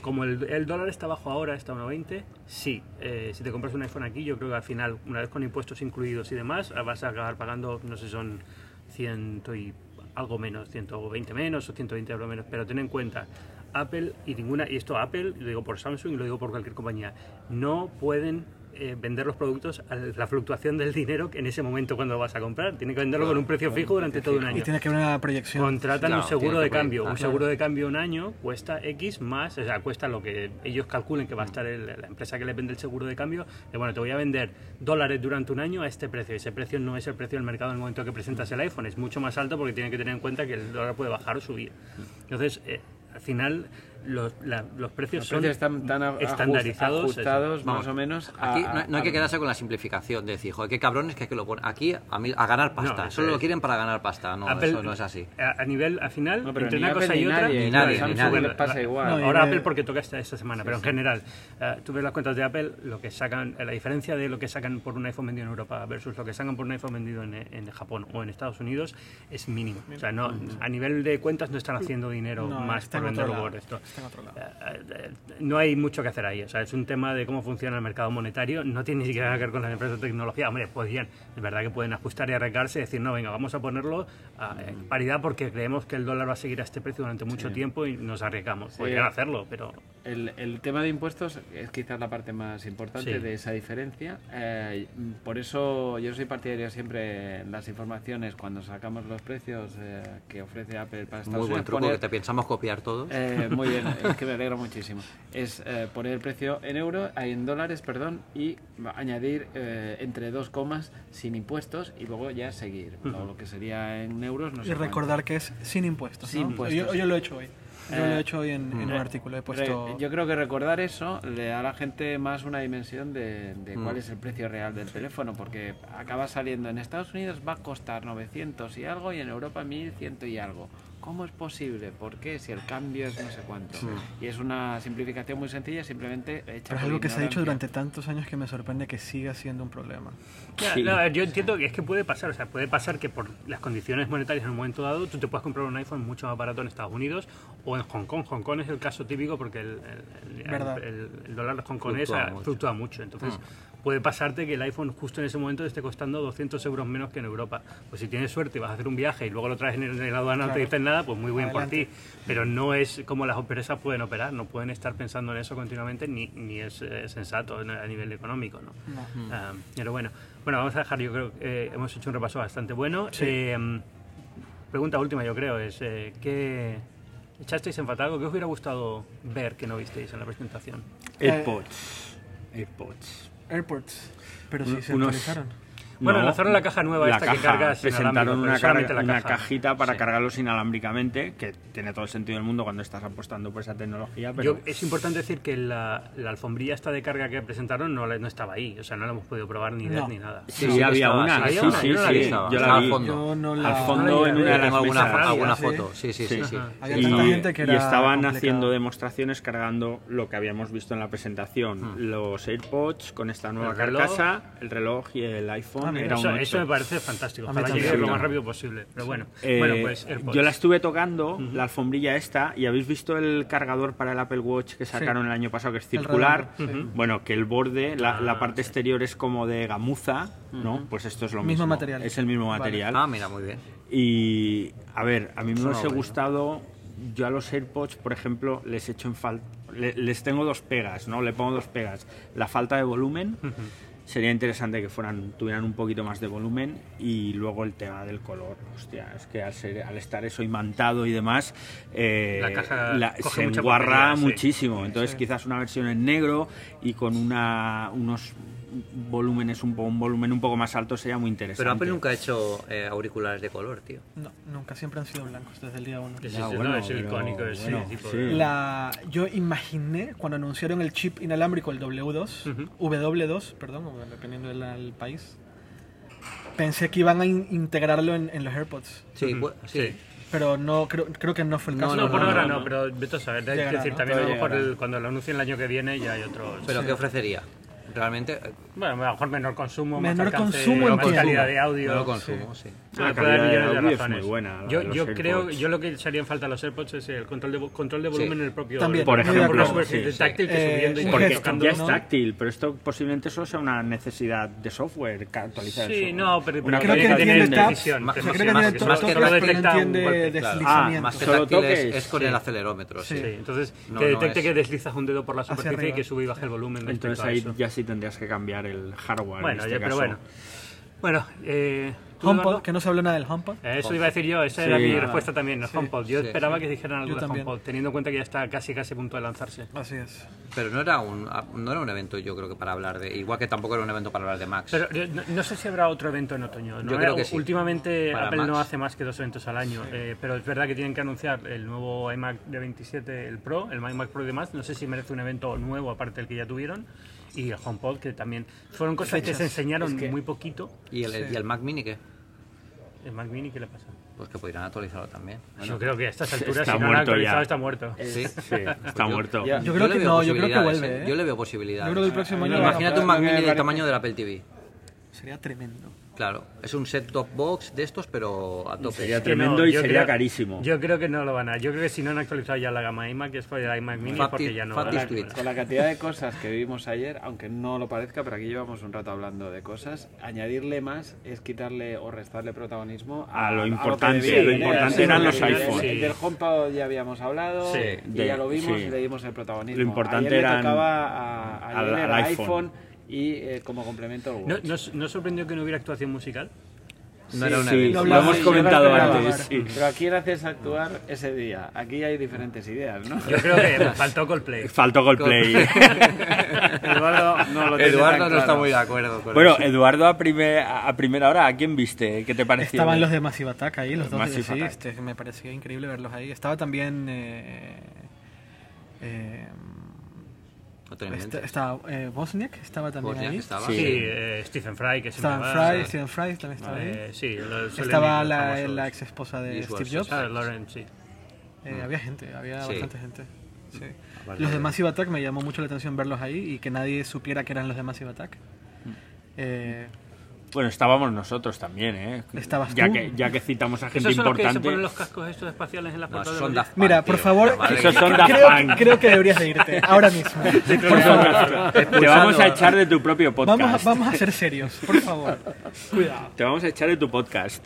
S5: como el, el dólar está bajo ahora, está a 1,20, sí, eh, si te compras un iPhone aquí, yo creo que al final, una vez con impuestos incluidos y demás, ah, vas a acabar pagando, no sé, son ciento y algo menos, 120 menos o 120 euros menos, pero ten en cuenta, Apple y ninguna, y esto Apple, lo digo por Samsung y lo digo por cualquier compañía, no pueden eh, vender los productos a la fluctuación del dinero que en ese momento cuando lo vas a comprar. Tienen que venderlo con un precio fijo durante todo un año.
S3: Y tiene que haber una proyección.
S5: Contratan
S4: Claro,
S5: un seguro
S4: tiene
S5: de
S4: que proyectar.
S5: cambio. Un
S4: Claro.
S5: seguro de cambio un año cuesta X más, o sea, cuesta lo que ellos calculen que va a
S7: Mm.
S5: estar el- la empresa que les vende el seguro de cambio. De bueno, te voy a vender dólares durante un año a este precio. Ese precio no es el precio del mercado en el momento que presentas el iPhone. Es mucho más alto porque tienen que tener en cuenta que el dólar puede bajar o subir. Entonces, eh, al final, los, la- los precios
S7: Los
S5: son
S7: precios están tan ajust-
S5: estandarizados.
S7: ajustados
S4: Vamos,
S7: más o menos. a-
S4: Aquí no,
S7: a-
S4: no hay que
S7: a-
S4: quedarse con la simplificación de decir, joder, qué cabrones que, que lo ponen aquí a, mil- a ganar pasta.
S5: No, eso
S4: Solo lo
S5: es.
S4: quieren para ganar pasta. No,
S5: Apple-
S4: eso no es así.
S5: A, a nivel, al final,
S7: No, pero
S5: entre
S7: ni
S5: una
S7: Apple
S5: cosa
S7: ni
S5: y otra,
S7: nadie,
S4: Ni nadie,
S5: a
S4: ni
S5: Samsung
S4: nadie.
S5: le
S7: pasa igual.
S3: No, y
S5: Ahora
S3: de-
S5: Apple porque toca esta, esta semana, pero en general, eh, tú ves las cuentas de Apple, lo que sacan, eh, la diferencia de lo que sacan por un iPhone vendido en Europa versus lo que sacan por un iPhone vendido en, en Japón o en Estados Unidos es mínimo. O sea, no, a nivel de cuentas no están haciendo dinero
S3: No,
S5: más
S3: está
S5: por
S3: en otro
S5: venderlo
S3: lado.
S5: por esto.
S3: Está en otro lado.
S5: eh, eh, no hay mucho que hacer ahí. O sea, es un tema de cómo funciona el mercado monetario. No tiene ni siquiera que ver con las empresas de tecnología. Hombre, podrían, es verdad que pueden ajustar y arreglarse y decir, no, venga, vamos a ponerlo a eh, paridad porque creemos que el dólar va a seguir a este precio durante mucho tiempo y nos arriesgamos. Podrían hacerlo, pero
S7: El, el tema de impuestos es quizás la parte más importante
S5: Sí.
S7: de esa diferencia. Eh, por eso yo soy partidario siempre en las informaciones cuando sacamos los precios eh, que ofrece Apple para Estados
S4: Muy buen
S7: Unidos.
S4: truco
S7: poner-
S4: que te pensamos copiar todos.
S7: Eh, muy bien, es que me alegro muchísimo. Es eh, poner el precio en euro, ah, en dólares, perdón, y añadir eh, entre dos comas sin impuestos y luego ya seguir. Lo, lo que sería en euros, no sé.
S3: y
S7: cuánto.
S3: recordar que es sin impuestos.
S7: Sin
S3: ¿no?
S7: impuestos.
S3: Yo, yo lo he hecho hoy. Yo
S7: Eh,
S3: lo he hecho hoy en,
S5: mm.
S3: en un
S7: eh,
S3: artículo. He
S7: Re-
S3: puesto.
S7: Yo creo que recordar eso le da a la gente más una dimensión de, de
S4: Mm.
S7: cuál es el precio real del teléfono, porque acaba saliendo en Estados Unidos va a costar 900 y algo y en Europa 1100 y algo. ¿Cómo es posible? ¿Por qué? Si el cambio es no sé cuánto. Y es una simplificación muy sencilla, simplemente hecha
S3: pero es
S7: por
S3: algo que se ha dicho
S7: ignorancia.
S3: durante tantos años que me sorprende que siga siendo un problema.
S5: Ya, no, a ver, yo entiendo que es que puede pasar, o sea, puede pasar que por las condiciones monetarias en un momento dado tú te puedas comprar un iPhone mucho más barato en Estados Unidos o en Hong Kong. Hong Kong es el caso típico porque el, el- el-
S3: Verdad.
S5: el- el dólar hongkonés
S4: Fluctúa
S5: ah,
S4: mucho.
S5: fluctúa mucho. Entonces
S3: Mm.
S5: puede pasarte que el iPhone justo en ese momento te esté costando 200 euros menos que en Europa. Pues si tienes suerte y vas a hacer un viaje y luego lo traes en, el, en la aduana no te
S3: Claro.
S5: dicen nada, pues muy bien
S3: Adelante.
S5: por ti. Pero no es como las empresas pueden operar, no pueden estar pensando en eso continuamente ni, ni es eh, sensato a nivel económico. ¿no?
S3: No. Mm.
S5: Ah, pero bueno, bueno, vamos a dejar, yo creo que eh, hemos hecho un repaso bastante bueno. Eh, pregunta última, yo creo, es eh, ¿qué echasteis en falta algo? ¿Qué os hubiera gustado ver que no visteis en la presentación?
S7: Eh,
S6: AirPods. AirPods.
S3: Airports. Pero
S6: Un-
S3: sí se
S6: unos-
S3: utilizaron.
S5: Bueno,
S6: No,
S5: lanzaron la caja nueva
S6: la
S5: esta que
S6: caja.
S5: cargas
S6: Presentaron una,
S5: solamente
S6: carga-
S5: la
S6: una
S5: caja.
S6: cajita para
S5: Sí.
S6: cargarlos inalámbricamente, que tiene todo el sentido del mundo cuando estás apostando por esa tecnología, pero...
S5: Yo- es importante decir que la, la alfombrilla esta de carga que presentaron no, la- no estaba ahí, o sea, no la hemos podido probar ni ver
S3: No.
S5: ni nada.
S6: Sí,
S4: Sí,
S6: había
S4: estaba,
S5: sí,
S6: una, sí,
S5: había
S6: sí,
S5: una,
S6: sí,
S5: estaba.
S6: yo
S4: Estaba
S6: la
S4: al
S6: vi.
S4: fondo.
S3: Yo no
S6: Al
S3: la.
S6: fondo en
S5: Yo
S6: una de
S4: tengo
S6: las
S4: alguna,
S6: mesas.
S5: alguna
S3: sí.
S4: foto, sí, sí, sí. sí.
S5: Ajá.
S3: Había
S6: y,
S3: tanta gente que
S6: y
S3: era
S6: estaban
S3: complicado.
S6: haciendo demostraciones cargando lo que habíamos visto en la presentación, los AirPods con esta nueva
S5: Ah. El reloj.
S6: carcasa, el reloj y el iPhone.
S3: Ah, mira.
S6: era un
S5: Eso,
S6: ocho.
S5: eso me parece fantástico,
S3: A mí
S5: ojalá
S3: también.
S5: llegue lo más
S6: Sí.
S5: rápido posible. Pero bueno,
S6: Eh,
S5: bueno pues AirPods.
S6: yo la estuve tocando, la alfombrilla esta, y habéis visto el cargador para el Apple Watch que sacaron el año pasado, que es
S3: El
S6: circular.
S3: redondo, sí.
S6: Bueno, que el borde, la, la
S5: Ah,
S6: parte
S5: sí.
S6: exterior es como de gamuza, ¿no? Pues esto es lo
S3: Mismo
S6: mismo.
S3: material.
S6: Es el mismo
S3: Vale.
S6: material.
S4: Ah, mira, muy bien.
S6: Y a ver, a mí me
S4: Suena
S6: hubiese
S4: bueno.
S6: gustado. Yo a los AirPods, por ejemplo, les echo en falta. Les tengo dos pegas, ¿no? Le pongo dos pegas. La falta de volumen. Sería interesante que fueran, tuvieran un poquito más de volumen. Y luego el tema del color. Hostia, es que al, ser- al estar eso imantado y demás, eh,
S5: La caja coge
S6: se
S5: mucha
S6: enguarra
S5: porquería, sí.
S6: muchísimo. Entonces, quizás una versión en negro y con una, unos volúmenes, un, po- un volumen un poco más alto sería muy interesante.
S4: Pero Apple nunca ha hecho eh, auriculares de color, tío.
S3: No, nunca, siempre han sido blancos desde el día uno.
S5: Sí, sí,
S6: Ya,
S5: sí,
S6: bueno,
S5: no, es el
S6: pero
S5: icónico, es el
S6: bueno,
S5: tipo
S6: sí.
S5: de-
S3: La, yo imaginé cuando anunciaron el chip inalámbrico, el W2, W2, perdón, o dependiendo del al país, pensé que iban a in- integrarlo en, en los AirPods,
S4: Sí,
S5: Ujú,
S4: bu- sí.
S3: pero no creo, creo que no fue el
S4: No,
S3: caso.
S5: No,
S4: no,
S5: por
S4: no,
S5: ahora
S4: no,
S5: no, pero vete a saber.
S3: Llegará,
S5: es decir,
S3: ¿no?
S5: también a lo
S6: Todo
S5: mejor
S6: llegará.
S5: el- cuando lo anuncien el año que viene ya hay otro.
S4: Pero ¿qué ofrecería? Realmente, eh,
S5: bueno, a lo mejor menor consumo,
S3: Menor
S5: más alcance,
S3: consumo,
S5: más
S3: entiendo.
S5: calidad de audio.
S4: no lo consumo, sí.
S5: Bueno,
S6: La
S5: puede haber
S6: calidad de
S5: millones de
S6: audio es
S5: razones.
S6: muy buena, la
S5: Yo,
S6: de los
S5: yo creo,
S6: AirPods.
S5: yo lo que echaría en falta a los AirPods es el control de, vo- control de
S4: Sí.
S5: volumen en el propio.
S3: También,
S6: Por
S5: muy de
S6: ejemplo,
S5: acuerdo, superficie
S6: sí,
S5: táctil que
S3: sí.
S5: subiendo y
S3: Eh,
S6: Porque
S5: tocando.
S6: ya es táctil, pero esto posiblemente solo sea una necesidad de software, ca- actualizar el
S5: Sí,
S6: software.
S5: no, pero, pero tiene-
S3: Creo que
S6: Una actualización
S5: tiene
S3: entiende
S6: de-
S3: tab-
S5: decisión,
S4: más-
S5: que
S4: más
S5: no
S4: que
S5: sé,
S4: tiene
S5: más que-
S4: todo-
S5: más que
S4: todo
S5: solo
S4: lo que
S5: detecta un
S3: entiende
S5: golpe,
S3: deslizar.
S5: claro.
S6: Ah,
S4: Más que
S6: solo
S4: táctil es-
S6: toques,
S4: es con
S6: sí.
S4: el acelerómetro, sí.
S5: Sí, entonces
S4: No,
S5: que
S4: no
S5: detecte
S4: es-
S5: que deslizas un dedo por la
S3: Hacia
S5: superficie y
S3: arriba.
S5: que sube y baja el volumen. respecto
S6: Entonces
S5: a
S6: ahí
S5: eso.
S6: ya sí tendrías que cambiar el hardware.
S5: Bueno,
S6: en este
S5: ya, pero
S6: caso.
S5: bueno. Bueno, eh, ¿tú,
S3: HomePod,
S5: Eduardo?
S3: que no se habló nada del HomePod.
S5: Eh, Eso iba a decir yo, esa era
S6: Sí.
S5: mi respuesta también, el HomePod. Yo
S4: sí,
S5: esperaba que dijeran algo
S3: Yo
S5: de
S3: también.
S5: HomePod, teniendo en cuenta que ya está casi casi a punto de lanzarse.
S3: Así es.
S4: Pero no era, un, ah, no era un evento, yo creo que para hablar de. Igual que tampoco era un evento para hablar de Max.
S5: Pero eh, no, no sé si habrá otro evento en otoño. ¿no? Eh,
S4: Yo creo que sí.
S5: Últimamente
S4: Para
S5: Apple no
S4: Max.
S5: hace más que dos eventos al año, eh, pero es verdad que tienen que anunciar el nuevo iMac de 27, el Pro, el iMac Pro y demás. No sé si merece un evento nuevo aparte del que ya tuvieron. Y el HomePod, que también fueron cosas que se enseñaron muy poquito.
S4: ¿Y, el, ¿Y el Mac Mini qué?
S5: ¿El Mac Mini qué le pasa?
S4: Pues que podrían actualizarlo también.
S5: Yo creo que a estas alturas,
S6: está
S5: si no lo han
S6: muerto ya.
S5: actualizado, está muerto.
S4: Sí.
S6: Sí, está muerto.
S7: ya-
S3: Yo creo
S4: le
S3: que
S4: veo
S3: no, yo creo que
S4: posibilidades,
S3: vuelve,
S4: ¿eh?
S3: ¿eh?
S4: Yo le veo posibilidades.
S3: Yo creo que el próximo año van a
S4: Ah, Imagínate un
S3: comprar-
S4: Mac Mini del tamaño del Apple TV.
S3: Sería tremendo.
S4: Claro, es un set top box de estos, pero a tope.
S6: Sería
S5: Es que no,
S6: tremendo y
S5: yo
S6: sería
S5: creo-
S6: carísimo.
S5: Yo creo que no lo van a. Yo creo que si no han actualizado ya la gama iMac, es por el iMac mini,
S4: Fat
S5: porque
S4: tip-
S5: ya no
S4: fat
S5: va a
S4: tip
S5: dar
S4: tweet.
S5: nada.
S7: Con la cantidad de cosas que vimos ayer, aunque no lo parezca, pero aquí llevamos un rato hablando de cosas, añadirle más es quitarle o restarle protagonismo a,
S6: A lo
S7: que
S6: importante,
S7: debía
S5: lo
S7: tener,
S5: importante
S7: así,
S5: eran los
S7: porque del-
S5: iPhone.
S7: Del HomePod ya habíamos hablado,
S5: Sí,
S7: y
S6: de-
S7: ya lo vimos
S6: sí.
S7: y le dimos el protagonismo.
S6: Lo importante
S7: ayer
S6: eran-
S7: le tocaba a,
S6: al-
S7: ayer
S6: al
S7: era
S6: iPhone.
S7: iPhone. y eh, como complemento el
S5: ¿No,
S7: Watch.
S5: no, no sorprendió que no hubiera actuación musical?
S4: No era una
S6: sí,
S4: vez.
S6: lo
S3: Lo
S6: hablamos,
S3: hablamos, sí,
S6: comentado
S3: yo lo
S6: antes.
S3: hablaba.
S6: sí.
S7: Pero aquí haces actuar ese día. Aquí hay diferentes ideas, ¿no?
S5: Yo creo que faltó Coldplay.
S6: Faltó Coldplay.
S7: Eduardo no lo tiene
S4: Eduardo no
S7: tan claro.
S4: está muy de acuerdo con
S6: bueno,
S4: eso.
S6: Eduardo, a, primer- a primera hora, ¿a quién viste? ¿Qué te pareció?
S3: Estaban los de Massive Attack ahí, los
S6: Los
S3: dos que
S6: Massive Attack.
S3: decidiste, que me pareció increíble verlos ahí. Estaba también... eh, eh,
S4: No te lo
S3: esta-
S4: inventes.
S3: estaba eh, Bosniak, estaba también
S4: Bosnia
S3: ahí.
S4: que estaba.
S5: Sí, eh, Stephen Fry, que se
S3: Estaban
S5: me va,
S3: Fry,
S5: eh,
S3: Steven Fry también estaba ahí.
S5: eh, sí, los- suelen
S3: Estaba
S5: ir los
S3: la,
S5: famosos.
S3: la ex esposa de
S4: These
S3: Steve
S4: were
S3: Jobs.
S5: Ah, Lauren, sí.
S3: Eh, Había gente, había
S4: Sí.
S3: bastante gente. sí.
S4: Aparte
S3: Los
S4: de-
S3: de Massive Attack me llamó mucho la atención verlos ahí y que nadie supiera que eran los de Massive Attack.
S5: Mm.
S3: Eh,
S6: Bueno, estábamos nosotros también, ¿eh.
S3: Estabas
S6: ya
S3: tú.
S6: Que, ya que citamos a gente
S5: ¿Esos son los que se
S6: importante.
S5: ponen los cascos estos espaciales en las
S4: No,
S5: portadas
S4: son
S5: de
S4: Daft Punk,
S3: mira, por
S4: tío.
S3: favor,
S4: La madre
S6: Esos
S4: que-
S6: son Daft
S3: creo,
S6: Punk.
S3: creo que deberías de irte, ahora mismo. Por favor.
S6: Te vamos a echar de tu propio podcast.
S3: Vamos, a- vamos a ser serios, por favor. Cuidado.
S6: Te vamos a echar de tu podcast.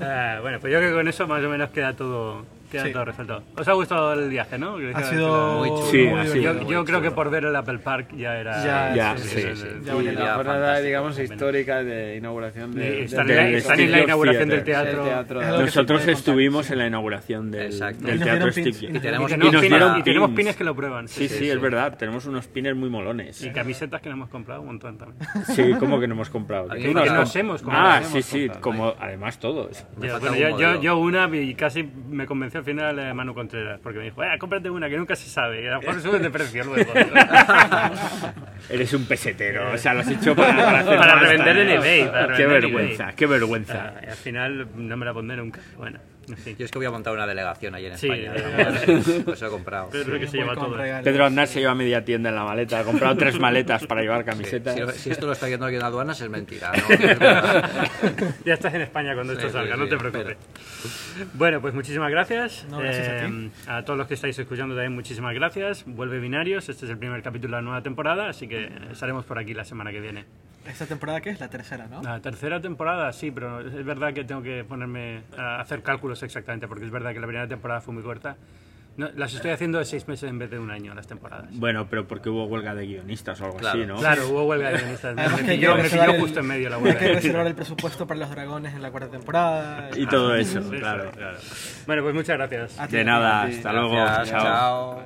S5: Ah, bueno, pues yo creo que con eso más o menos queda todo, queda
S3: Sí.
S5: todo resuelto. ¿Os ha gustado el viaje, no? Creo que
S3: Ha
S5: la-
S3: sido
S4: Muy
S3: muy,
S4: chulo.
S6: Sí, ha
S3: divertido.
S6: sido
S5: Yo,
S4: muy
S5: yo creo que
S4: chulo.
S5: por ver el Apple Park ya era...
S3: Ya,
S6: Ya, sí, sí, sí,
S4: sí.
S7: Y
S4: Uy,
S7: la
S4: ya,
S7: jornada,
S4: fantástico,
S7: digamos,
S4: tremendo.
S7: histórica de inauguración de,
S5: Eh,
S7: de-
S5: Están, en
S7: del
S5: la,
S6: del
S5: están en la
S6: Studio
S5: inauguración del
S6: Theater.
S5: teatro.
S7: del teatro.
S3: Es algo que se
S6: Nosotros
S3: puede contar,
S6: estuvimos en la inauguración del,
S4: Exacto.
S6: del
S3: Y nos
S6: Teatro
S3: dieron
S6: Steve
S3: pins.
S4: Y
S6: Jobs.
S4: tenemos
S5: Y
S6: Y nos
S5: tenemos, pines,
S6: dieron
S5: y tenemos
S6: pins.
S5: pines que lo prueban.
S6: Sí, sí, es verdad. Tenemos unos pines muy molones.
S5: Y camisetas que no hemos comprado un montón también.
S6: Sí, como que no hemos comprado.
S4: Ahí
S6: Tú
S4: no
S6: no has
S4: nos
S6: comp-
S5: hemos comprado.
S6: Ah,
S7: Hemos
S6: sí, sí,
S7: comprado.
S6: como además todos.
S4: Me
S5: Yo,
S4: falta
S5: bueno,
S4: un
S5: yo, yo,
S4: modelo.
S5: yo una vi- y casi me convenció al final eh, Manu Contreras, porque me dijo, eh, cómprate una que nunca se sabe, y a lo mejor suben de precio luego.
S6: Eres un pesetero, o sea, lo has hecho para, para hacer
S5: Para
S6: pasta,
S5: revender en
S6: ¿eh?
S5: eBay, para
S6: Qué
S5: revender en
S6: vergüenza,
S5: eBay.
S6: qué
S5: O sea,
S6: vergüenza.
S5: y al final no me la pondré nunca. Bueno, en fin.
S4: Yo es que voy a montar una delegación ahí en
S5: Sí,
S4: España.
S5: eh,
S4: ¿no? Pues lo he comprado.
S5: Pero es lo que se
S3: Voy
S5: lleva
S3: con
S5: todo.
S3: regalo.
S6: Pedro Aznar se lleva media tienda en la maleta, ha comprado tres maletas para llevar
S4: Sí,
S6: camisetas.
S4: Si, lo- si esto lo está viendo alguien de aduanas es mentira. ¿no? Es verdad.
S5: Ya estás en España cuando
S4: Sí,
S5: esto salga,
S4: sí,
S5: no
S4: sí,
S5: te preocupes. Bueno, pues muchísimas gracias. Eh,
S3: No, gracias a ti.
S5: a todos los que estáis escuchando también muchísimas gracias. Vuelve Binarios, este es el primer capítulo de la nueva temporada, así que estaremos por aquí la semana que viene.
S3: Esta temporada que es la tercera, ¿no?
S5: La tercera temporada, sí, pero es verdad que tengo que ponerme a hacer cálculos exactamente, porque es verdad que la primera temporada fue muy corta. No, las estoy haciendo de seis meses en vez de un año, las temporadas.
S6: Bueno, pero porque hubo huelga de guionistas o algo
S4: Claro.
S6: así, ¿no?
S5: Claro, hubo huelga de guionistas. Me,
S3: Además que hay que
S5: pilló, me
S3: reservar
S5: pilló
S3: el-
S5: justo en medio la
S3: Hay que
S5: huelga.
S3: reservar el presupuesto para los dragones en la cuarta temporada. Ah,
S6: Y todo eso,
S5: Sí, sí.
S6: claro, claro.
S5: Bueno, pues muchas gracias.
S6: De nada,
S7: Sí,
S6: hasta luego,
S4: Gracias,
S6: chao.
S4: chao.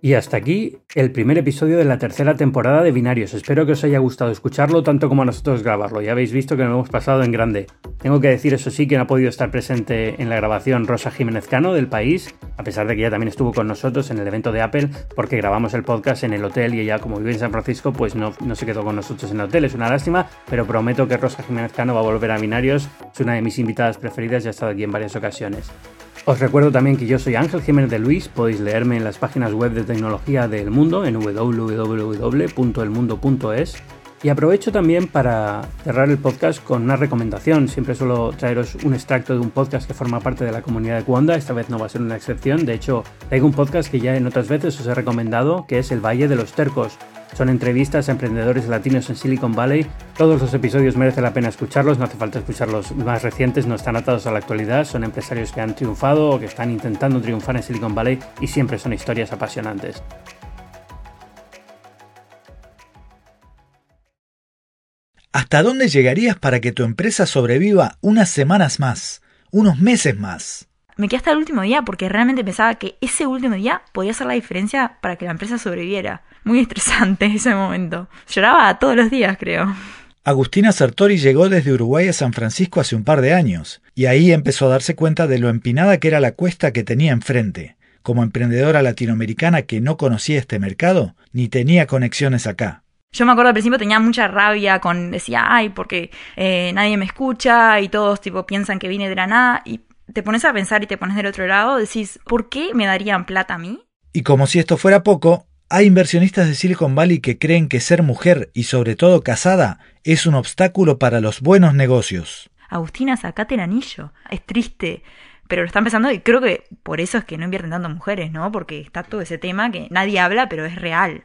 S2: Y hasta aquí el primer episodio de la tercera temporada de Binarios. Espero que os haya gustado escucharlo tanto como a nosotros grabarlo. Ya habéis visto que nos hemos pasado en grande. Tengo que decir, eso sí, que no ha podido estar presente en la grabación Rosa Jiménez Cano del país, a pesar de que ella también estuvo con nosotros en el evento de Apple, porque grabamos el podcast en el hotel y ella, como vive en San Francisco, pues no, no se quedó con nosotros en el hotel. Es una lástima, pero prometo que Rosa Jiménez Cano va a volver a Binarios. Es una de mis invitadas preferidas y ha estado aquí en varias ocasiones. Os recuerdo también que yo soy Ángel Jiménez de Luis, podéis leerme en las páginas web de tecnología del mundo en www.elmundo.es y aprovecho también para cerrar el podcast con una recomendación. Siempre suelo traeros un extracto de un podcast que forma parte de la comunidad de Cuanda, esta vez no va a ser una excepción, de hecho traigo un podcast que ya en otras veces os he recomendado, que es El Valle de los Tercos. Son entrevistas a emprendedores latinos en Silicon Valley. Todos los episodios merece la pena escucharlos, no hace falta escuchar los más recientes, no están atados a la actualidad, son empresarios que han triunfado o que están intentando triunfar en Silicon Valley y siempre son historias apasionantes.
S8: ¿Hasta dónde llegarías para que tu empresa sobreviva unas semanas más, unos meses más?
S9: Me quedé hasta el último día porque realmente pensaba que ese último día podía hacer la diferencia para que la empresa sobreviviera. Muy estresante ese momento. Lloraba todos los días, creo.
S8: Agustina Sartori llegó desde Uruguay a San Francisco hace un par de años, y ahí empezó a darse cuenta de lo empinada que era la cuesta que tenía enfrente, como emprendedora latinoamericana que no conocía este mercado ni tenía conexiones acá.
S9: Yo me acuerdo al principio tenía mucha rabia con, decía, ay, porque eh, nadie me escucha y todos tipo piensan que vine de la nada y te pones a pensar y te pones del otro lado, decís, ¿por qué me darían plata a mí?
S8: Y como si esto fuera poco, Hay inversionistas de Silicon Valley que creen que ser mujer y sobre todo casada es un obstáculo para los buenos negocios.
S9: Agustina, sacate el anillo. Es triste. Pero lo están pensando y creo que por eso es que no invierten tanto en mujeres, ¿no? Porque está todo ese tema que nadie habla, pero es real.